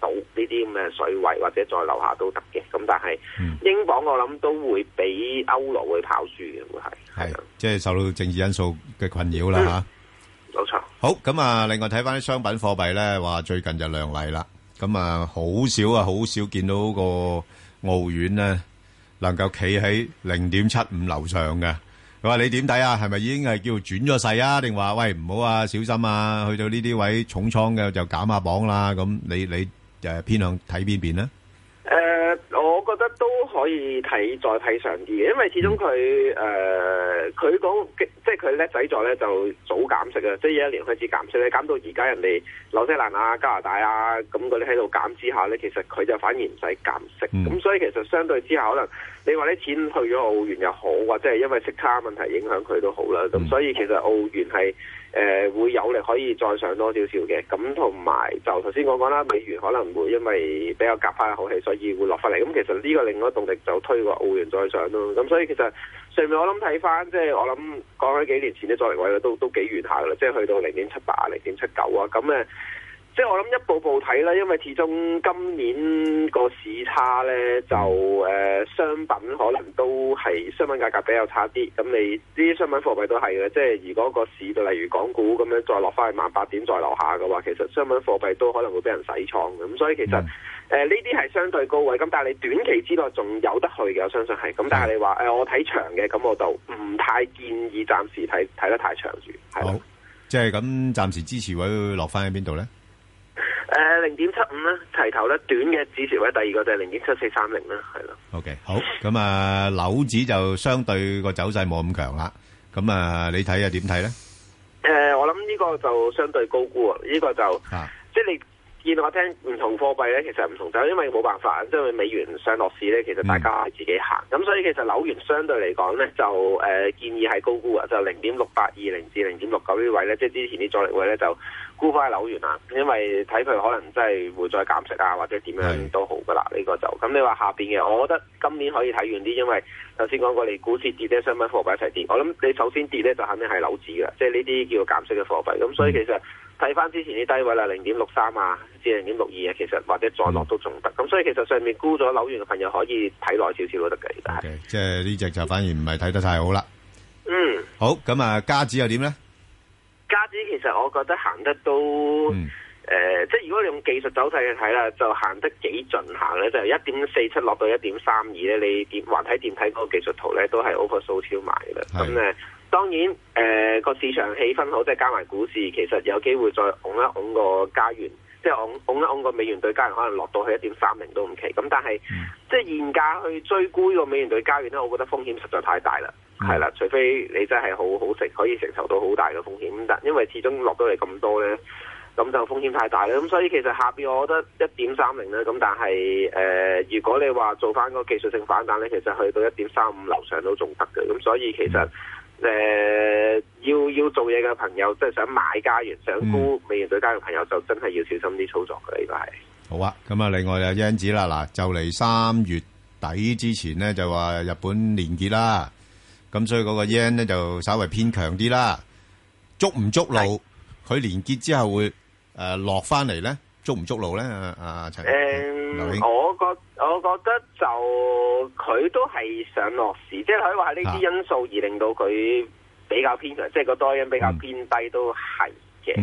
S27: 到呢啲咁嘅水位或者再留下都得嘅，咁但係英鎊我諗都會比歐羅會跑輸嘅，會係
S8: 係，即係受到政治因素嘅困擾啦，
S27: 嗯。
S8: 吓。
S27: 冇錯。
S8: 好，咁啊，另外睇返啲商品貨幣呢，話最近就亮麗啦。咁啊，好少啊，好少見到個澳元呢，能夠企喺0.75樓上嘅。佢話你點睇啊？係咪已經係叫轉咗勢啊？定話，喂，唔好啊，小心啊，去到呢啲位重倉嘅就減下磅啦。咁你-你，誒，偏向睇邊邊呢？
S27: 誒、我覺得都可以睇再睇上啲嘅，因為始終佢誒佢講即係佢叻仔在咧就早減息啊，即係一一年開始減息咧，減到而家人哋紐西蘭啊、加拿大啊咁嗰啲喺度減之下咧，其實佢就反而唔使減息，咁、所以其實相對之下，可能你話啲錢去咗澳元又好，或者係因為息差問題影響佢都好啦，咁、所以其實澳元係。誒、會有力可以再上多少少嘅，咁同埋就頭先我講啦，美元可能會因為比較夾翻口氣，所以會落翻嚟。咁其實呢個另外一個動力就推個澳元再上咯。咁所以其實上面我諗睇翻，即係我諗講緊幾年前啲阻力位都都幾遠下噶啦，即係去到零點七八啊、零點七九啊，咁誒。即係我諗一步步睇啦，因為始終今年個市差咧就誒、呃商品可能都係商品價格比較差啲，咁你呢啲商品貨幣都係嘅，即係如果個市例如港股咁樣再落翻去萬八點再樓下嘅話，其實商品貨幣都可能會俾人洗倉嘅，咁所以其實呃誒呢啲係相對高位，咁但係你短期之內仲有得去嘅，我相信係，咁但係你話誒、呃我睇長嘅，咁我就唔太建議暫時睇睇得太長住。
S8: 好，即係咁，暫時支持位會落返喺邊度呢？
S27: 誒、誒呃零點七五咧，齊頭咧短嘅指示位，第二個就係零點七四三零啦，係咯。
S8: OK，好，咁啊，樓指就相對個走勢冇咁強啦。咁啊，你睇啊點睇咧？
S27: 誒、呃我諗呢個就相對高估啊，呢、個就、即係你見我聽唔同貨幣咧，其實唔同走，因為冇辦法，因為美元上落市咧，其實大家自己行，咁、所以其實紐元相對嚟講咧，就誒、建議係高估啊，就零點六八二零至零點六九呢位咧，即係之前啲阻力位咧就沽翻紐元啦，因為睇佢可能真係會再減息啊，或者點樣都好噶啦，呢、個就咁你話下邊嘅，我覺得今年可以睇遠啲，因為頭先講過你股市跌咧，商品貨幣一齊跌，我諗你首先跌咧就肯定係樓指嘅，即係呢啲叫減息嘅貨幣，咁所以其實。睇翻之前啲低位啦，零點六三啊，至零點六二啊，其實或者再落都仲得。咁、所以其實上面沽咗樓源嘅朋友可以睇耐少少都得嘅，其實係。
S8: 即係呢只就反而唔係睇得太好啦。
S27: 嗯，
S8: 好，咁啊，家指又點咧？
S27: 加指其實我覺得行得都。誒、即係如果你用技術走勢去睇啦，就行得幾盡行咧，就由一點四七落到一點三二咧，你點橫睇點睇嗰個技術圖咧，都係 oversold 超賣嘅啦。咁誒，當然誒呃個、市場氣氛好，即係加埋股市，其實有機會再拱一拱個加元。即係拱拱一拱個美元對加元，可能落到去一點三零都唔奇。咁但係、即係現價去追沽呢個美元對加元咧，我覺得風險實在太大啦。係啦、除非你真係好好食，可以承受到好大嘅風險。但因為始終落到嚟咁多咧。咁就風險太大啦。咁所以其實下邊我覺得一點三零咧，咁但係誒、呃如果你話做翻個技術性反彈咧，其實去到一點三五樓上都仲得嘅。咁所以其實誒、呃要要做嘢嘅朋友，即係想買家園、想沽美元對家園朋友，就真係要小心啲操作嘅。呢個係。
S8: 好啊，咁啊，另外就 yen 指啦，嗱，就嚟三月底之前咧，就話日本連結啦，咁所以嗰個 yen 咧就稍微偏強啲啦，捉唔捉路？佢連結之後會誒落翻嚟咧，捉唔捉路咧？啊啊，陳
S27: 誒、
S8: 劉兄
S27: 我覺我覺得就佢都係上落市，即係可以話係呢啲因素而令到佢比較偏強，即係個多因比較偏低都係嘅。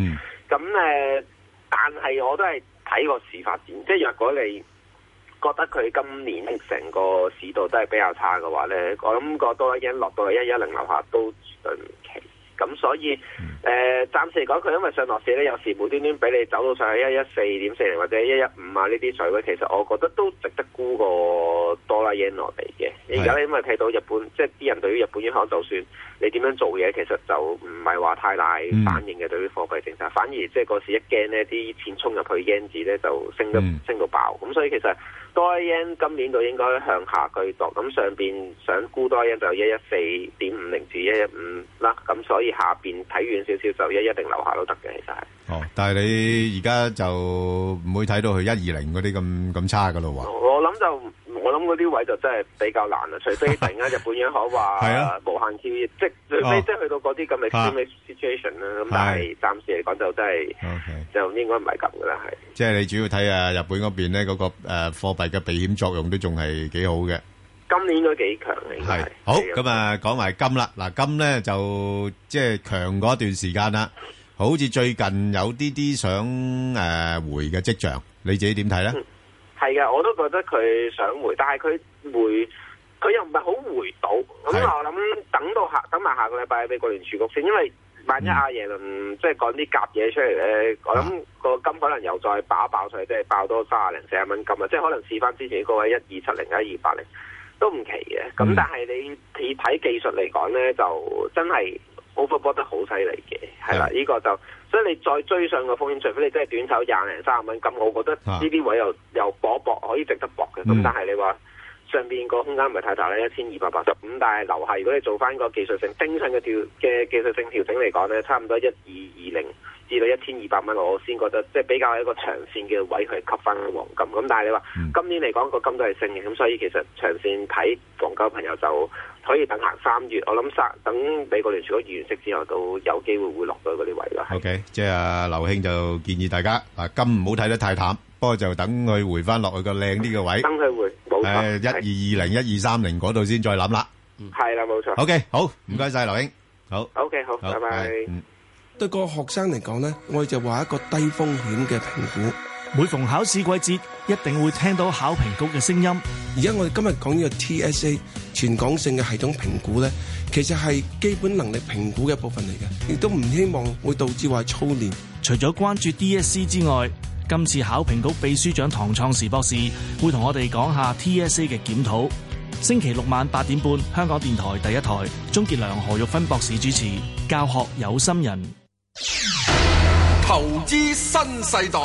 S27: 咁誒、但係我都係睇個市發展，即係若果你覺得佢今年成個市道都係比較差嘅話咧，我諗個多因落到去一一零樓下都對唔奇。咁所以誒、呃，暫時嚟講，佢因為上落市咧，有時無端端俾你走到上去一一四點四零或者一一五啊呢啲水位，其實我覺得都值得沽個多啦 yen 落嚟嘅。而家咧，因為睇到日本，即係啲人對於日本央行，就算你點樣做嘢，其實就唔係話太大
S8: 嗯
S27: 反應嘅、對於貨幣政策，反而即係個市一驚呢啲錢衝入去 yen 紙咧就升得、
S8: 嗯
S27: 升到爆。咁所以其實多啦 yen 今年就應該向下居多，咁上邊想沽多啦 yen 就一一四點五零至一一五啦，咁所以下邊睇遠少少就一一零樓下都得嘅，其實係。
S8: 哦，但係你而家就唔會睇到佢一二零嗰啲咁咁差噶咯喎。
S27: 我諗就我諗嗰啲位就真係比較難啦，除非突然間日本央行話
S8: 係啊
S27: 無限 QE，即係除非
S8: 哦
S27: 即係去到嗰啲咁嘅
S8: 啊
S27: extreme situation 啦。咁但係暫時嚟講就真係就應該唔係咁噶啦，係。
S8: 即係你主要睇啊日本嗰邊咧嗰個誒貨幣嘅避險作用都仲係幾好嘅。
S27: 今年應該幾強嘅，應該
S8: 係好咁啊，講埋金啦。嗱，金咧就即係強嗰段時間啦，好似最近有啲啲想誒回嘅跡象，你自己點睇咧？
S27: 係嘅，我都覺得佢想回，但係佢回佢又唔係好回到，咁我諗等到下等埋下個禮拜俾美國聯儲局先，因為萬一阿耶倫即係講啲夾嘢出嚟咧，我諗個金可能又再爆一爆上去，即係爆多三廿零四十蚊金啊，即係可能試翻之前嗰位一二七零、一二八零都唔奇嘅。咁、但係你睇睇技術嚟講咧，就真係 overbought 得好犀利嘅，係啦，呢、個就。所以你再追上個風險，除非你真係短炒廿零三十蚊金，我覺得呢啲位又又搏一搏可以值得搏嘅。咁、
S1: 嗯
S27: 但係你話上邊個空間唔係太大咧，一千二百八十五，但係樓下如果你做翻個技術性精準嘅調嘅技術性調整嚟講咧，差唔多一二二零至到一千二百蚊，我先覺得即係比較一個長線嘅位去吸翻黃金。咁但係你話、今年嚟講個金都係升嘅，咁所以其實長線睇黃金朋友就可以等行三月，我諗三等美國聯儲局議完息之後，都有機會會落到嗰啲位啦。
S8: OK，即係啊劉兄就建議大家啊金唔好睇得太淡，不過就等佢回翻落去個靚啲嘅位，
S27: 等佢回冇錯，
S8: 誒一二二零、一二三零嗰度先再諗啦。
S27: 係啦冇錯。
S8: OK，好，唔該晒劉兄，好。
S27: OK，好，
S8: 好
S27: 拜拜。
S3: 對個學生嚟講咧，我哋就話一個低風險嘅評估。
S5: 每逢考試季節，一定會聽到考評局嘅聲音。
S3: 而家我哋今日講呢個 TSA 全港性嘅系統評估咧，其實係基本能力評估嘅一部分嚟嘅，亦都唔希望會導致話操練。
S5: 除咗關注 DSE 之外，
S1: 今次考評局秘書長唐創時博士會同我哋講下 TSA 嘅檢討。星期六晚八點半，香港電台第一台，鍾傑良、何玉芬博士主持《教學有心人》。
S25: 投資新世代，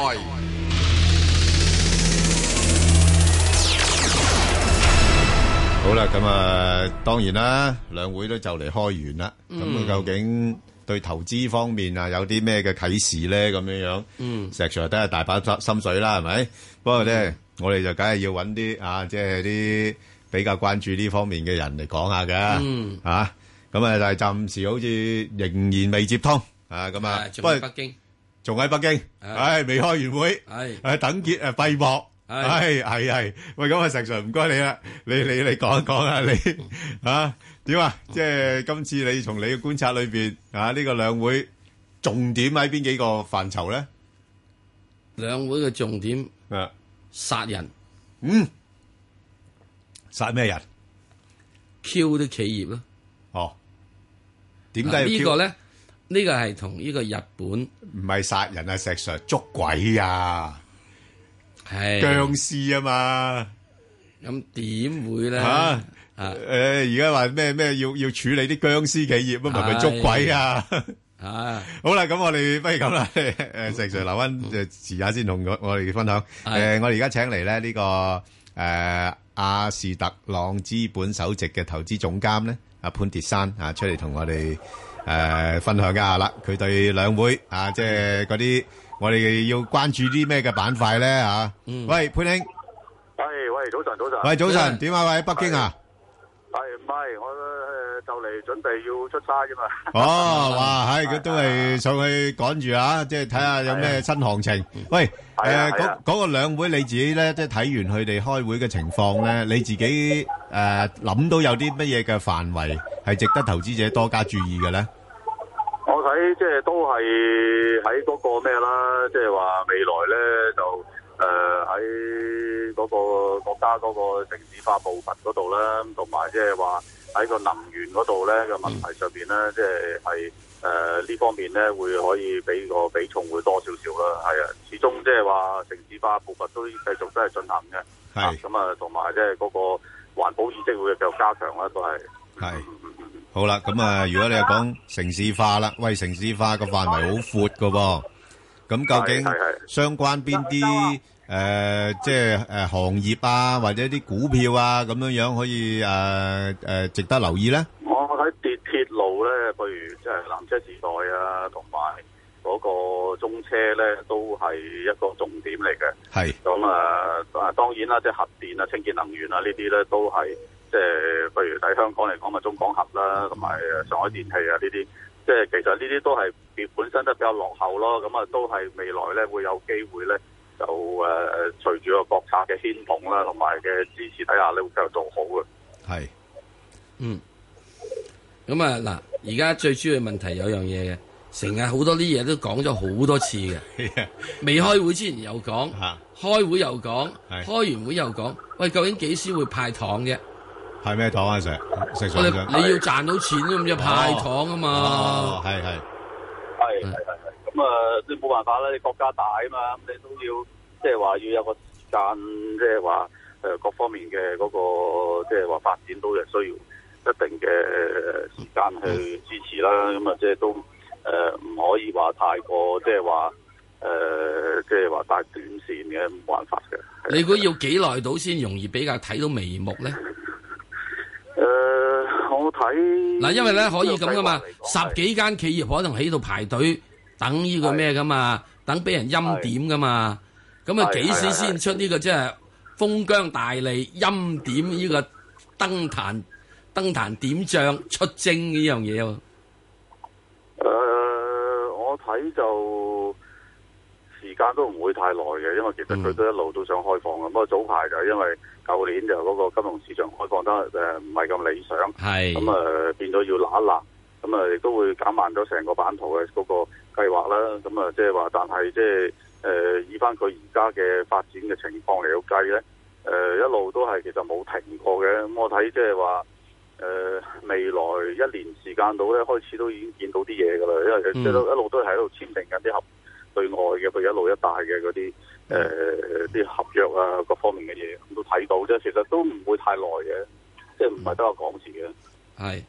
S8: 好啦，咁啊，當然啦，兩會都就嚟開完啦。咁
S9: 嗯
S8: 佢究竟對投資方面啊，有啲咩嘅啟示咧？咁樣樣，
S9: 嗯
S8: 石 Sir 都係大把心水啦，係咪？不過咧，我哋就梗係要揾啲啊，即係啲比較關注呢方面嘅人嚟講下嘅，
S9: 嗯
S8: 啊，咁啊，但係暫時好似仍然未接通啊，咁啊，
S9: 仲
S8: 不
S9: 喺
S8: 過
S9: 北京，
S8: 仲喺北京，唉，未開完會，
S9: 係
S8: 誒等結誒閉幕，係係係，喂，咁啊，石 Sir 唔該你啦，你你你講一講啊，你啊點啊？即係今次你從你嘅觀察裏邊啊，呢個兩會重點喺邊幾個範疇咧？
S9: 兩會嘅重點
S8: 啊，
S9: 殺人
S8: 嗯，殺咩人？
S9: ，Q 啲企業啦。
S8: 哦，點解要
S9: 嗱呢
S8: Q？
S9: 個咧？呢個係同呢個日本
S8: 唔係殺人啊，石 Sir 捉鬼啊，
S9: 係
S8: 僵屍啊嘛。
S9: 咁點會啊咧？
S8: 吓诶，而家話咩咩要要處理啲僵屍企業啊，咪咪捉鬼啊！
S9: 啊，
S8: 好啦，咁我哋不如 咁啦，诶，石 Sir 留翻诶遲下先同我我哋分享。诶，我哋而家請嚟咧呢個诶亞視特朗資本首席嘅投資總監咧，阿潘鐵珊啊，出嚟同我哋诶分享一下啦。佢對兩會啊，即係嗰啲我哋要關注啲咩嘅板塊咧啊？喂，潘兄，
S26: 喂喂，早晨早晨。
S8: 喂，早晨，點啊？喂，北京啊？
S26: 係？系唔系？我呃就嚟準備要出差啫嘛。
S8: 哦，哇，係，佢都係上去趕住啊，即係睇下有咩新行情。喂，
S26: 係啊
S8: 誒，
S26: 係啊
S8: 嗰嗰個兩會你自己咧，即係睇完佢哋開會嘅情況咧，你自己誒諗到有啲乜嘢嘅範圍係值得投資者多加注意嘅咧？
S26: 我睇即係都係喺嗰個咩啦，即係話未來咧就誒喺嗰個國家嗰個城市化步伐嗰度啦，同埋即係話喺個能源嗰度咧嘅問題上邊咧，即係係誒呢方面咧會可以俾個比重會多少少啦，係啊，始終即係話城市化步伐都繼續都係進行嘅，啊咁啊，同埋即係嗰個環保意識會繼續加強啦，都係。
S8: 係，好啦，咁啊，如果你係講城市化啦，喂，城市化個範圍好闊嘅喎，咁究竟相關邊啲誒，即係誒行業啊，或者啲股票啊，咁樣樣可以誒誒值得留意咧？
S26: 我睇鐵鐵路咧，譬如即係南車時代啊，同埋嗰個中車咧，都係一個重點嚟嘅。
S8: 係
S26: 咁啊，啊當然啦，即係核電啊、清潔能源啊呢啲咧，都係即係譬如喺香港嚟講，咪中港核啦，同埋誒上海電氣啊呢啲，即係其實呢啲都係本身都比較落後咯。咁啊，都係未來咧會有機會咧。就誒、呃、隨住個國策嘅牽動啦，同埋嘅支持底下咧，會繼續做好嘅。
S8: 係，
S9: 嗯，咁啊嗱，而家最主要嘅問題有樣嘢嘅，成日好多啲嘢都講咗好多 次嘅，未開會之前又講，開會又講，
S8: 啊係
S9: 開完會又講，喂，究竟幾時會派糖嘅？
S8: 係咩糖啊？Sir，食
S9: 我哋
S8: 上上
S9: 你要賺到錢咁就派糖啊嘛嗯
S8: 哦，，係係
S26: 係係係係，咁啊，即係冇辦法啦，你國家大啊嘛，咁你都要即係話要有個時間，即係話誒各方面嘅嗰、個即係話發展都係需要一定嘅呃時間去支持啦。咁啊，即係都誒唔、可以話太過即係話誒即係話太短線嘅，冇辦法嘅。
S9: 你估要幾耐到先容易比較睇到眉目咧？
S26: 誒、我睇
S9: 嗱，因為咧可以咁噶嘛
S26: 嗯呢個計劃嚟，講
S9: 十幾間企業可能喺度排隊等呢個咩噶嘛，等俾人陰點噶嘛，咁啊
S26: 係
S9: 幾時
S26: 係
S9: 先出呢個即係封疆大吏陰點呢個燈壇燈壇點將出征呢樣嘢喎？
S26: 誒、呃我睇就時間都唔會太耐嘅，因為其實佢都一路都想開放嘅。不過早排就因為舊年就嗰個金融市場開放得誒唔係咁理想，
S9: 係
S26: 咁啊、變咗要揦一揦，咁啊亦都會減慢咗成個版圖嘅嗰個計劃啦。咁啊即係話，但係即係誒以翻佢而家嘅發展嘅情況嚟到計咧，誒、呃一路都係其實冇停過嘅。咁我睇即係話。誒、未來一年時間到咧，開始都已經見到啲嘢㗎啦，因為佢即係都一路都係喺度簽訂緊啲合對外嘅，佢一路一帶嘅嗰啲誒啲合約啊各方面嘅嘢，咁都睇到啫。其實都唔會太耐嘅，即係唔係得個講字嘅。
S9: 係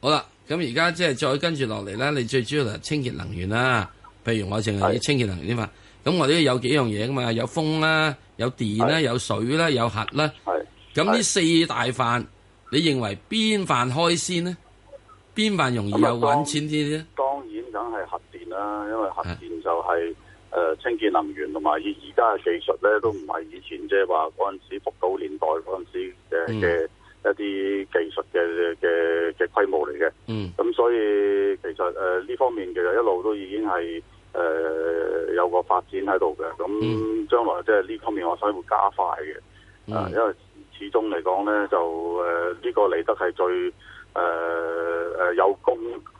S9: 好啦，咁而家即係再跟住落嚟咧，你最主要係清潔能源啦。譬如我淨係啲清潔能源嘛，咁我哋有幾樣嘢噶嘛，有風啦，有電啦，有水啦，有核啦。咁呢四大飯，你認為邊飯開先呢？邊飯容易又揾錢啲咧？
S26: 當然梗係核電啦，因為核電就係、是、誒、呃、清潔能源同埋以而家嘅技術咧，都唔係以前即係話嗰陣時福島年代嗰陣時嘅嘅、嗯、一啲技術嘅嘅嘅規模嚟嘅。
S9: 嗯，
S26: 咁所以其實誒呢、呃、方面其實一路都已經係誒、呃、有個發展喺度嘅。咁將來即係呢方面我想會加快嘅。啊、嗯，因為始終嚟講咧，就誒呢、呃這個嚟得係最。誒誒、呃、有功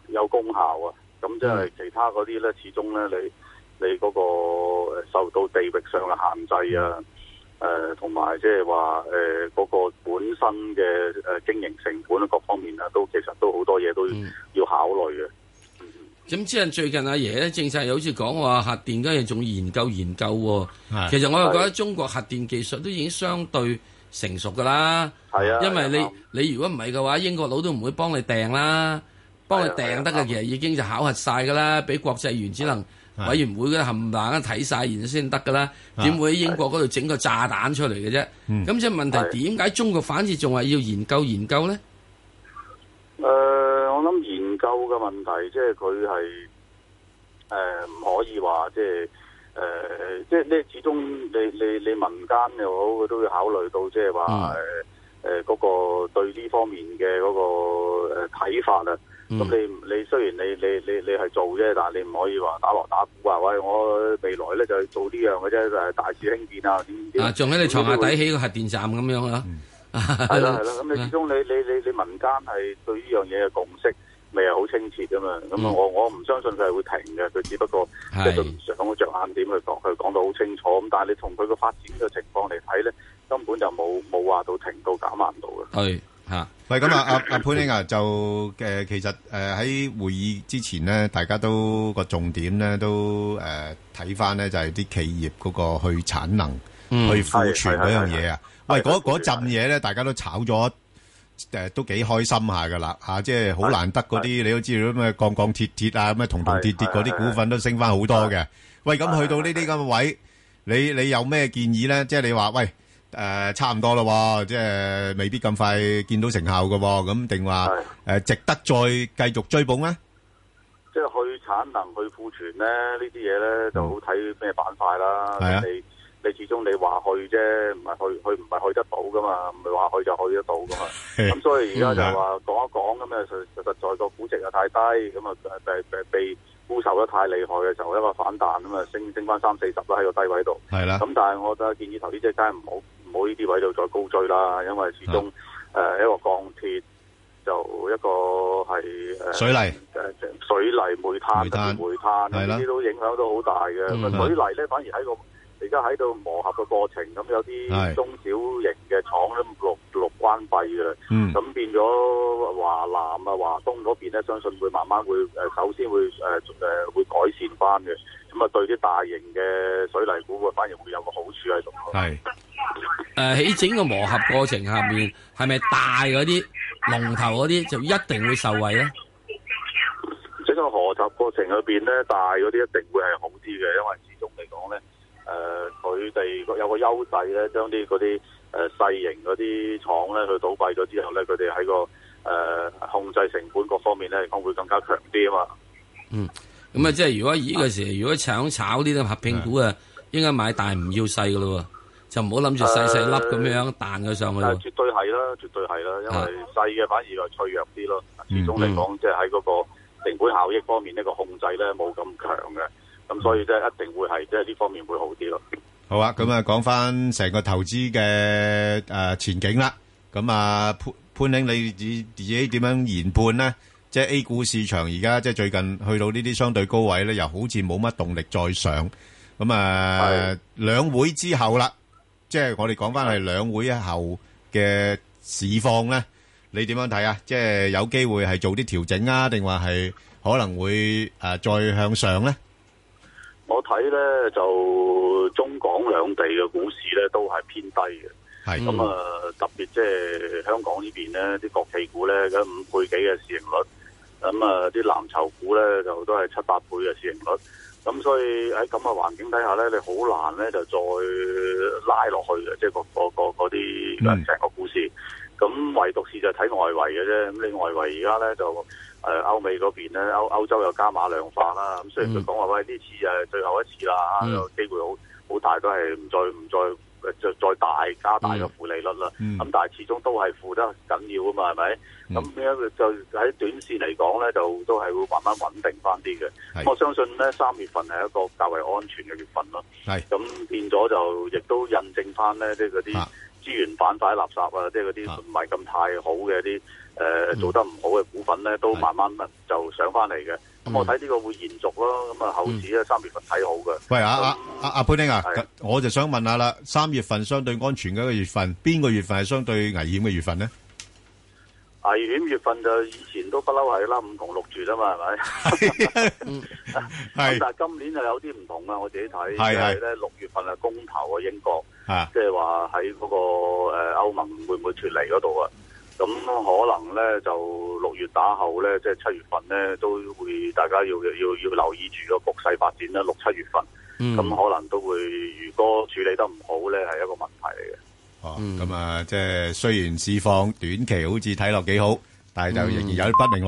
S26: 有功效啊！咁即係其他嗰啲咧，始終咧你你嗰個受到地域上嘅限制啊，誒同埋即係話誒嗰個本身嘅誒經營成本啊，各方面啊，都其實都好多嘢都要、嗯、要考慮嘅。
S9: 咁即係最近阿爺咧，政策又好似講話核電嗰樣仲研究研究喎、啊。其實我又覺得中國核電技術都已經相對成熟噶啦，
S26: 係啊，啊
S9: 因為你、啊、你如果唔係嘅話，英國佬都唔會幫你訂啦，幫你訂得嘅其實已經就考核晒噶啦，俾國際原子能委員會嘅冚唪唥睇晒然先得噶啦，點會喺英國嗰度整個炸彈出嚟嘅啫？咁、嗯、即係問題點解中國反而仲係要研究研究咧？
S26: 誒、呃，我諗研究嘅問題，即係佢係誒唔可以話即係。誒、呃，即係咧，始終你你你民間又好，佢都要考慮到即係
S9: 嗯
S26: 話誒誒嗰個對呢方面嘅嗰個誒睇法啊。咁、嗯、你你雖然你你你你係做啫，但係你唔可以話打鑼打鼓啊！喂，我未來咧就係做呢樣嘅啫，就係、是、大肆興建啊！點點
S9: 啊，仲喺你床下底起個核電站咁樣啊？
S26: 係嗯啦係啦，咁你始終你你你你民間係對呢樣嘢嘅共識。未係好清澈㗎嘛，咁、嗯、我我唔相信佢係會停嘅，佢只不過即係佢唔想着眼點去講，佢講到好清楚。咁但係你從佢個發展嘅情況嚟睇咧，根本就冇冇話到停到減慢到嘅。
S9: 係嚇，
S8: 喂咁啊，阿阿潘兄啊，就誒、呃、其實誒喺、呃、會議之前咧，大家都個重點咧都誒睇翻咧，就係、是、啲企業嗰個去產能、嗯、去庫存嗰樣嘢啊。喂，嗰嗰陣嘢咧，大家都炒咗。誒都幾開心下㗎啦嚇，即係好難得嗰啲你都知道咩鋼鋼鐵鐵啊，咩銅銅鐵鐵嗰啲股份都升翻好多嘅。喂，咁去到呢啲咁嘅位，你你有咩建議咧？即係你話喂誒差唔多啦喎，即係未必咁快見到成效㗎喎，咁定話誒值得再繼續追捧咧？
S26: 即係去產能去庫存咧，呢啲嘢咧就好睇咩板塊啦。係啊。你始終你話去啫，唔係去去唔係去得到噶嘛，唔係話去就去得到噶嘛。咁所以
S8: 嗯
S26: 而家就話講一講咁啊，實實實在個估值又太低，咁啊被被被沽售得太厲害嘅時候，一個反彈咁啊，升升翻三四十啦喺個低位度。
S8: 係啦。
S26: 咁但係我覺得建議投資者梗係唔好唔好呢啲位度再高追啦，因為始終
S8: 嗯
S26: 誒、呃、一個鋼鐵就一個係誒、呃、
S8: 水泥誒、
S26: 呃、水泥煤炭嗯同煤炭呢啲都影響都好大嘅。水泥咧反而喺個而家喺度磨合嘅過程，咁有啲中小型嘅廠咧陸陸關閉嘅，咁、嗯、變咗華南啊、華東嗰邊咧，相信會慢慢會誒、呃、首先會誒誒、呃、會改善翻嘅，咁啊對啲大型嘅水泥股啊，反而會有個好處喺度。
S8: 係
S9: 誒喺整個磨合過程下面，係咪大嗰啲龍頭嗰啲就一定會受惠咧？
S26: 整個磨合過程裏邊咧，大嗰啲一定會係好啲嘅，因為始終嚟講咧。誒佢哋有個優勢咧，將啲嗰啲誒細型嗰啲廠咧，佢倒閉咗之後咧，佢哋喺個誒、呃、控制成本各方面咧，講會更加強啲啊嘛。
S9: 嗯，咁啊，即係如果依個時，如果想炒呢啲合併股啊，應該買大唔要細噶咯喎，就唔好諗住細細粒咁樣彈佢上去。
S26: 誒，絕對係啦，絕對係啦，因為細嘅反而係脆弱啲咯。始終嚟講，即係喺嗰個成本效益方面呢個控制咧冇咁強嘅。咁所以即係一定會係，即係呢方面會好啲咯。
S8: 好啊，咁啊講翻成個投資嘅誒前景啦。咁啊潘潘兄，你自自己點樣研判咧？即係 A 股市場而家即係最近去到呢啲相對高位咧，又好似冇乜動力再上。咁啊兩會之後啦，即係我哋講翻係兩會後嘅市況咧，你點樣睇啊？即係有機會係做啲調整啊，定話係可能會誒再向上咧？
S26: 誒、我睇咧就中港兩地嘅股市咧都係偏低嘅。
S8: 係
S26: 咁啊，特別即係香港呢邊咧，啲國企股咧，咁五倍幾嘅市盈率，咁啊啲藍籌股咧就都係七八倍嘅市盈率。咁所以喺咁嘅環境底下咧，你好難咧就再拉落去嘅，即係個個個嗰啲
S8: 嗯
S26: 成個股市。咁唯獨是就睇外圍嘅啫。咁你外圍而家咧就誒、呃、歐美嗰邊咧，歐歐洲又加碼量化啦。咁雖然
S8: 嗯
S26: 佢講話喂呢次誒最後一次啦，啊
S28: 嗯
S26: 有機會好好大都係唔再唔再誒再再大加大嘅負利率啦。咁、
S28: 嗯
S26: 但係始終都係負得緊要啊嘛，係咪？咁呢一就喺短線嚟講咧，就都係會慢慢穩定翻啲嘅。
S8: 係
S26: 咁我相信咧，三月份係一個較為安全嘅月份咯。
S8: 係
S26: 咁變咗就亦都印證翻咧，即係嗰
S8: 啊
S26: 啲資源板塊垃圾啊，即係嗰啲唔係咁太好嘅啲
S8: 嗯
S26: 誒做得唔好嘅股份咧，都慢慢就上翻嚟嘅。
S8: 嗯
S26: 咁我睇呢個會延續咯。咁啊，後市咧三月份睇好嘅。
S8: 喂，啊，啊，啊，阿潘兄啊，
S26: 係。
S8: 我就想問下啦，三月份相對安全嘅一個月份，邊個月份係相對危險嘅月份呢？
S26: 危險月份就以前都不嬲係啦，五窮六絕啊嘛，係咪？
S8: 係
S26: 咁但係今年就有啲唔同啦，我自己睇，
S8: 係
S26: 即係
S8: 係
S26: 咧六月份啊公投啊英國，
S8: 啊
S26: 即係話喺嗰個誒歐盟會唔會脱離嗰度啊？咁可能咧就六月打後咧，即係七月份咧都會大家要要要留意住個局勢發展啦。六七月份
S8: 嗯
S26: 咁啊可能都會，如果處理得唔好咧，係一個問題嚟嘅。
S8: 哦，咁啊，即係雖然市況短期好似睇落幾好，但係就仍然有啲不明朗